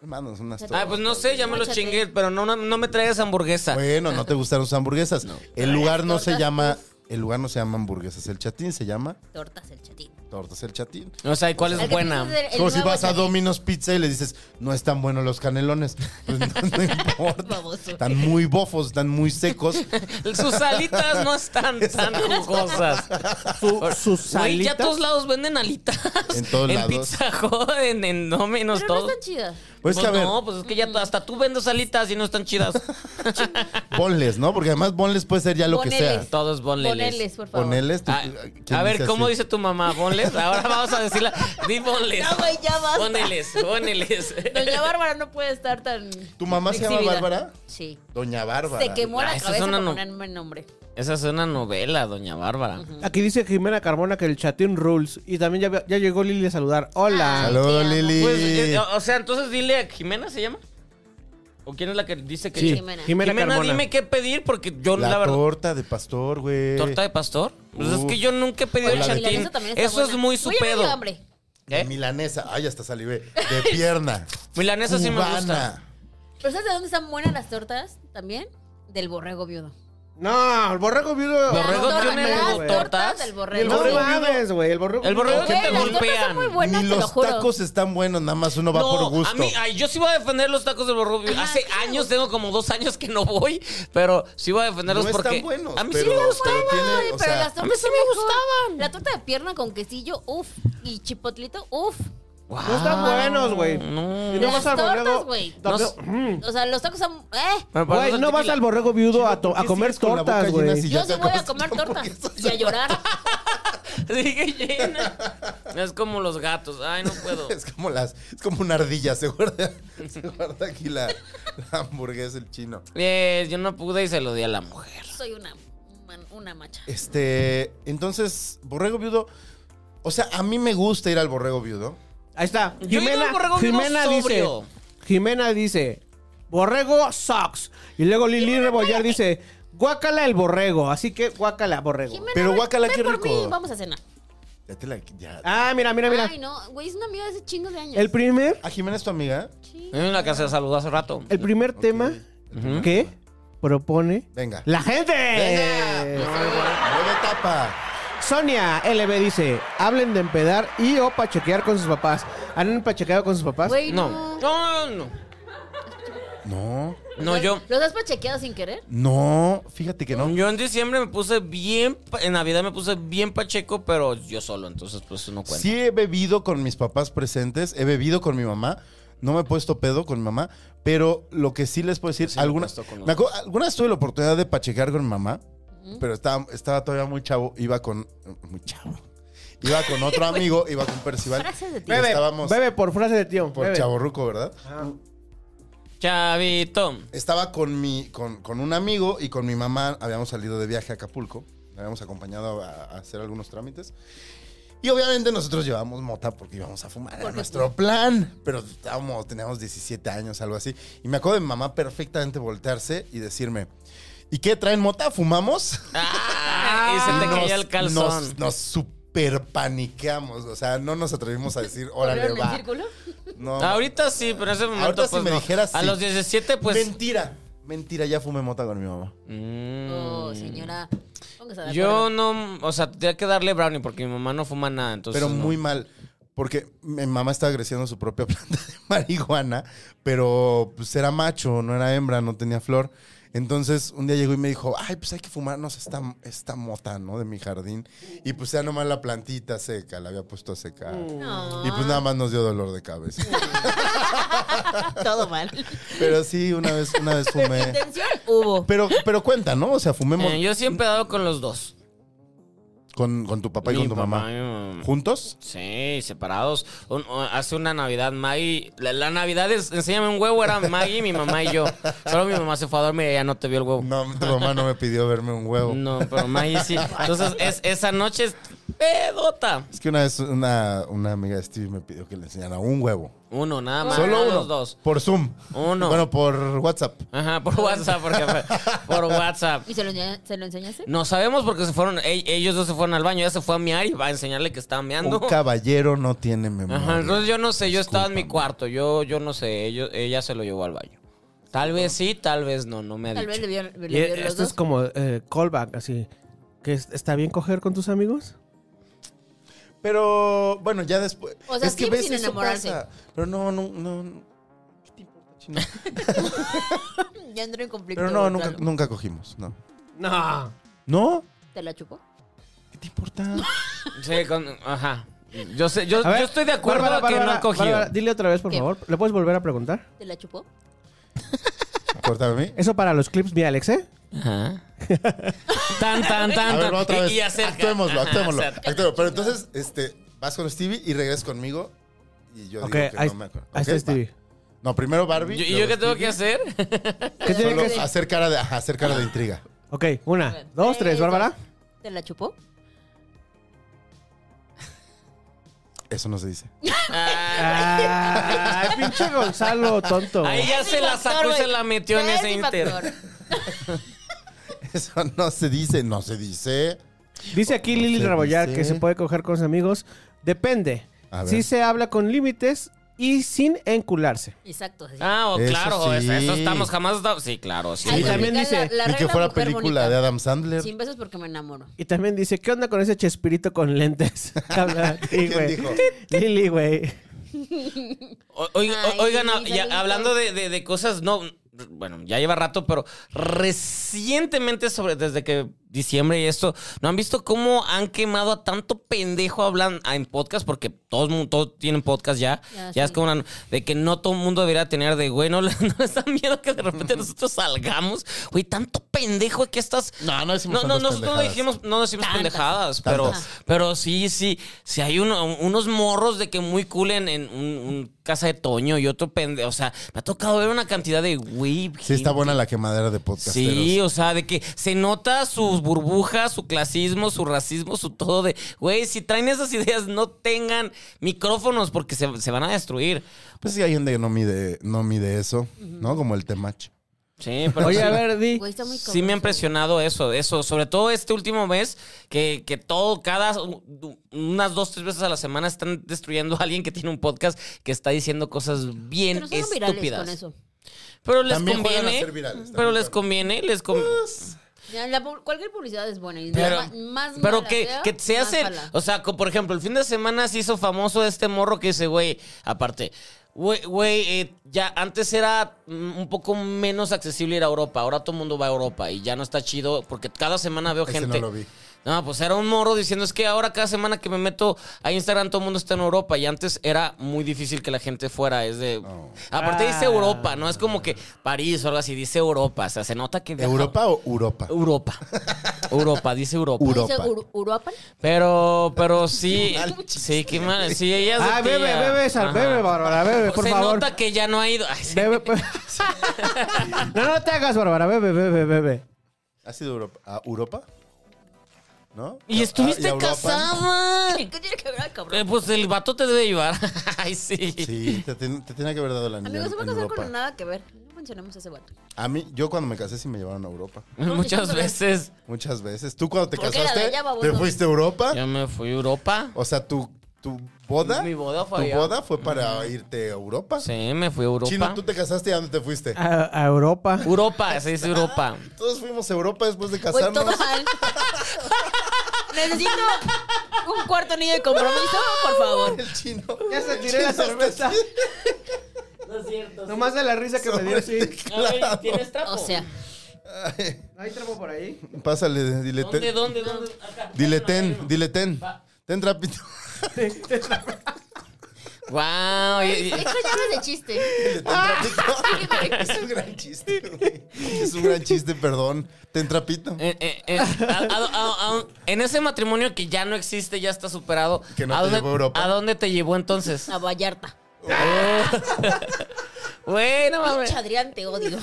[SPEAKER 3] Mándanos unas
[SPEAKER 6] Ay,
[SPEAKER 3] tortas.
[SPEAKER 4] Ah, pues no sé, ya me los
[SPEAKER 6] Échate.
[SPEAKER 4] chingué, pero no, no, no me traes hamburguesa.
[SPEAKER 3] Bueno, no te gustan las hamburguesas. El lugar no se llama.
[SPEAKER 6] pues.
[SPEAKER 3] El lugar no se llama hamburguesas el chatín, se llama
[SPEAKER 6] Tortas, el chatín.
[SPEAKER 3] tortas el chatín.
[SPEAKER 4] O sea, ¿y cuál
[SPEAKER 6] El
[SPEAKER 4] es
[SPEAKER 6] que
[SPEAKER 4] buena?
[SPEAKER 6] piensas es
[SPEAKER 3] Es
[SPEAKER 6] el
[SPEAKER 3] como si
[SPEAKER 6] nuevo
[SPEAKER 3] vas a
[SPEAKER 6] chatín.
[SPEAKER 3] Domino's Pizza y le dices, no están buenos los canelones. Pues no, no importa.
[SPEAKER 6] Baboso.
[SPEAKER 3] Están muy bofos, están muy secos.
[SPEAKER 4] Sus alitas no están tan jugosas.
[SPEAKER 5] Su- sus
[SPEAKER 4] Güey, ya a
[SPEAKER 5] alitas.
[SPEAKER 4] todos lados venden alitas.
[SPEAKER 3] En todos lados.
[SPEAKER 4] Pizza Hut, en, en Domino's,
[SPEAKER 6] Pero no
[SPEAKER 4] todo.
[SPEAKER 6] están chidas.
[SPEAKER 3] Pues que a ver,
[SPEAKER 4] no, pues es que ya hasta tú vendes alitas y no están chidas.
[SPEAKER 3] ponles, ¿no? Porque además bonles puede ser ya lo que
[SPEAKER 6] Boneles.
[SPEAKER 3] sea.
[SPEAKER 4] Todos ponleles.
[SPEAKER 6] Poneles, por favor.
[SPEAKER 3] Ponles. tú-
[SPEAKER 4] Ah,
[SPEAKER 3] ¿quién
[SPEAKER 4] a ver, ¿cómo
[SPEAKER 3] así?
[SPEAKER 4] dice tu mamá? ¿Bonles? Ahora vamos a decirla. Di bonles.
[SPEAKER 6] No, güey, ya basta.
[SPEAKER 4] Poneles, poneles.
[SPEAKER 6] Doña Bárbara no puede estar tan.
[SPEAKER 3] ¿Tu mamá se llama
[SPEAKER 6] exhibida.
[SPEAKER 3] Bárbara?
[SPEAKER 6] Sí.
[SPEAKER 3] Doña Bárbara.
[SPEAKER 6] Se quemó
[SPEAKER 4] Ah,
[SPEAKER 6] la
[SPEAKER 4] esa
[SPEAKER 6] cabeza
[SPEAKER 4] es una
[SPEAKER 6] por
[SPEAKER 4] no-
[SPEAKER 6] ponerme el nombre.
[SPEAKER 4] Esa es una novela, doña Bárbara.
[SPEAKER 5] Aquí dice Jimena Carmona que el chatín rules. Y también ya, ya llegó Lili a saludar.
[SPEAKER 6] Ah,
[SPEAKER 5] Hola.
[SPEAKER 3] Saludos,
[SPEAKER 6] Te amo.
[SPEAKER 3] Lili.
[SPEAKER 4] Pues, eh, o sea, entonces dile a Jimena, ¿se llama? ¿O quién es la que dice que...
[SPEAKER 5] Sí,
[SPEAKER 4] Jimena,
[SPEAKER 5] Jimena,
[SPEAKER 4] Jimena,
[SPEAKER 5] Carmona.
[SPEAKER 4] dime qué pedir porque yo la,
[SPEAKER 3] la
[SPEAKER 4] verdad...
[SPEAKER 3] torta de pastor, güey.
[SPEAKER 4] ¿Torta de pastor? Pues es
[SPEAKER 3] Uf.
[SPEAKER 4] que yo nunca he pedido
[SPEAKER 6] Oye,
[SPEAKER 4] el
[SPEAKER 6] la
[SPEAKER 4] chatín.
[SPEAKER 6] milanesa también está
[SPEAKER 4] Eso es
[SPEAKER 6] buena.
[SPEAKER 4] muy su
[SPEAKER 6] Güey, ya me dio
[SPEAKER 4] pedo.
[SPEAKER 6] hambre.
[SPEAKER 3] De
[SPEAKER 4] ¿Eh?
[SPEAKER 3] milanesa. Ay, hasta salivé. De pierna.
[SPEAKER 4] Milanesa sí me gusta.
[SPEAKER 6] ¿Pero sabes de dónde están buenas las tortas también? Del borrego viudo.
[SPEAKER 5] No, Ah, el borrego viudo.
[SPEAKER 4] ¿Borrego
[SPEAKER 6] Las
[SPEAKER 5] No
[SPEAKER 6] tortas-
[SPEAKER 4] tiene
[SPEAKER 5] mames,
[SPEAKER 6] las
[SPEAKER 5] güey.
[SPEAKER 4] torta?
[SPEAKER 6] tortas del
[SPEAKER 5] Y El
[SPEAKER 6] borrego.
[SPEAKER 5] borrego
[SPEAKER 6] viudo.
[SPEAKER 5] viudo, güey. El borrego
[SPEAKER 4] El borrego
[SPEAKER 6] Güey,
[SPEAKER 4] que te
[SPEAKER 6] las tortas
[SPEAKER 4] golpean.
[SPEAKER 6] son muy buenas,
[SPEAKER 3] Ni
[SPEAKER 6] te lo
[SPEAKER 3] los
[SPEAKER 6] juro.
[SPEAKER 3] tacos están buenos, nada más uno va por
[SPEAKER 4] No,
[SPEAKER 3] gusto.
[SPEAKER 4] a mí, ay, yo sí voy a defender los tacos del borrego.
[SPEAKER 6] Ajá,
[SPEAKER 4] Hace
[SPEAKER 6] claro.
[SPEAKER 4] años, tengo como dos años que no voy, pero sí voy a defenderlos
[SPEAKER 3] No están
[SPEAKER 4] porque.
[SPEAKER 3] buenos,
[SPEAKER 4] a mí sí
[SPEAKER 3] pero-
[SPEAKER 4] me
[SPEAKER 3] pero
[SPEAKER 4] gustaban.
[SPEAKER 3] tiene-
[SPEAKER 6] Ay,
[SPEAKER 3] o
[SPEAKER 6] pero
[SPEAKER 3] sea,
[SPEAKER 6] las
[SPEAKER 4] a
[SPEAKER 6] tortas
[SPEAKER 4] mí sí
[SPEAKER 6] están
[SPEAKER 4] me
[SPEAKER 6] mejor.
[SPEAKER 4] gustaban.
[SPEAKER 6] La torta de pierna con quesillo, uff. Y chipotlito, uff.
[SPEAKER 5] No están buenos, güey.
[SPEAKER 4] No.
[SPEAKER 5] Y no
[SPEAKER 6] Las
[SPEAKER 5] vas al
[SPEAKER 6] tortas,
[SPEAKER 5] borrego.
[SPEAKER 6] güey.
[SPEAKER 5] Tampoco-
[SPEAKER 4] No sé.
[SPEAKER 5] Mm.
[SPEAKER 6] O sea, los tacos son. ¡Eh!
[SPEAKER 4] Bueno, para
[SPEAKER 5] Güey,
[SPEAKER 4] eso
[SPEAKER 5] no vas
[SPEAKER 4] tequila.
[SPEAKER 5] al borrego viudo a, to- a
[SPEAKER 3] ¿Por qué
[SPEAKER 5] comer
[SPEAKER 3] sigues con la boca
[SPEAKER 5] tortas,
[SPEAKER 3] llena
[SPEAKER 5] güey.
[SPEAKER 3] si
[SPEAKER 6] Yo
[SPEAKER 3] ya
[SPEAKER 6] sí
[SPEAKER 3] te
[SPEAKER 6] voy a
[SPEAKER 3] acabas
[SPEAKER 6] comer
[SPEAKER 3] tu
[SPEAKER 6] tortas
[SPEAKER 3] hamburguesa?
[SPEAKER 6] y a llorar.
[SPEAKER 4] Sí, que llena. Es como los gatos. Ay, no puedo.
[SPEAKER 3] Es como las, es como una ardilla, se guarda, se guarda aquí la, la hamburguesa el chino.
[SPEAKER 4] Eh, yo no pude y se lo di a la mujer.
[SPEAKER 6] Soy una, man- una macha.
[SPEAKER 3] Este, entonces, borrego viudo. O sea, a mí me gusta ir al borrego viudo.
[SPEAKER 5] Ahí está.
[SPEAKER 4] Yo he ido al borrego viudo
[SPEAKER 5] dice.
[SPEAKER 4] sobrio.
[SPEAKER 5] Jimena dice. Borrego sucks. Y luego Lili Rebollar dice. Guácala el borrego. Así que guácala borrego.
[SPEAKER 6] Jimena,
[SPEAKER 3] Pero
[SPEAKER 6] ven-
[SPEAKER 3] guácala,
[SPEAKER 6] ven
[SPEAKER 3] qué
[SPEAKER 6] por
[SPEAKER 3] rico.
[SPEAKER 6] mí, vamos a cenar.
[SPEAKER 3] Ya te la- ya.
[SPEAKER 5] Ah, mira, mira, mira.
[SPEAKER 6] Ay, no, güey, es una amiga de hace chingos de años.
[SPEAKER 5] El primer,
[SPEAKER 3] ¿A Jimena es Ah, tu amiga?
[SPEAKER 6] Sí.
[SPEAKER 4] En la que se saludó hace rato.
[SPEAKER 5] el primer tema
[SPEAKER 4] Ujú.
[SPEAKER 5] que propone
[SPEAKER 3] Venga.
[SPEAKER 5] la E. gente.
[SPEAKER 3] Nueva etapa.
[SPEAKER 5] Sonia LB dice, hablen de empedar y o pachequear con sus papás. ¿Han pachequeado con sus papás?
[SPEAKER 6] Güey,
[SPEAKER 4] No.
[SPEAKER 6] no.
[SPEAKER 4] No, no.
[SPEAKER 3] No,
[SPEAKER 4] No, yo.
[SPEAKER 6] ¿Los has pachequeado sin querer?
[SPEAKER 3] no, fíjate que no.
[SPEAKER 4] Yo en diciembre me puse bien. pa- En Navidad me puse bien pacheco, pero yo solo. Entonces, pues eso no cuenta.
[SPEAKER 3] Sí he bebido con mis papás presentes, he bebido con mi mamá. No me he puesto pedo con mi mamá, pero lo que sí les puedo decir,
[SPEAKER 4] Sí, me he
[SPEAKER 3] alguna,
[SPEAKER 4] puesto con
[SPEAKER 3] me acu- alguna vez tuve la oportunidad de pachecar con mi mamá, pero estaba, estaba todavía muy chavo, iba con... Muy chavo. Iba con otro amigo, iba con Percival.
[SPEAKER 6] Frases de
[SPEAKER 3] y
[SPEAKER 6] tío.
[SPEAKER 5] Bebe,
[SPEAKER 3] estábamos
[SPEAKER 5] bebe por frase de tío.
[SPEAKER 3] por
[SPEAKER 5] bebe.
[SPEAKER 3] chavorruco, ¿verdad?
[SPEAKER 4] Chavito.
[SPEAKER 3] estaba con mi con, con un amigo y con mi mamá habíamos salido de viaje a Acapulco la habíamos acompañado a, a hacer algunos trámites y obviamente nosotros llevábamos mota porque íbamos a fumar era nuestro plan pero estábamos teníamos 17 años algo así y me acuerdo de mi mamá perfectamente voltearse y decirme ¿y qué traen mota fumamos?
[SPEAKER 4] Ah, y se te cayó el calzón.
[SPEAKER 3] nos, nos super paniqueamos o sea no nos atrevimos a decir órale
[SPEAKER 6] ¿Corrieron en
[SPEAKER 3] va
[SPEAKER 6] círculo?
[SPEAKER 3] no,
[SPEAKER 4] Ahorita sí, pero en ese momento
[SPEAKER 3] Ahorita
[SPEAKER 4] pues
[SPEAKER 3] si me
[SPEAKER 4] no.
[SPEAKER 3] dijeras
[SPEAKER 4] A
[SPEAKER 3] sí.
[SPEAKER 4] los 17 pues...
[SPEAKER 3] mentira mentira ya fumé mota con mi mamá
[SPEAKER 4] Mm.
[SPEAKER 6] Oh, señora. Póngase de
[SPEAKER 4] Yo
[SPEAKER 6] acuerdo.
[SPEAKER 4] no, o sea, tendría que darle brownie porque mi mamá no fuma nada, entonces
[SPEAKER 3] pero
[SPEAKER 4] no.
[SPEAKER 3] muy mal. Porque mi mamá estaba creciendo su propia planta de marihuana, pero pues era macho, no era hembra, no tenía flor. Entonces un día llegó y me dijo, ay, pues hay que fumarnos esta, esta mota, ¿no? De mi jardín. Y pues era nomás la plantita seca, la había puesto a secar. Y pues nada más nos dio dolor de cabeza.
[SPEAKER 6] Todo mal.
[SPEAKER 3] Pero sí, una vez, una vez fumé.
[SPEAKER 6] Intención hubo.
[SPEAKER 3] Pero, pero cuenta, ¿no? O sea, fumemos
[SPEAKER 4] Eh, yo siempre he dado con los dos.
[SPEAKER 3] con, con tu papá y
[SPEAKER 4] Mi
[SPEAKER 3] con tu mamá.
[SPEAKER 4] y mi mamá.
[SPEAKER 3] ¿Juntos?
[SPEAKER 4] Sí, separados. Un- o- hace una Navidad, Maggie. La, la Navidad es, enséñame un huevo, era Maggie, mi mamá y yo. Solo mi mamá se fue a dormir y ella no te vio el huevo. No,
[SPEAKER 3] No, tu mamá no me pidió verme un huevo.
[SPEAKER 4] pero Maggie sí. Entonces, es- esa noche es pedota.
[SPEAKER 3] Es que una vez una, una amiga de Stevie me pidió que le enseñara un huevo.
[SPEAKER 4] Uno, nada más.
[SPEAKER 3] Solo
[SPEAKER 4] no
[SPEAKER 3] uno.
[SPEAKER 4] Los dos.
[SPEAKER 3] Por Zoom.
[SPEAKER 4] Uno.
[SPEAKER 3] Bueno, por WhatsApp.
[SPEAKER 4] Ajá, por WhatsApp, porque fue- por WhatsApp.
[SPEAKER 6] ¿Y se lo, enseña- se lo enseñaste?
[SPEAKER 4] No sabemos porque se fueron, e- ellos dos se fueron al baño, ella se fue a mear y va a enseñarle que estaba meando.
[SPEAKER 3] Un caballero no tiene memoria.
[SPEAKER 4] Ajá, entonces yo no sé, yo estaba en mi
[SPEAKER 3] Discúlpame.
[SPEAKER 4] cuarto, yo, yo no sé, ello- ella se lo llevó al baño. Tal vez sí, tal vez no, no me ha
[SPEAKER 6] Tal vez
[SPEAKER 4] dicho.
[SPEAKER 6] le vieron, le
[SPEAKER 5] Y
[SPEAKER 6] vieron los
[SPEAKER 5] esto
[SPEAKER 6] dos.
[SPEAKER 5] es como eh, callback, así. que es- ¿Está bien coger con tus amigos?
[SPEAKER 3] Pero bueno, ya después.
[SPEAKER 6] O sea,
[SPEAKER 3] es que
[SPEAKER 6] sí,
[SPEAKER 3] ves
[SPEAKER 6] sin
[SPEAKER 3] eso
[SPEAKER 6] enamorarse.
[SPEAKER 3] pasa. Pero no, no, no. no. ¿Qué te importa, chino?
[SPEAKER 6] Mm, Ya entró en conflicto.
[SPEAKER 3] Pero no,
[SPEAKER 6] con
[SPEAKER 3] nunca,
[SPEAKER 6] algo.
[SPEAKER 3] nunca cogimos, no.
[SPEAKER 5] No.
[SPEAKER 3] ¿No?
[SPEAKER 6] ¿Te la chupó?
[SPEAKER 3] ¿Qué te importa?
[SPEAKER 4] Sí, con- ajá. Yo sé, yo,
[SPEAKER 5] A ver,
[SPEAKER 4] yo estoy de acuerdo
[SPEAKER 5] Bárbara,
[SPEAKER 4] que no
[SPEAKER 5] Bárbara,
[SPEAKER 4] ha cogido.
[SPEAKER 5] Bárbara, dile otra vez, por
[SPEAKER 6] ¿Qué?
[SPEAKER 5] favor. ¿Le puedes volver a preguntar?
[SPEAKER 6] ¿Te la chupó?
[SPEAKER 3] ¿Cortar a mí?
[SPEAKER 5] Eso para los clips, mi Alex, ¿eh?
[SPEAKER 4] Ajá. Tan, tan,
[SPEAKER 3] A
[SPEAKER 4] tan,
[SPEAKER 3] ver,
[SPEAKER 4] tan.
[SPEAKER 3] va otra
[SPEAKER 4] Y-
[SPEAKER 3] vez.
[SPEAKER 4] Y, acerca.
[SPEAKER 3] Actuémoslo,
[SPEAKER 4] Ajá,
[SPEAKER 3] actuémoslo.
[SPEAKER 4] acerca.
[SPEAKER 3] actuémoslo. Pero entonces, este, vas con Stevie y regresas conmigo. Y yo
[SPEAKER 5] ok,
[SPEAKER 3] digo que
[SPEAKER 5] ahí,
[SPEAKER 3] no me acuerdo.
[SPEAKER 5] ahí
[SPEAKER 3] Ok, va.
[SPEAKER 5] está Stevie.
[SPEAKER 3] No, primero Barbie.
[SPEAKER 4] Yo- ¿Y
[SPEAKER 3] luego
[SPEAKER 4] yo qué tengo
[SPEAKER 3] Stevie.
[SPEAKER 4] que hacer?
[SPEAKER 5] ¿Qué tiene
[SPEAKER 3] Solo
[SPEAKER 5] que ser?
[SPEAKER 3] hacer cara de, ajá, hacer cara de intriga.
[SPEAKER 5] Ok, una, dos, tres,
[SPEAKER 6] Tres,
[SPEAKER 5] Bárbara.
[SPEAKER 6] ¿Te la chupó?
[SPEAKER 3] Eso no se dice.
[SPEAKER 5] Ay, pinche Gonzalo, tonto.
[SPEAKER 4] Ah, Ahí ya se la sacó y se la metió en
[SPEAKER 6] Ya es
[SPEAKER 4] ese
[SPEAKER 6] mi
[SPEAKER 4] inter.
[SPEAKER 6] factor.
[SPEAKER 3] Eso no se dice, no se dice.
[SPEAKER 5] Dice aquí Lili
[SPEAKER 3] Se
[SPEAKER 5] Rabollar
[SPEAKER 3] dice-
[SPEAKER 5] que se puede coger con sus amigos. Depende.
[SPEAKER 3] A ver.
[SPEAKER 5] Si se habla con límites y sin encularse.
[SPEAKER 6] Exacto. sí.
[SPEAKER 4] Ah, oh,
[SPEAKER 3] Eso
[SPEAKER 4] claro,
[SPEAKER 3] sí.
[SPEAKER 4] eso, eso estamos jamás. da- Sí, claro, sí.
[SPEAKER 6] Ahí
[SPEAKER 3] Sí,
[SPEAKER 6] se
[SPEAKER 5] también
[SPEAKER 6] aplica
[SPEAKER 5] dice,
[SPEAKER 3] Ni que
[SPEAKER 6] regla
[SPEAKER 3] fuera
[SPEAKER 6] mujer
[SPEAKER 3] película
[SPEAKER 6] bonita.
[SPEAKER 3] de Adam Sandler.
[SPEAKER 6] Sin besos porque me enamoro.
[SPEAKER 5] Y también dice, ¿qué onda con ese chespirito con lentes? Habla de ti,
[SPEAKER 3] ¿Quién
[SPEAKER 5] güey.
[SPEAKER 3] dijo?
[SPEAKER 5] Lili, güey.
[SPEAKER 4] O- oiga-
[SPEAKER 6] Ay,
[SPEAKER 4] oigan, a-
[SPEAKER 6] sí,
[SPEAKER 4] ya
[SPEAKER 6] saludos.
[SPEAKER 4] hablando de, de- de cosas, no, bueno, ya lleva rato, pero recientemente, sobre desde que diciembre y esto, ¿no han visto cómo han quemado a tanto pendejo hablan en podcast? Porque todos, mu- todos tienen podcast ya.
[SPEAKER 6] Ya,
[SPEAKER 4] Ya,
[SPEAKER 6] sí.
[SPEAKER 4] es como una- de que no todo el mundo debería tener de, güey, no, le- no les da miedo que de repente nosotros salgamos. Güey, tanto pendejo que estás...
[SPEAKER 3] No, no decimos
[SPEAKER 4] No, no,
[SPEAKER 3] tantas
[SPEAKER 4] nosotros no
[SPEAKER 3] pendejadas.
[SPEAKER 4] dijimos, no decimos
[SPEAKER 6] Tantas.
[SPEAKER 4] pendejadas, pero,
[SPEAKER 3] Tantas.
[SPEAKER 4] pero sí, sí, sí hay uno- unos morros de que muy cool en, en un, un casa de Toño y otro pendejo. O sea, me ha tocado ver una cantidad de güey.
[SPEAKER 3] Sí, está buena la quemadera de podcast.
[SPEAKER 4] Sí, o sea, de que se nota sus burbujas, su clasismo, su racismo, su todo de, güey, si traen esas ideas, no tengan micrófonos porque se, se van a destruir.
[SPEAKER 3] Pues sí, hay gente que no mide, no mide eso, ¿no? Como el temach.
[SPEAKER 4] Sí, pero
[SPEAKER 5] Oye,
[SPEAKER 4] sí.
[SPEAKER 5] a ver, di.
[SPEAKER 6] Güey, está muy
[SPEAKER 4] Sí me ha impresionado eso, eso, sobre todo este último mes, que, que todo, cada u- unas dos, tres veces a la semana están destruyendo a alguien que tiene un podcast que está diciendo cosas bien
[SPEAKER 6] Pero son virales
[SPEAKER 4] estúpidas.
[SPEAKER 6] con eso.
[SPEAKER 4] Pero les
[SPEAKER 3] También juegan a
[SPEAKER 4] conviene.
[SPEAKER 3] ser virales, también
[SPEAKER 4] pero les
[SPEAKER 3] juegan. Pues,
[SPEAKER 4] conviene, les conviene.
[SPEAKER 6] Ya, la pu- cualquier publicidad es buena. Y
[SPEAKER 4] Pero,
[SPEAKER 6] más, más
[SPEAKER 4] pero
[SPEAKER 6] mala
[SPEAKER 4] que,
[SPEAKER 6] sea,
[SPEAKER 4] que se
[SPEAKER 6] más
[SPEAKER 4] hace,
[SPEAKER 6] mala.
[SPEAKER 4] o sea, co- por ejemplo, el fin de semana se hizo famoso este morro que dice, güey, aparte, güey, güey, eh, ya antes era mm, un poco menos accesible ir a Europa, ahora todo el mundo va a Europa y ya no está chido porque cada semana veo
[SPEAKER 3] Ese
[SPEAKER 4] gente.
[SPEAKER 3] no lo vi.
[SPEAKER 4] No, pues era un morro diciendo, es que ahora cada semana que me meto a Instagram todo el mundo está en Europa y antes era muy difícil que la gente fuera, es de...
[SPEAKER 3] Oh.
[SPEAKER 4] Aparte dice
[SPEAKER 6] Ah.
[SPEAKER 4] Europa, no es como que París o algo así, dice Europa, o sea, se nota que... viajaba.
[SPEAKER 3] ¿Europa o Europa?
[SPEAKER 4] Europa. Europa, dice Europa.
[SPEAKER 3] Europa.
[SPEAKER 6] Dice Ur- Uruapan.
[SPEAKER 4] Pero, pero sí, sí, qué mal, sí, ella Pues es de
[SPEAKER 5] Ah, bebe,
[SPEAKER 4] tía.
[SPEAKER 5] bebe, Sar,
[SPEAKER 4] Ajá.
[SPEAKER 5] bebe, Bárbara, bebe, por
[SPEAKER 4] se
[SPEAKER 5] favor.
[SPEAKER 4] nota que ya no ha ido. Ay, sí.
[SPEAKER 5] Bebe, pues. no, no te hagas, Bárbara, bebe, bebe, bebe.
[SPEAKER 3] ¿Has ido a Europa? ¿A Europa? ¿No?
[SPEAKER 4] Y
[SPEAKER 3] Ah,
[SPEAKER 4] estuviste
[SPEAKER 3] a Europa?
[SPEAKER 4] casada.
[SPEAKER 6] ¿Qué tiene que ver el cabrón?
[SPEAKER 4] Ah. Eh, pues el vato te debe llevar. Ay, sí.
[SPEAKER 3] Sí, te, ten- te tenía que haber dado la niña
[SPEAKER 6] Amigos, se va a
[SPEAKER 3] en
[SPEAKER 6] casar
[SPEAKER 3] Europa.
[SPEAKER 6] con nada que ver. No mencionemos a ese vato.
[SPEAKER 3] A mí, yo cuando me casé sí me llevaron a Europa.
[SPEAKER 4] Muchas veces.
[SPEAKER 3] Muchas veces. ¿Tú cuando te
[SPEAKER 6] ¿Por qué la de
[SPEAKER 3] casaste?
[SPEAKER 6] allá, baboso?
[SPEAKER 3] ¿Te fuiste a Europa?
[SPEAKER 4] Ya me fui a Europa.
[SPEAKER 3] O sea, tu, tu boda.
[SPEAKER 4] Mi boda fue
[SPEAKER 3] ¿Tu
[SPEAKER 4] allá.
[SPEAKER 3] boda fue para irte a Europa?
[SPEAKER 4] Sí, me fui a Europa. Ah.
[SPEAKER 3] Chino, ¿tú te casaste y a dónde te fuiste?
[SPEAKER 5] A, a Europa.
[SPEAKER 4] Europa, se dice Europa.
[SPEAKER 3] Todos fuimos a Europa después de
[SPEAKER 6] Pues
[SPEAKER 3] casarnos.
[SPEAKER 6] todo mal. Necesito un cuarto anillo de compromiso, por favor.
[SPEAKER 3] El chino.
[SPEAKER 5] Ya se tiré la
[SPEAKER 3] El chino
[SPEAKER 5] cerveza.
[SPEAKER 3] está así,
[SPEAKER 4] No es cierto.
[SPEAKER 5] Nomás de la risa que me dio, sí.
[SPEAKER 3] claro.
[SPEAKER 4] ¿Tienes trapo?
[SPEAKER 6] O sea,
[SPEAKER 5] ¿No hay trapo por ahí?
[SPEAKER 3] Pásale, dile
[SPEAKER 4] ¿Dónde,
[SPEAKER 3] ten.
[SPEAKER 4] dónde, eh. dónde? Acá.
[SPEAKER 3] Dile ten, dile ten. Ten trapito.
[SPEAKER 4] Wow. y- y-
[SPEAKER 6] extrañaba ese chiste.
[SPEAKER 3] Dile ten
[SPEAKER 4] Ah.
[SPEAKER 3] trapito. Es un gran chiste, güey. Es un gran chiste, perdón. Ten trapito.
[SPEAKER 4] Eh, eh, eh, a- a- a- a- en ese matrimonio que ya no existe, ya está superado.
[SPEAKER 3] Que no
[SPEAKER 4] ¿a,
[SPEAKER 3] te
[SPEAKER 4] dónde,
[SPEAKER 3] llevó a Europa.
[SPEAKER 4] ¿A dónde te llevó entonces?
[SPEAKER 6] A Vallarta. Ah.
[SPEAKER 4] Bueno, mames.
[SPEAKER 6] Pinche Adrián, te odio.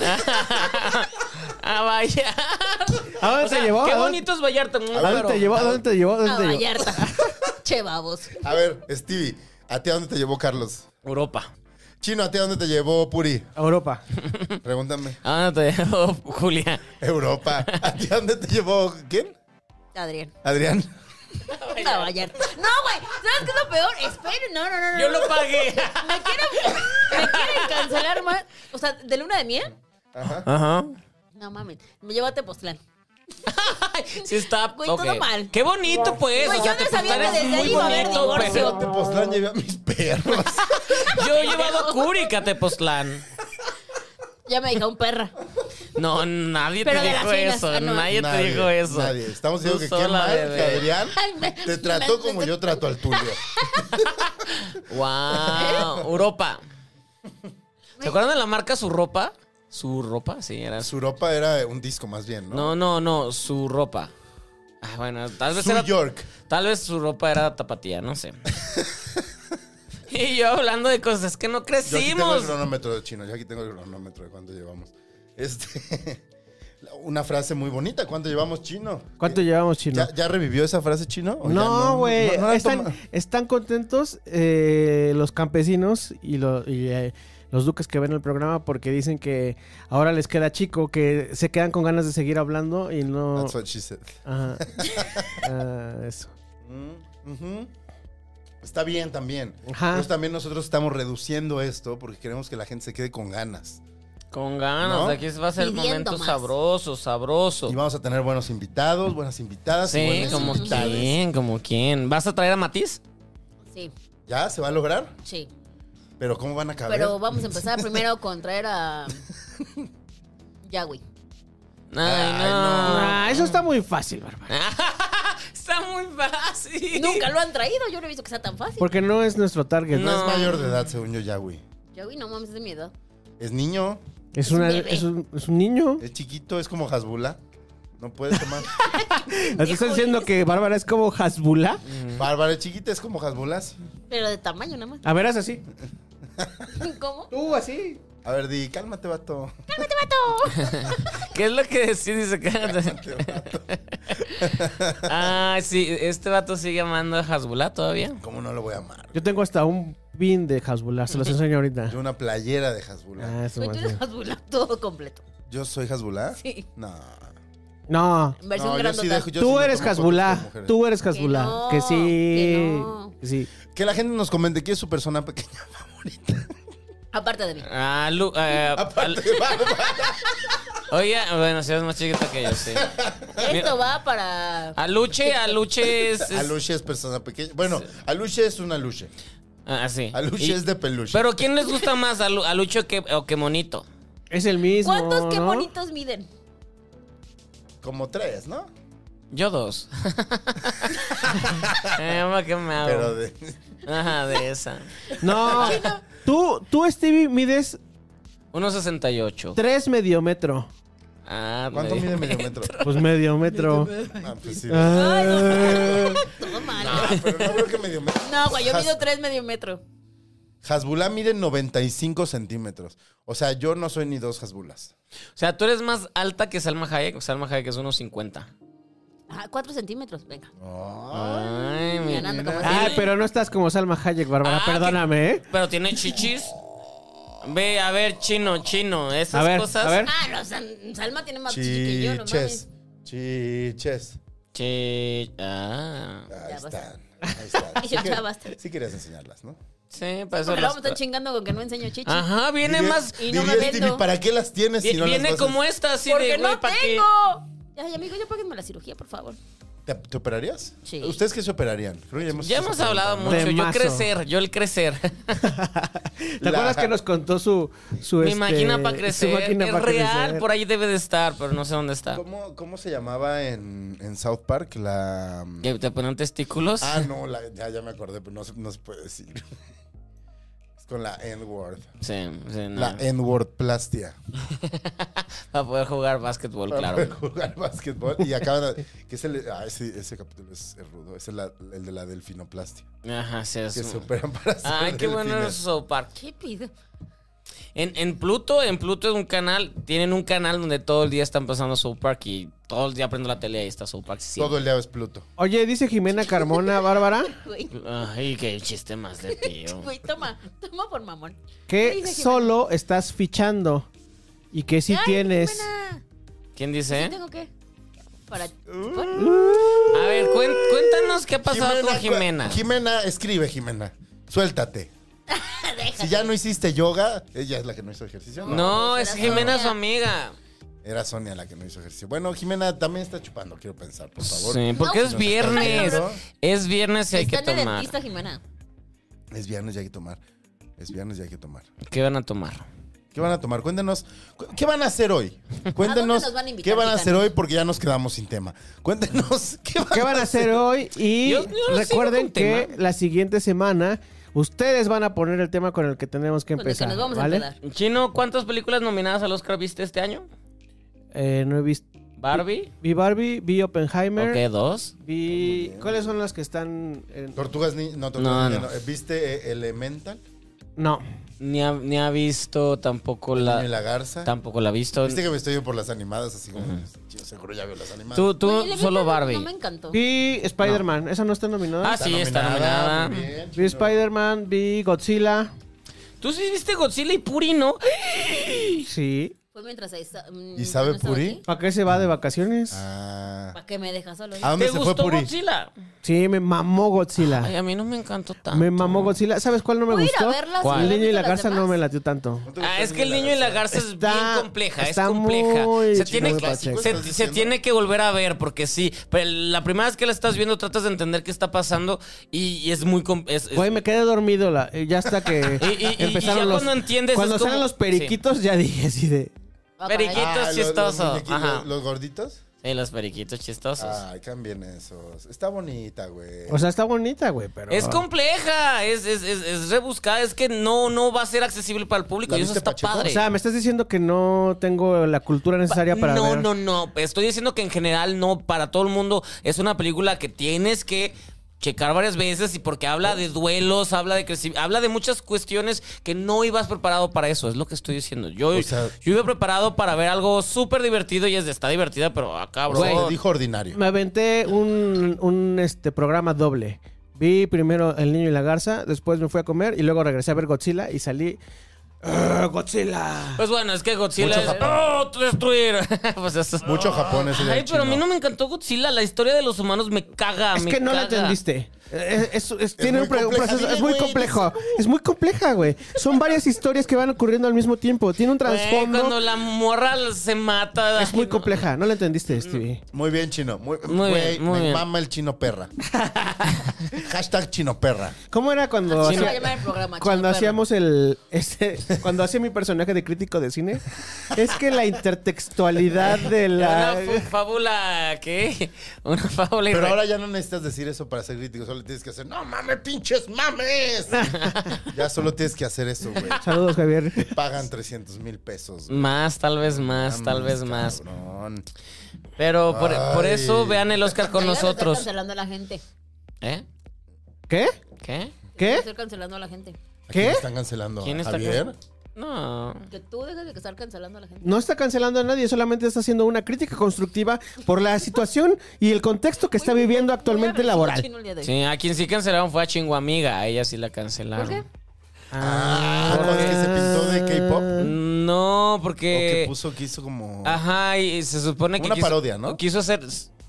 [SPEAKER 4] Ah, A Vallarta.
[SPEAKER 5] ¿A dónde
[SPEAKER 4] Ah, O sea,
[SPEAKER 5] te llevó?
[SPEAKER 4] Qué
[SPEAKER 5] ¿A dónde-
[SPEAKER 4] bonito es Vallarta. mm,
[SPEAKER 5] ¿A dónde
[SPEAKER 4] pero-
[SPEAKER 5] te llevó? ¿A dónde te llevó? ¿A
[SPEAKER 6] A
[SPEAKER 5] dónde te llevó?
[SPEAKER 6] Vallarta. Che, babos.
[SPEAKER 3] A ver, Stevie, ¿a ti a dónde te llevó Carlos?
[SPEAKER 4] Europa.
[SPEAKER 3] Chino, ¿a ti a dónde te llevó Puri?
[SPEAKER 5] A Europa.
[SPEAKER 3] Pregúntame.
[SPEAKER 4] ¿A dónde Ah, te llevó Julia?
[SPEAKER 3] Europa. ¿A ti a dónde te llevó quién?
[SPEAKER 6] Adrián.
[SPEAKER 3] Adrián.
[SPEAKER 6] A Vallarta. No, güey. ¿Sabes qué es lo peor? Esperen. No, no, no. no
[SPEAKER 4] Yo
[SPEAKER 6] no.
[SPEAKER 4] lo pagué.
[SPEAKER 6] Me quieren, me quieren cancelar más. O sea, de luna de miel.
[SPEAKER 4] Ajá.
[SPEAKER 6] No mames. Me llevo a Tepoztlán.
[SPEAKER 4] Sí está.
[SPEAKER 6] Güey, todo
[SPEAKER 4] ok.
[SPEAKER 6] mal.
[SPEAKER 4] Qué bonito, pues.
[SPEAKER 6] Güey,
[SPEAKER 4] o
[SPEAKER 6] yo
[SPEAKER 4] sea,
[SPEAKER 6] no
[SPEAKER 4] te
[SPEAKER 6] sabía que
[SPEAKER 4] portaras
[SPEAKER 6] desde
[SPEAKER 4] muy
[SPEAKER 6] ahí iba a haber
[SPEAKER 4] bonito,
[SPEAKER 6] divorcio.
[SPEAKER 4] pero-
[SPEAKER 3] Yo a Tepoztlán llevé a mis perros.
[SPEAKER 4] Yo he llevado a Curica a Tepoztlán.
[SPEAKER 6] Ya me dejó un perra.
[SPEAKER 4] No, nadie
[SPEAKER 6] Pero
[SPEAKER 4] te
[SPEAKER 6] de las
[SPEAKER 4] dijo
[SPEAKER 6] finas,
[SPEAKER 4] eso.
[SPEAKER 6] ah, no.
[SPEAKER 4] Nadie, te dijo eso.
[SPEAKER 3] Nadie. Estamos
[SPEAKER 4] Tú
[SPEAKER 3] diciendo que qué
[SPEAKER 4] sola,
[SPEAKER 3] mal que
[SPEAKER 4] bebé.
[SPEAKER 3] Adrián
[SPEAKER 6] Ay, me-
[SPEAKER 3] te
[SPEAKER 6] me-
[SPEAKER 3] trató como yo trato al tuyo.
[SPEAKER 4] Wow, Europa. ¿Se acuerdan de la marca Su Ropa? Su ropa, sí, era su.
[SPEAKER 3] Su ropa era un disco más bien, ¿no?
[SPEAKER 4] No, no, no, su ropa. Ah, bueno, tal vez
[SPEAKER 3] Su
[SPEAKER 4] era.
[SPEAKER 3] York.
[SPEAKER 4] Tal vez su ropa era tapatía, no sé. y yo hablando de cosas que no
[SPEAKER 3] Yo aquí tengo el
[SPEAKER 4] crecimos.
[SPEAKER 3] cronómetro de chino. Yo aquí tengo el cronómetro de cuánto llevamos. Este. Una frase muy bonita. ¿Cuánto llevamos chino?
[SPEAKER 5] ¿Cuánto llevamos, chino?
[SPEAKER 3] ¿Ya, ya revivió esa frase chino? ¿O ya
[SPEAKER 5] No, güey.
[SPEAKER 3] no- no la
[SPEAKER 5] están,
[SPEAKER 3] toma?
[SPEAKER 5] están contentos eh, los campesinos y, lo- y, eh, los duques que ven el programa porque dicen que ahora les queda chico, que se quedan con ganas de seguir hablando y no.
[SPEAKER 3] That's what she said.
[SPEAKER 5] Ajá. Ah, eso.
[SPEAKER 3] Mm, ujú. Está bien también.
[SPEAKER 5] Ajá.
[SPEAKER 3] Pero también nosotros estamos reduciendo esto porque queremos que la gente se quede con ganas.
[SPEAKER 4] Con ganas,
[SPEAKER 3] ¿No?
[SPEAKER 4] aquí va a ser el
[SPEAKER 6] Pidiendo
[SPEAKER 4] momento
[SPEAKER 6] más.
[SPEAKER 4] sabroso, sabroso.
[SPEAKER 3] Y vamos a tener buenos invitados, buenas invitadas. y
[SPEAKER 4] Sí,
[SPEAKER 3] buenos
[SPEAKER 4] como
[SPEAKER 3] invitados.
[SPEAKER 4] quién, como quién. ¿Vas a traer a Matiz?
[SPEAKER 6] Sí,
[SPEAKER 3] Ya se va a lograr,
[SPEAKER 6] sí.
[SPEAKER 3] pero ¿cómo van a acabar?
[SPEAKER 6] Pero vamos a empezar primero con traer a. Yahweh.
[SPEAKER 4] Ay,
[SPEAKER 3] Ay, no.
[SPEAKER 5] Ah, eso está muy fácil, Bárbara.
[SPEAKER 4] Está muy fácil.
[SPEAKER 6] Nunca lo han traído. Yo no he visto que sea tan fácil.
[SPEAKER 5] Porque no es nuestro target.
[SPEAKER 3] No,
[SPEAKER 4] No.
[SPEAKER 3] es mayor de edad, según yo, ya, güey.
[SPEAKER 6] Yahweh, no mames, es de mi edad.
[SPEAKER 3] Es niño,
[SPEAKER 5] Es,
[SPEAKER 6] Es un
[SPEAKER 5] una,
[SPEAKER 6] bebé.
[SPEAKER 5] es, un, es un niño.
[SPEAKER 3] es chiquito, es como Hasbula. No puedes tomar.
[SPEAKER 5] ¿Estás diciendo que Bárbara es como Hasbula?
[SPEAKER 3] Bárbara es chiquita, es como Hasbula. sí.
[SPEAKER 6] Pero de tamaño nada más.
[SPEAKER 5] A ver, haz así.
[SPEAKER 6] ¿Cómo?
[SPEAKER 5] Tú, Uh, así.
[SPEAKER 3] A ver, di, cálmate, vato.
[SPEAKER 4] ¿Qué es lo que decís? Dice,
[SPEAKER 3] Cálmate, vato.
[SPEAKER 4] Ah, sí, este vato sigue amando a Hasbulá todavía.
[SPEAKER 3] ¿Cómo no lo voy a amar?
[SPEAKER 5] Yo tengo hasta un pin de Hasbula. Se los enseño ahorita.
[SPEAKER 3] Yo una playera de Hasbula.
[SPEAKER 5] Ah, eso
[SPEAKER 6] Soy
[SPEAKER 5] más
[SPEAKER 6] tú de
[SPEAKER 5] bien.
[SPEAKER 6] Hasbula, todo completo.
[SPEAKER 3] ¿Yo soy Hasbula?
[SPEAKER 6] Sí.
[SPEAKER 3] No.
[SPEAKER 5] No.
[SPEAKER 6] En versión
[SPEAKER 3] No, yo
[SPEAKER 6] grandota.
[SPEAKER 3] sí dejo- yo sí
[SPEAKER 5] tú
[SPEAKER 3] me
[SPEAKER 5] eres
[SPEAKER 3] tomo fotos con
[SPEAKER 5] Hasbulá,
[SPEAKER 3] mujeres.
[SPEAKER 5] tú eres
[SPEAKER 6] no,
[SPEAKER 5] Hasbulá, que, sí,
[SPEAKER 6] que no.
[SPEAKER 5] que sí.
[SPEAKER 3] Que la gente nos comente quién es su persona pequeña favorita.
[SPEAKER 6] Aparte de mí.
[SPEAKER 4] Ah, Lu- eh,
[SPEAKER 3] Aparte de Bárbara.
[SPEAKER 4] oye, bueno, si es más chiquito que yo, sí.
[SPEAKER 3] Ah,
[SPEAKER 6] Esto va para.
[SPEAKER 4] Aluche, Aluche es. es-
[SPEAKER 3] Aluche es persona pequeña. Bueno, Aluche es un Aluche.
[SPEAKER 4] ah, sí.
[SPEAKER 3] Aluche
[SPEAKER 4] Y-
[SPEAKER 3] es de peluche.
[SPEAKER 4] Pero ¿quién les gusta más, Alu- Aluche o que, o que Monito?
[SPEAKER 5] Es el mismo.
[SPEAKER 6] ¿Cuántos qué
[SPEAKER 5] ¿no?
[SPEAKER 6] bonitos miden?
[SPEAKER 3] Como tres, ¿no?
[SPEAKER 4] Yo dos. Eh, mamá, ¿qué
[SPEAKER 6] Ah,
[SPEAKER 4] me hago?
[SPEAKER 3] Pero de-
[SPEAKER 4] Ajá, de esa.
[SPEAKER 5] No. Tú, tú, Stevie, mides
[SPEAKER 4] 1.68.
[SPEAKER 5] 3 mediómetro.
[SPEAKER 4] Ah,
[SPEAKER 3] ¿Cuánto
[SPEAKER 4] me-
[SPEAKER 3] mide medio metro?
[SPEAKER 5] Pues mediómetro.
[SPEAKER 3] Ah, pues sí.
[SPEAKER 6] Ay,
[SPEAKER 5] Ah,
[SPEAKER 6] no. Todo mal.
[SPEAKER 3] Ah, pero no creo que medio metro.
[SPEAKER 6] No, güey, yo
[SPEAKER 3] Has-
[SPEAKER 6] mido tres medio metro.
[SPEAKER 3] Hasbulá mide 95 centímetros. O sea, yo no soy ni dos Hasbulas.
[SPEAKER 4] O sea, tú eres más alta que Salma Hayek. Salma Hayek es 1.50.
[SPEAKER 6] Ah, cuatro centímetros, venga. Ah,
[SPEAKER 4] Ay, mi
[SPEAKER 6] Ganando como
[SPEAKER 5] Ay, pero no estás como Salma Hayek, Bárbara.
[SPEAKER 4] Ah,
[SPEAKER 5] Perdóname, ¿eh?
[SPEAKER 4] Pero tiene chichis. Ve, a ver, chino, chino. Esas
[SPEAKER 5] A ver,
[SPEAKER 4] cosas.
[SPEAKER 5] a ver.
[SPEAKER 6] Ah, no, San- Salma tiene más chichi que yo, no mames.
[SPEAKER 3] Chiches. Chiches.
[SPEAKER 4] Chi- ah.
[SPEAKER 3] Ahí
[SPEAKER 6] Ya basta.
[SPEAKER 3] están. Ahí están.
[SPEAKER 6] Ya
[SPEAKER 3] Sí que-
[SPEAKER 6] basta.
[SPEAKER 3] Sí querías enseñarlas, ¿no?
[SPEAKER 4] Sí, para eso
[SPEAKER 6] Pero
[SPEAKER 4] las-
[SPEAKER 6] vamos a estar chingando con que no enseño chichi.
[SPEAKER 4] Ajá, viene
[SPEAKER 3] Diría-
[SPEAKER 4] más.
[SPEAKER 6] Y no me
[SPEAKER 3] diría
[SPEAKER 6] vendo.
[SPEAKER 3] Stevie, ¿para qué las tienes si
[SPEAKER 4] vi-
[SPEAKER 3] no las
[SPEAKER 4] viene
[SPEAKER 3] vas a-
[SPEAKER 4] como esta, así
[SPEAKER 6] Porque
[SPEAKER 4] de, güey,
[SPEAKER 6] no
[SPEAKER 4] ¿para qué?
[SPEAKER 6] tengo. Ay, amigo, ya páguenme la cirugía, por favor.
[SPEAKER 3] ¿Te, te operarías?
[SPEAKER 6] Sí.
[SPEAKER 3] ¿Ustedes qué se operarían? Creo que
[SPEAKER 4] Ya
[SPEAKER 3] hecho
[SPEAKER 4] hemos
[SPEAKER 3] esa
[SPEAKER 4] hablado
[SPEAKER 3] pregunta,
[SPEAKER 4] mucho. Yo
[SPEAKER 5] Temazo.
[SPEAKER 4] crecer, yo el crecer.
[SPEAKER 5] ¿Te
[SPEAKER 3] La-
[SPEAKER 5] acuerdas que nos contó su. su
[SPEAKER 4] Mi
[SPEAKER 5] este,
[SPEAKER 4] máquina para
[SPEAKER 5] su
[SPEAKER 4] crecer.
[SPEAKER 5] máquina
[SPEAKER 4] es
[SPEAKER 5] para
[SPEAKER 4] real,
[SPEAKER 5] crecer?
[SPEAKER 4] por ahí debe de estar, pero no sé dónde está.
[SPEAKER 3] ¿no? ¿Cómo, cómo se llamaba en, en South Park la...
[SPEAKER 4] ¿Que ¿Te ponen testículos?
[SPEAKER 3] Ah, no, la- ya, ya me acordé, pero no, se- no se puede decir. Es con la N-word.
[SPEAKER 4] Sí, sí, no.
[SPEAKER 6] eh.
[SPEAKER 3] La N-word plastia.
[SPEAKER 4] Para poder jugar básquetbol,
[SPEAKER 3] Para
[SPEAKER 4] claro.
[SPEAKER 3] poder jugar básquetbol. Y acaban de... Que es el, ah, ese, ese capítulo es, es rudo. Es el, el de la delfinoplastia.
[SPEAKER 4] Ajá, sí, es
[SPEAKER 3] Que
[SPEAKER 4] un-
[SPEAKER 3] se operan para ser
[SPEAKER 4] Ay, qué bueno es
[SPEAKER 3] delfines.
[SPEAKER 4] South Park.
[SPEAKER 6] ¿Qué pido?
[SPEAKER 4] En, en Pluto, en Pluto es un canal, tienen un canal donde todo el día están pasando South Park y todo el día prendo la tele y ahí está South Park. siempre.
[SPEAKER 3] Todo el día es Pluto.
[SPEAKER 5] Oye, dice Jimena Carmona, Bárbara,
[SPEAKER 6] Güey,
[SPEAKER 4] Ay, qué chiste más de tío.
[SPEAKER 6] güey, toma, toma por mamón. ¿Qué
[SPEAKER 5] que
[SPEAKER 6] dice Jimena?
[SPEAKER 5] solo estás fichando y que sí
[SPEAKER 6] Ay,
[SPEAKER 5] tienes.
[SPEAKER 6] buena.
[SPEAKER 4] ¿Quién dice?
[SPEAKER 6] ¿Sí tengo qué? Para.
[SPEAKER 4] A ver, cuen- cuéntanos qué ha pasado con
[SPEAKER 3] cu-
[SPEAKER 4] Jimena.
[SPEAKER 3] Jimena, escribe, Jimena. Suéltate.
[SPEAKER 6] Deja.
[SPEAKER 3] Si ya no hiciste yoga, ella es la que no hizo ejercicio.
[SPEAKER 4] No, es
[SPEAKER 6] Era
[SPEAKER 4] Jimena
[SPEAKER 6] Sonia.
[SPEAKER 4] su amiga.
[SPEAKER 3] Era Sonia la que no hizo ejercicio. Bueno, Jimena también está chupando, quiero pensar, por favor.
[SPEAKER 4] Sí, porque es
[SPEAKER 3] Nos
[SPEAKER 4] viernes.
[SPEAKER 3] está viendo.
[SPEAKER 4] Es viernes y hay que
[SPEAKER 6] Está en el
[SPEAKER 4] tomar.
[SPEAKER 6] dentista, Jimena.
[SPEAKER 3] Es viernes y hay que tomar. Es viernes y hay que tomar.
[SPEAKER 4] ¿Qué van a tomar?
[SPEAKER 3] ¿Qué van a tomar? Cuéntenos. cu- ¿Qué van a hacer hoy? Cuéntenos.
[SPEAKER 6] nos van a invitar,
[SPEAKER 3] ¿Qué van a
[SPEAKER 6] gitanos?
[SPEAKER 3] hacer hoy? Porque ya nos quedamos sin tema. Cuéntenos. ¿Qué van,
[SPEAKER 5] ¿Qué van a hacer hoy? Y
[SPEAKER 4] Yo- yo no sigo
[SPEAKER 5] recuerden
[SPEAKER 4] con
[SPEAKER 5] que
[SPEAKER 4] tema.
[SPEAKER 5] la siguiente semana ustedes van a poner el tema con el que tenemos que
[SPEAKER 6] Con el que
[SPEAKER 5] empezar.
[SPEAKER 6] nos vamos
[SPEAKER 5] ¿vale?
[SPEAKER 6] a empezar.
[SPEAKER 4] Chino, ¿cuántas películas nominadas al Oscar viste este año?
[SPEAKER 5] Eh, no he visto.
[SPEAKER 4] Barbie.
[SPEAKER 5] Vi Barbie, vi Oppenheimer.
[SPEAKER 4] Ok, dos.
[SPEAKER 5] Vi. ¿Cuáles son las que están.? en-
[SPEAKER 3] Tortugas ni no,
[SPEAKER 4] No,
[SPEAKER 3] tortugas Ninja
[SPEAKER 4] no.
[SPEAKER 3] no. ¿Viste eh, Elemental?
[SPEAKER 5] No.
[SPEAKER 4] Ni ha, ni ha visto tampoco
[SPEAKER 3] Ni
[SPEAKER 4] la.
[SPEAKER 3] la garza.
[SPEAKER 4] Tampoco la ha visto.
[SPEAKER 3] Viste que me estoy yo por las animadas, así como. "Chido, seguro ya veo las animadas.
[SPEAKER 4] Tú, tú,
[SPEAKER 6] Güey, el evento
[SPEAKER 4] solo
[SPEAKER 6] no-
[SPEAKER 4] Barbie.
[SPEAKER 6] No me encantó.
[SPEAKER 5] Vi Spider-Man. ¿Esa no está nominada?
[SPEAKER 4] Ah, sí, está nominada.
[SPEAKER 3] muy bien,
[SPEAKER 5] Vi
[SPEAKER 3] chido.
[SPEAKER 5] Spider-Man, vi Godzilla.
[SPEAKER 4] Tú sí viste Godzilla y Puri, ¿no?
[SPEAKER 5] Sí.
[SPEAKER 6] Fue mientras ahí. sa- mm,
[SPEAKER 3] ¿Y sabe
[SPEAKER 6] no estaba
[SPEAKER 3] Puri?
[SPEAKER 6] aquí.
[SPEAKER 5] ¿Para qué se va de vacaciones?
[SPEAKER 3] Ah.
[SPEAKER 6] ¿Para qué me dejas solo?
[SPEAKER 3] ¿A dónde
[SPEAKER 4] ¿Te
[SPEAKER 3] se fue
[SPEAKER 4] gustó
[SPEAKER 3] Puri?
[SPEAKER 4] Godzilla?
[SPEAKER 5] Sí, me mamó
[SPEAKER 4] Ay,
[SPEAKER 5] Godzilla.
[SPEAKER 4] a mí no me encantó tanto.
[SPEAKER 5] Me mamó Godzilla. ¿Sabes cuál no me
[SPEAKER 6] Voy a ir a
[SPEAKER 5] gustó?
[SPEAKER 6] verla,
[SPEAKER 4] ¿Cuál?
[SPEAKER 5] El niño y la
[SPEAKER 6] ¿Las
[SPEAKER 5] garza no
[SPEAKER 6] demás?
[SPEAKER 5] me latió tanto.
[SPEAKER 4] Ah, es que el niño y la garza es
[SPEAKER 5] Está-
[SPEAKER 4] bien compleja,
[SPEAKER 5] está
[SPEAKER 4] es compleja.
[SPEAKER 5] muy chingón
[SPEAKER 4] se tiene,
[SPEAKER 5] de
[SPEAKER 4] que,
[SPEAKER 5] Pacheco.
[SPEAKER 4] se-
[SPEAKER 3] ¿Estás
[SPEAKER 4] se
[SPEAKER 3] diciendo?
[SPEAKER 4] tiene que volver a ver, porque sí. Pero la primera vez que la estás viendo, tratas de entender qué está pasando y, y es muy. com- Es, es-
[SPEAKER 5] Güey, me quedé dormido la- eh, ya hasta que
[SPEAKER 4] Y- y- y-
[SPEAKER 5] empezaron
[SPEAKER 4] y ya
[SPEAKER 5] los...
[SPEAKER 4] cuando entiendes
[SPEAKER 5] cuando
[SPEAKER 4] es como-
[SPEAKER 5] salen los periquitos ya dije así de...
[SPEAKER 6] Ah, caray.
[SPEAKER 4] Periquito.
[SPEAKER 3] Ah, los-
[SPEAKER 4] chistoso,
[SPEAKER 3] Los, muñequitos,
[SPEAKER 4] ajá.
[SPEAKER 3] los gorditos.
[SPEAKER 4] Sí, los periquitos chistosos.
[SPEAKER 3] Ay, cambien esos. Está bonita, güey.
[SPEAKER 5] O sea, está bonita, güey, pero...
[SPEAKER 4] Es compleja, es, es, es, es rebuscada, es que no, no va a ser accesible para el público
[SPEAKER 3] ¿La
[SPEAKER 4] y eso
[SPEAKER 3] viste,
[SPEAKER 4] está
[SPEAKER 3] Pacheco?
[SPEAKER 4] padre.
[SPEAKER 5] O sea, me estás diciendo que no tengo la cultura necesaria para
[SPEAKER 4] no,
[SPEAKER 5] ver...
[SPEAKER 4] no, no. Estoy diciendo que en general no, para todo el mundo es una película que tienes que checar varias veces y porque habla de duelos, habla de crecimiento, habla de muchas cuestiones que no ibas preparado para eso, es lo que estoy diciendo. Yo,
[SPEAKER 3] O sea-
[SPEAKER 4] yo iba preparado para ver algo súper divertido y es de está divertida, pero ah, acá,
[SPEAKER 3] O
[SPEAKER 4] bro.
[SPEAKER 3] sea, te dijo ordinario.
[SPEAKER 5] Me aventé un, un, este, programa doble. Vi primero El Niño y la Garza, después me fui a comer y luego regresé a ver Godzilla y salí... "Ugh, ¡Godzilla!
[SPEAKER 4] Pues bueno, es que Godzilla
[SPEAKER 3] Mucho
[SPEAKER 4] es
[SPEAKER 3] Japón.
[SPEAKER 4] ¡Oh, tú destruir. pues eso.
[SPEAKER 3] Mucho japonés.
[SPEAKER 4] Ay, pero a mí no me encantó Godzilla, la historia de los humanos me caga.
[SPEAKER 5] Es
[SPEAKER 4] me
[SPEAKER 5] que no la
[SPEAKER 4] caga.
[SPEAKER 5] entendiste. Eh, Es, es- tiene
[SPEAKER 3] muy
[SPEAKER 5] un pre- un
[SPEAKER 3] compleja.
[SPEAKER 5] proceso- es
[SPEAKER 3] Dile,
[SPEAKER 5] muy
[SPEAKER 3] güey,
[SPEAKER 5] compleja. Es muy compleja, güey. Son varias historias que van ocurriendo al mismo tiempo. Tiene un
[SPEAKER 4] Güey,
[SPEAKER 5] trasfondo.
[SPEAKER 4] cuando la morra se mata.
[SPEAKER 5] Es muy compleja. No la entendiste, Stevie.
[SPEAKER 3] Muy bien, chino. Muy,
[SPEAKER 4] Muy
[SPEAKER 3] güey,
[SPEAKER 4] bien, muy
[SPEAKER 3] me
[SPEAKER 4] bien.
[SPEAKER 3] mama el chino perra. Hashtag chino perra.
[SPEAKER 5] ¿Cómo era cuando
[SPEAKER 4] Ah,
[SPEAKER 6] Así
[SPEAKER 5] hacía-
[SPEAKER 6] se va a llamar el programa,
[SPEAKER 5] cuando
[SPEAKER 6] Chino Perro.
[SPEAKER 5] hacíamos el este, cuando hacía mi personaje de crítico de cine? Es que la intertextualidad de la
[SPEAKER 4] Una fu- fábula, ¿qué? Una fábula
[SPEAKER 3] Pero
[SPEAKER 4] irre-
[SPEAKER 3] ahora ya no necesitas decir eso para ser crítico. Solo tienes que hacer, no mames, pinches mames. ya solo tienes que hacer eso, güey.
[SPEAKER 5] Saludos, Javier.
[SPEAKER 3] Pagan 300 mil pesos. güey.
[SPEAKER 4] Más, tal vez más, tal vez más.
[SPEAKER 3] Cabrón.
[SPEAKER 4] Pero por, por eso
[SPEAKER 3] Ay.
[SPEAKER 4] vean el Oscar con
[SPEAKER 6] Ya los Están
[SPEAKER 4] nosotros.
[SPEAKER 6] cancelando a la gente.
[SPEAKER 4] ¿Eh?
[SPEAKER 5] ¿Qué?
[SPEAKER 4] ¿Qué?
[SPEAKER 6] Ya
[SPEAKER 5] ¿Qué?
[SPEAKER 6] Están cancelando a la gente.
[SPEAKER 3] ¿A
[SPEAKER 5] ¿Qué?
[SPEAKER 3] quién están cancelando?
[SPEAKER 4] ¿Quién
[SPEAKER 3] ¿A
[SPEAKER 4] está
[SPEAKER 3] Javier?
[SPEAKER 4] can- No.
[SPEAKER 6] Que tú dejes de estar cancelando a la gente.
[SPEAKER 5] No está cancelando a nadie, solamente está haciendo una crítica constructiva por la situación y el contexto que está viviendo actualmente
[SPEAKER 6] Muy agresivo
[SPEAKER 5] laboral.
[SPEAKER 6] Chino el día de hoy.
[SPEAKER 4] Sí, a quien sí cancelaron fue a Chinguamiga. A ella sí la cancelaron.
[SPEAKER 6] ¿Por qué?
[SPEAKER 3] Ah, ¿por qué se pintó de K-pop?
[SPEAKER 4] No,
[SPEAKER 3] ¿O
[SPEAKER 4] porque.
[SPEAKER 3] que puso, que hizo como...
[SPEAKER 4] Ah, eh, Ajá, y se supone que.
[SPEAKER 3] Una
[SPEAKER 4] quiso-
[SPEAKER 3] parodia, ¿no?
[SPEAKER 4] Quiso hacer.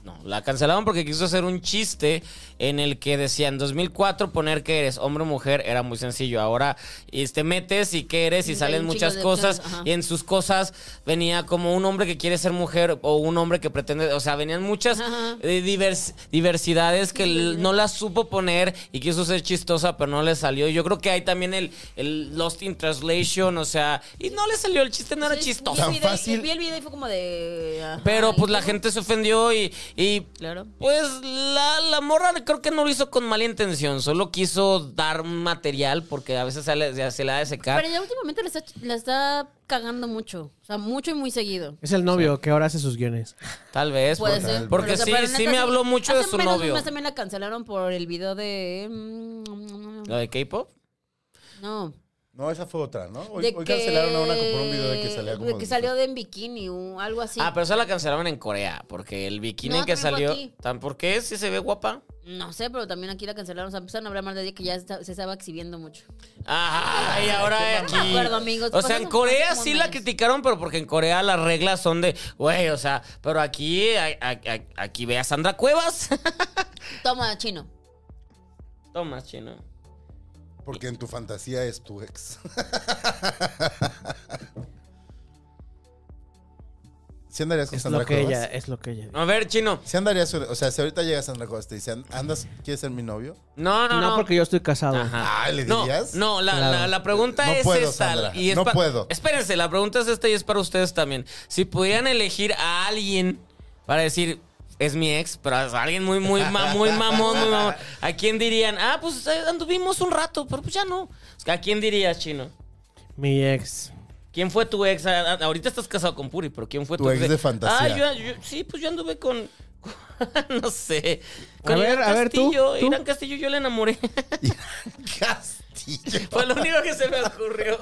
[SPEAKER 4] No, la cancelaron porque quiso hacer un chiste en el que decía en 2004 poner que eres hombre o mujer era muy sencillo. Ahora y te metes y que eres y
[SPEAKER 6] Y hay
[SPEAKER 4] salen
[SPEAKER 6] un chingo
[SPEAKER 4] muchas
[SPEAKER 6] de
[SPEAKER 4] cosas.
[SPEAKER 6] opciones, ajá.
[SPEAKER 4] Y en sus cosas venía como un hombre que quiere ser mujer o un hombre que pretende. O sea, venían muchas
[SPEAKER 6] Ajá.
[SPEAKER 4] eh, divers- diversidades que l- no las supo poner y quiso ser chistosa, pero no le salió. Yo creo que hay también el, el Lost in Translation, o sea, y no le salió el chiste, no era
[SPEAKER 6] Sí,
[SPEAKER 4] chistoso.
[SPEAKER 6] vi el
[SPEAKER 3] Tan
[SPEAKER 6] video y-
[SPEAKER 3] fácil.
[SPEAKER 6] Vi el video y fue como de. ajá,
[SPEAKER 4] Pero pues
[SPEAKER 6] ¿y
[SPEAKER 4] la
[SPEAKER 6] cómo?
[SPEAKER 4] gente se ofendió y, y,
[SPEAKER 6] Claro.
[SPEAKER 4] pues la, la morra creo que no lo hizo con mala intención, solo quiso dar material porque a veces se le, se le ha de secar.
[SPEAKER 6] Pero ya últimamente la está, la está cagando mucho. O sea, mucho y muy seguido.
[SPEAKER 5] Es el novio que ahora hace sus guiones.
[SPEAKER 4] Tal vez.
[SPEAKER 6] Puede
[SPEAKER 4] porque,
[SPEAKER 6] ser.
[SPEAKER 4] porque
[SPEAKER 6] pero, o sea,
[SPEAKER 4] sí,
[SPEAKER 6] pero
[SPEAKER 4] sí
[SPEAKER 6] neta,
[SPEAKER 4] me habló mucho de
[SPEAKER 6] hace
[SPEAKER 4] su
[SPEAKER 6] menos de un
[SPEAKER 4] novio.
[SPEAKER 6] mes también la cancelaron por el video de. mm,
[SPEAKER 4] ¿Lo de K-pop?
[SPEAKER 6] No.
[SPEAKER 3] No, esa fue otra, ¿no? Hoy,
[SPEAKER 6] de
[SPEAKER 3] hoy
[SPEAKER 6] que-
[SPEAKER 3] cancelaron a una por un video de que salía como...
[SPEAKER 6] de que salió de en bikini o algo así.
[SPEAKER 4] Ah, pero esa la cancelaron en Corea, porque el bikini
[SPEAKER 6] No,
[SPEAKER 4] que
[SPEAKER 6] también fue
[SPEAKER 4] salió...
[SPEAKER 6] aquí.
[SPEAKER 4] ¿Tan ¿Por qué? Si se ve guapa.
[SPEAKER 6] No sé, pero también aquí la cancelaron. O sea, empezaron a hablar más de ella que ya está- se estaba exhibiendo mucho.
[SPEAKER 4] Ajá, y ahora
[SPEAKER 6] No
[SPEAKER 4] aquí.
[SPEAKER 6] me acuerdo, amigos.
[SPEAKER 4] O
[SPEAKER 6] Pues
[SPEAKER 4] sea, en
[SPEAKER 6] eso
[SPEAKER 4] Corea
[SPEAKER 6] fue hace
[SPEAKER 4] sí
[SPEAKER 6] como
[SPEAKER 4] la
[SPEAKER 6] mes.
[SPEAKER 4] criticaron, pero porque en Corea las reglas son de, güey, o sea, pero aquí, a- a- a- aquí ve a Sandra Cuevas.
[SPEAKER 6] Toma, chino.
[SPEAKER 4] Toma, chino.
[SPEAKER 3] Porque en tu fantasía es tu ex. ¿Sí andarías con
[SPEAKER 5] Es
[SPEAKER 3] Sandra
[SPEAKER 5] lo que
[SPEAKER 3] Cuevas?
[SPEAKER 5] ella, es lo que ella. dijo.
[SPEAKER 4] A ver, chino.
[SPEAKER 3] ¿Sí andarías con- O sea, si ahorita llega Sandra Cuevas y te dice, ¿andas, quieres ser mi novio?
[SPEAKER 4] No, no, no.
[SPEAKER 5] No, porque yo estoy casado.
[SPEAKER 4] Ajá.
[SPEAKER 3] Ah, ¿le
[SPEAKER 4] No,
[SPEAKER 3] dirías?
[SPEAKER 4] No, la,
[SPEAKER 5] Claro.
[SPEAKER 4] la- la pregunta
[SPEAKER 3] No
[SPEAKER 4] es
[SPEAKER 3] puedo,
[SPEAKER 4] esta.
[SPEAKER 3] Sandra,
[SPEAKER 4] y es
[SPEAKER 3] no
[SPEAKER 4] pa-
[SPEAKER 3] puedo.
[SPEAKER 4] Espérense, la pregunta es esta y es para ustedes también. Si pudieran elegir a alguien para decir, es mi ex, pero es alguien muy, muy, ma- muy mamón, muy mamón, ¿a quién dirían? Ah, pues eh, anduvimos un rato, pero pues ya no. ¿A quién dirías, chino?
[SPEAKER 5] Mi ex.
[SPEAKER 4] ¿Quién fue tu ex? A- a- Ahorita estás casado con Puri, pero ¿quién fue tu,
[SPEAKER 3] Tu ex de fantasía.
[SPEAKER 4] Ah, yo, yo- sí, pues yo anduve con. con- no sé. Con
[SPEAKER 5] A ver,
[SPEAKER 4] Irán
[SPEAKER 5] a ver, tú,
[SPEAKER 4] Castillo.
[SPEAKER 5] tú.
[SPEAKER 4] Irán Castillo, yo le enamoré.
[SPEAKER 3] Castillo.
[SPEAKER 4] Fue lo único que se me ocurrió.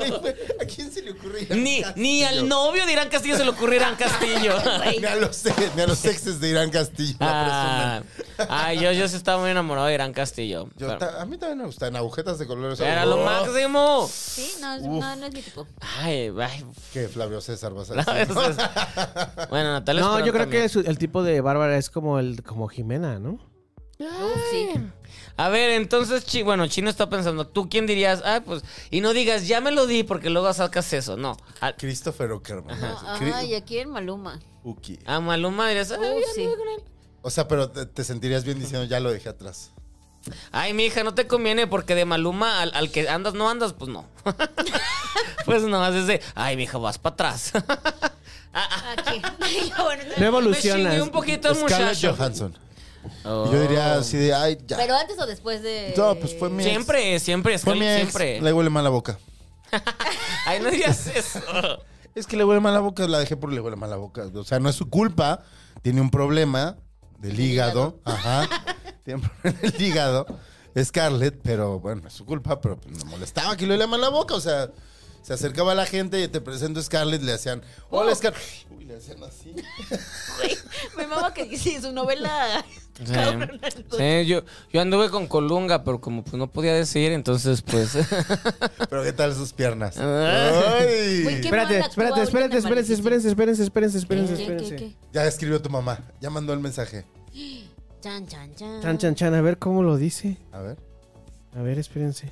[SPEAKER 3] ¿A quién se le ocurre? ir a
[SPEAKER 4] Ni, ni
[SPEAKER 3] Castillo?
[SPEAKER 4] al novio de Irán Castillo se le ocurrió Irán Castillo.
[SPEAKER 3] Ni a los, ni a los exes de Irán Castillo. la
[SPEAKER 4] Ah, ay, yo, yo sí estaba muy enamorado de Irán Castillo.
[SPEAKER 3] presumen. Yo
[SPEAKER 4] Pero-
[SPEAKER 3] ta- a mí también me gustan agujetas de colores.
[SPEAKER 4] era lo
[SPEAKER 3] Oh,
[SPEAKER 4] máximo.
[SPEAKER 6] Sí, no, es-
[SPEAKER 3] Uf.
[SPEAKER 6] no, no es mi tipo.
[SPEAKER 4] Ay, ay.
[SPEAKER 3] Que Flavio César va a ser.
[SPEAKER 4] Bueno, Natalia.
[SPEAKER 5] No,
[SPEAKER 4] Esperón
[SPEAKER 5] yo creo
[SPEAKER 4] también.
[SPEAKER 5] que su- el tipo de Bárbara es como el como Jimena, ¿no?
[SPEAKER 6] Uf, sí.
[SPEAKER 4] A ver, entonces, chi- bueno, Chino está pensando, ¿tú quién dirías? Ah, pues, y no digas, ya me lo di, porque luego sacas eso. No. Al-
[SPEAKER 3] Christopher Ockerman.
[SPEAKER 6] No,
[SPEAKER 3] Cri-
[SPEAKER 6] ajá, y Ah, aquí en Maluma.
[SPEAKER 3] Uki.
[SPEAKER 4] A Maluma dirías, "Ay,
[SPEAKER 6] Uf,
[SPEAKER 4] ya
[SPEAKER 6] sí.
[SPEAKER 4] anduve con él".
[SPEAKER 3] O sea, pero te, te sentirías bien diciendo, ya lo dejé atrás.
[SPEAKER 4] Ay, mi hija, no te conviene, porque de Maluma al, al que andas, no andas, pues no. pues no, es de, ay, mi hija, vas para atrás. Ah,
[SPEAKER 6] Aquí. Ya, bueno, ya.
[SPEAKER 5] No
[SPEAKER 4] Me
[SPEAKER 5] evolucionas.
[SPEAKER 4] chingué un poquito el
[SPEAKER 3] Scarlett
[SPEAKER 4] muchacho.
[SPEAKER 3] Johansson.
[SPEAKER 4] Oh.
[SPEAKER 3] Y yo diría así de, ay, ya.
[SPEAKER 6] Pero antes o después de.
[SPEAKER 3] No, pues fue mi ex.
[SPEAKER 4] Siempre, siempre,
[SPEAKER 3] Fue mi
[SPEAKER 4] Scarlett,
[SPEAKER 3] ex.
[SPEAKER 4] siempre.
[SPEAKER 3] Le huele mal la boca.
[SPEAKER 4] Ay, no digas eso.
[SPEAKER 3] Es que le huele mal la boca, la dejé porque le huele mal la boca. O sea, no es su culpa. Tiene un problema del hígado. Ajá. Tiene un problema del hígado. Scarlett, pero bueno, es su culpa, pero pues, me molestaba que le huele mal la boca. O sea, se acercaba a la gente y te presento a Scarlett, le hacían, hola Scarlett. Uy, le hacían así.
[SPEAKER 6] Me mama que sí, su novela.
[SPEAKER 4] Sí. Sí, yo, yo anduve con Colunga, pero como pues no podía decir, entonces pues...
[SPEAKER 3] Pero ¿qué tal sus piernas?
[SPEAKER 4] Ah.
[SPEAKER 6] Güey,
[SPEAKER 3] ¡Ay!
[SPEAKER 6] qué
[SPEAKER 5] Espérate,
[SPEAKER 6] mal actúa
[SPEAKER 5] espérate,
[SPEAKER 6] ahorita
[SPEAKER 5] espérate,
[SPEAKER 6] en
[SPEAKER 5] espérate,
[SPEAKER 6] Maleficio.
[SPEAKER 5] espérate, espérate, espérate, espérate, espérate,
[SPEAKER 6] ¿Qué, qué,
[SPEAKER 5] espérate.
[SPEAKER 6] qué?
[SPEAKER 3] Ya escribió tu mamá, ya mandó el mensaje.
[SPEAKER 6] Chan, chan, chan.
[SPEAKER 5] Chan, chan, chan. A ver cómo lo dice.
[SPEAKER 3] A ver,
[SPEAKER 5] A ver, espérense.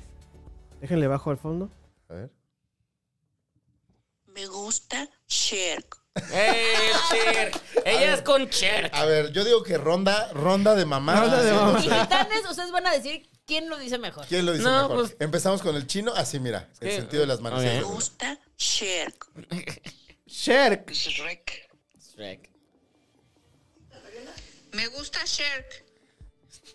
[SPEAKER 5] Déjenle bajo al fondo.
[SPEAKER 3] a ver.
[SPEAKER 7] Me gusta Shark.
[SPEAKER 4] ¡Eh, Cher! Ella es con Cher.
[SPEAKER 3] A ver, yo digo que ronda, ronda de mamá.
[SPEAKER 5] Ronda de
[SPEAKER 3] Sí, no
[SPEAKER 5] mamá.
[SPEAKER 3] sé.
[SPEAKER 6] Y titanes, ustedes van a decir quién lo dice mejor.
[SPEAKER 3] ¿Quién lo dice
[SPEAKER 4] No,
[SPEAKER 3] mejor?
[SPEAKER 4] pues-
[SPEAKER 3] Empezamos con el chino. Así, mira, el
[SPEAKER 4] que-
[SPEAKER 3] sentido de las manos.
[SPEAKER 4] Ok.
[SPEAKER 7] Me gusta Shark.
[SPEAKER 5] Sherk.
[SPEAKER 7] Shrek.
[SPEAKER 4] Shrek.
[SPEAKER 7] Me gusta Shark.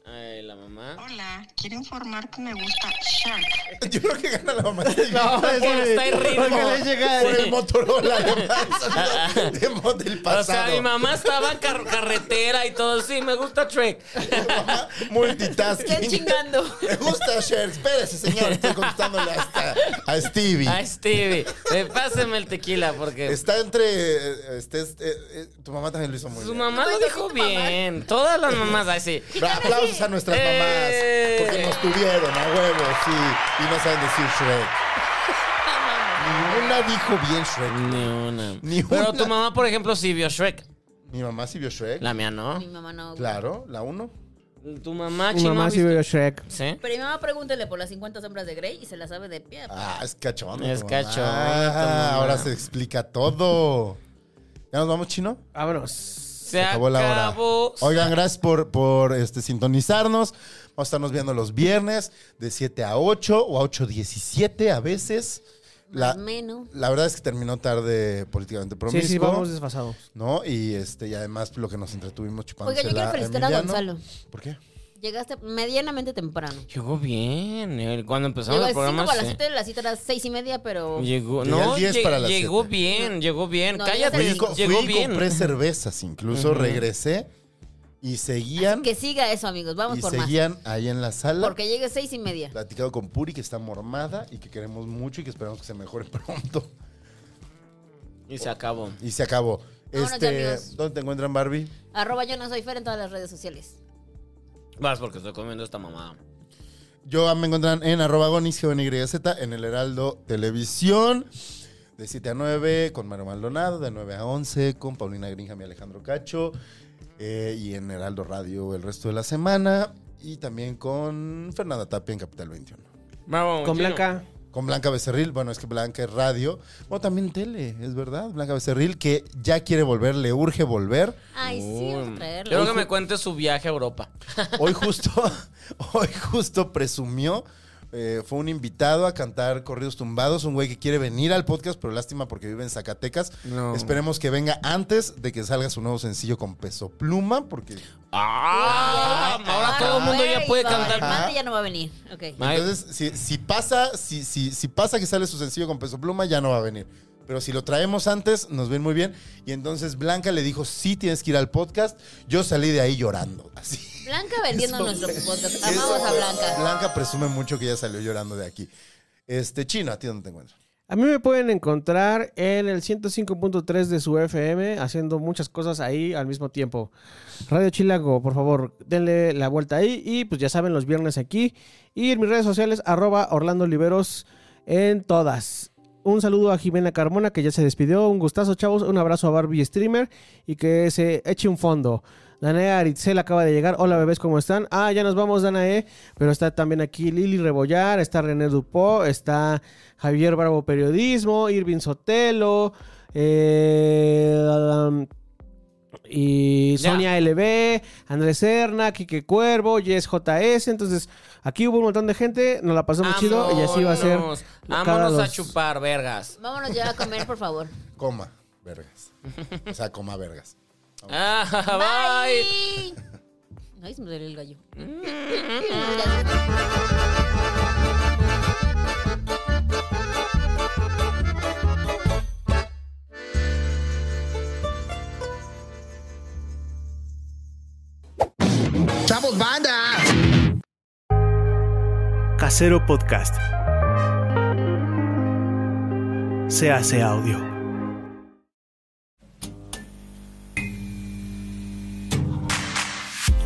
[SPEAKER 4] Ay, la mamá.
[SPEAKER 7] Hola, quiero informar que me gusta Shark.
[SPEAKER 3] Yo creo que gana la mamá.
[SPEAKER 4] es que está en ritmo.
[SPEAKER 5] Porque le llega
[SPEAKER 3] Por
[SPEAKER 5] el-
[SPEAKER 3] el Motorola, además. de mo- del pasado.
[SPEAKER 4] O sea, mi mamá estaba car- carretera y todo. Sí, me gusta Shrek.
[SPEAKER 3] Mamá, multitasking.
[SPEAKER 6] Están chingando.
[SPEAKER 3] Me gusta Sher. Espérese, señor. Estoy contestándole hasta a Stevie.
[SPEAKER 4] A Stevie. Eh, páseme el tequila porque
[SPEAKER 3] Está entre. eh, este, este, eh, eh, tu mamá también lo hizo muy
[SPEAKER 4] su
[SPEAKER 3] bien.
[SPEAKER 4] mamá lo dijo bien. Todas las mamás así.
[SPEAKER 3] Bra- Aplausos a nuestras mamás.
[SPEAKER 4] ¡Eh!
[SPEAKER 3] Porque nos tuvieron a huevos sí, y no saben decir Shrek. Ninguna dijo bien Shrek.
[SPEAKER 4] Ni una.
[SPEAKER 3] Ni
[SPEAKER 4] Pero
[SPEAKER 3] una.
[SPEAKER 4] tu mamá, por ejemplo, sí vio Shrek.
[SPEAKER 3] Mi mamá sí vio Shrek.
[SPEAKER 4] La mía no.
[SPEAKER 6] Mi mamá no. güey.
[SPEAKER 3] Claro, la uno.
[SPEAKER 4] Tu mamá,
[SPEAKER 5] Mi
[SPEAKER 4] chino,
[SPEAKER 5] mamá sí
[SPEAKER 4] ¿viste?
[SPEAKER 5] veo Shrek.
[SPEAKER 4] ¿Sí?
[SPEAKER 6] Pero mi mamá pregúntele por las 50 sombras de Grey y se la sabe de pie. a pie.
[SPEAKER 3] Ah, es cachón.
[SPEAKER 4] Es cachona tu mamá.
[SPEAKER 3] Ah, ahora se explica todo. ¿Ya nos vamos, chino?
[SPEAKER 5] Vámonos.
[SPEAKER 4] Se
[SPEAKER 3] acabó la hora. Oigan, gracias por, por este, sintonizarnos. Vamos a estarnos viendo los viernes de 7 a 8 o a 8.17 a veces. La,
[SPEAKER 6] Más menos.
[SPEAKER 3] la verdad es que terminó tarde políticamente
[SPEAKER 5] Sí,
[SPEAKER 3] promiscuo.
[SPEAKER 5] sí, vamos desfasados.
[SPEAKER 3] ¿No? Y, este, y además lo que nos entretuvimos chupando.
[SPEAKER 6] Oiga, yo quiero felicitar a Gonzalo.
[SPEAKER 3] ¿Por qué?
[SPEAKER 6] Llegaste medianamente temprano.
[SPEAKER 4] Llegó bien. eh, Cuando empezamos
[SPEAKER 6] Llegó a
[SPEAKER 4] el programa.
[SPEAKER 6] las 5 para las
[SPEAKER 4] sí.
[SPEAKER 6] 7 de la cita, era 6 y media, pero.
[SPEAKER 4] Llegó,
[SPEAKER 3] Llegué
[SPEAKER 4] no,
[SPEAKER 3] al 10
[SPEAKER 4] lle-
[SPEAKER 3] para las
[SPEAKER 4] llegó
[SPEAKER 3] siete.
[SPEAKER 4] bien, llegó bien.
[SPEAKER 6] No,
[SPEAKER 4] Cállate,
[SPEAKER 6] llegaste
[SPEAKER 3] Fui,
[SPEAKER 6] Sí,
[SPEAKER 3] co-
[SPEAKER 4] Pues llegó
[SPEAKER 3] fui y
[SPEAKER 4] bien.
[SPEAKER 3] compré cervezas, incluso
[SPEAKER 4] Ujú.
[SPEAKER 3] regresé y seguían,
[SPEAKER 6] Que siga eso, amigos. Vamos
[SPEAKER 3] y
[SPEAKER 6] por
[SPEAKER 3] seguían ahí en la
[SPEAKER 6] más.
[SPEAKER 3] sala.
[SPEAKER 6] Porque llegue 6 y media.
[SPEAKER 3] platicado con Puri que está mormada y que queremos mucho y que esperamos que se mejore pronto.
[SPEAKER 4] Y se acabó.
[SPEAKER 3] Y se acabó.
[SPEAKER 6] Vámonos,
[SPEAKER 3] Este,
[SPEAKER 6] amigos.
[SPEAKER 3] ¿Dónde te encuentran, Barbie?
[SPEAKER 6] Arroba yo no soy Fer en todas las redes sociales.
[SPEAKER 4] Vas porque estoy comiendo esta mamada.
[SPEAKER 3] Yo me encuentran en arroba gonis, G-O-N-Y-Z, en el Heraldo Televisión. De 7 a 9 con Mario Maldonado, de 9 a 11 con Paulina Gringham y Alejandro Cacho. eh, y en Heraldo Radio el resto de la semana. Y también con Fernanda Tapia en Capital 21.
[SPEAKER 4] Bravo,
[SPEAKER 5] Con
[SPEAKER 4] chino.
[SPEAKER 5] Blanca.
[SPEAKER 3] Con Blanca Becerril, bueno, es que Blanca es radio. O también tele, es verdad. Blanca Becerril que ya quiere volver, le urge volver.
[SPEAKER 6] Ay, sí, vamos a traerlo.
[SPEAKER 4] Quiero que me cuentes su viaje a Europa.
[SPEAKER 3] Hoy justo, hoy justo presumió, eh, fue un invitado a cantar corridos tumbados, un güey que quiere venir al podcast, pero lástima porque vive en Zacatecas.
[SPEAKER 4] No.
[SPEAKER 3] Esperemos que venga antes de que salga su nuevo sencillo con peso pluma, porque
[SPEAKER 4] ¡Ah! Ahora todo el mundo ya puede cantar.
[SPEAKER 6] Mate ya no va a venir. Ok.
[SPEAKER 4] Ay,
[SPEAKER 3] entonces si, si pasa, si, si, si pasa que sale su sencillo con peso pluma, ya no va a venir. Pero si lo traemos antes, nos ven muy bien. Y entonces Blanca le dijo, sí tienes que ir al podcast. Yo salí de ahí llorando. Así.
[SPEAKER 6] Blanca vendiendo nuestro podcast.
[SPEAKER 3] Eso
[SPEAKER 6] Amamos a
[SPEAKER 3] fue.
[SPEAKER 6] Blanca.
[SPEAKER 3] Blanca presume mucho que ya salió llorando de aquí. Este, Chino, ¿a ti dónde te encuentras?
[SPEAKER 5] A mí me pueden encontrar en el 105.3 de su FM haciendo muchas cosas ahí al mismo tiempo. Radio Chilango, por favor, denle la vuelta ahí y pues ya saben los viernes aquí. Y en mis redes sociales, arroba Orlando Oliveros en todas. Un saludo a Jimena Carmona que ya se despidió. Un gustazo, chavos. Un abrazo a Barbie Streamer y que se eche un fondo. Danae Aritzel acaba de llegar. Hola bebés, ¿cómo están? Ah, ya nos vamos, Danae. Pero está también aquí Lili Rebollar, está René Dupont, está Javier Bravo Periodismo, Irving Sotelo, eh, um, y
[SPEAKER 4] Ya.
[SPEAKER 5] Sonia LB, Andrés Serna, Quique Cuervo, Yes JS. Entonces, aquí hubo un montón de gente, nos la pasamos chido y así va a ser.
[SPEAKER 4] Ah, vámonos.
[SPEAKER 5] cada
[SPEAKER 4] Vámonos a
[SPEAKER 5] dos-
[SPEAKER 4] chupar, vergas.
[SPEAKER 6] Vámonos ya a comer, por favor.
[SPEAKER 3] Coma, vergas. O sea, coma, vergas.
[SPEAKER 4] Ah, bye.
[SPEAKER 6] Bye. Ay, se me duele el gallo. Ya sé.
[SPEAKER 8] Casero Podcast. Se hace audio.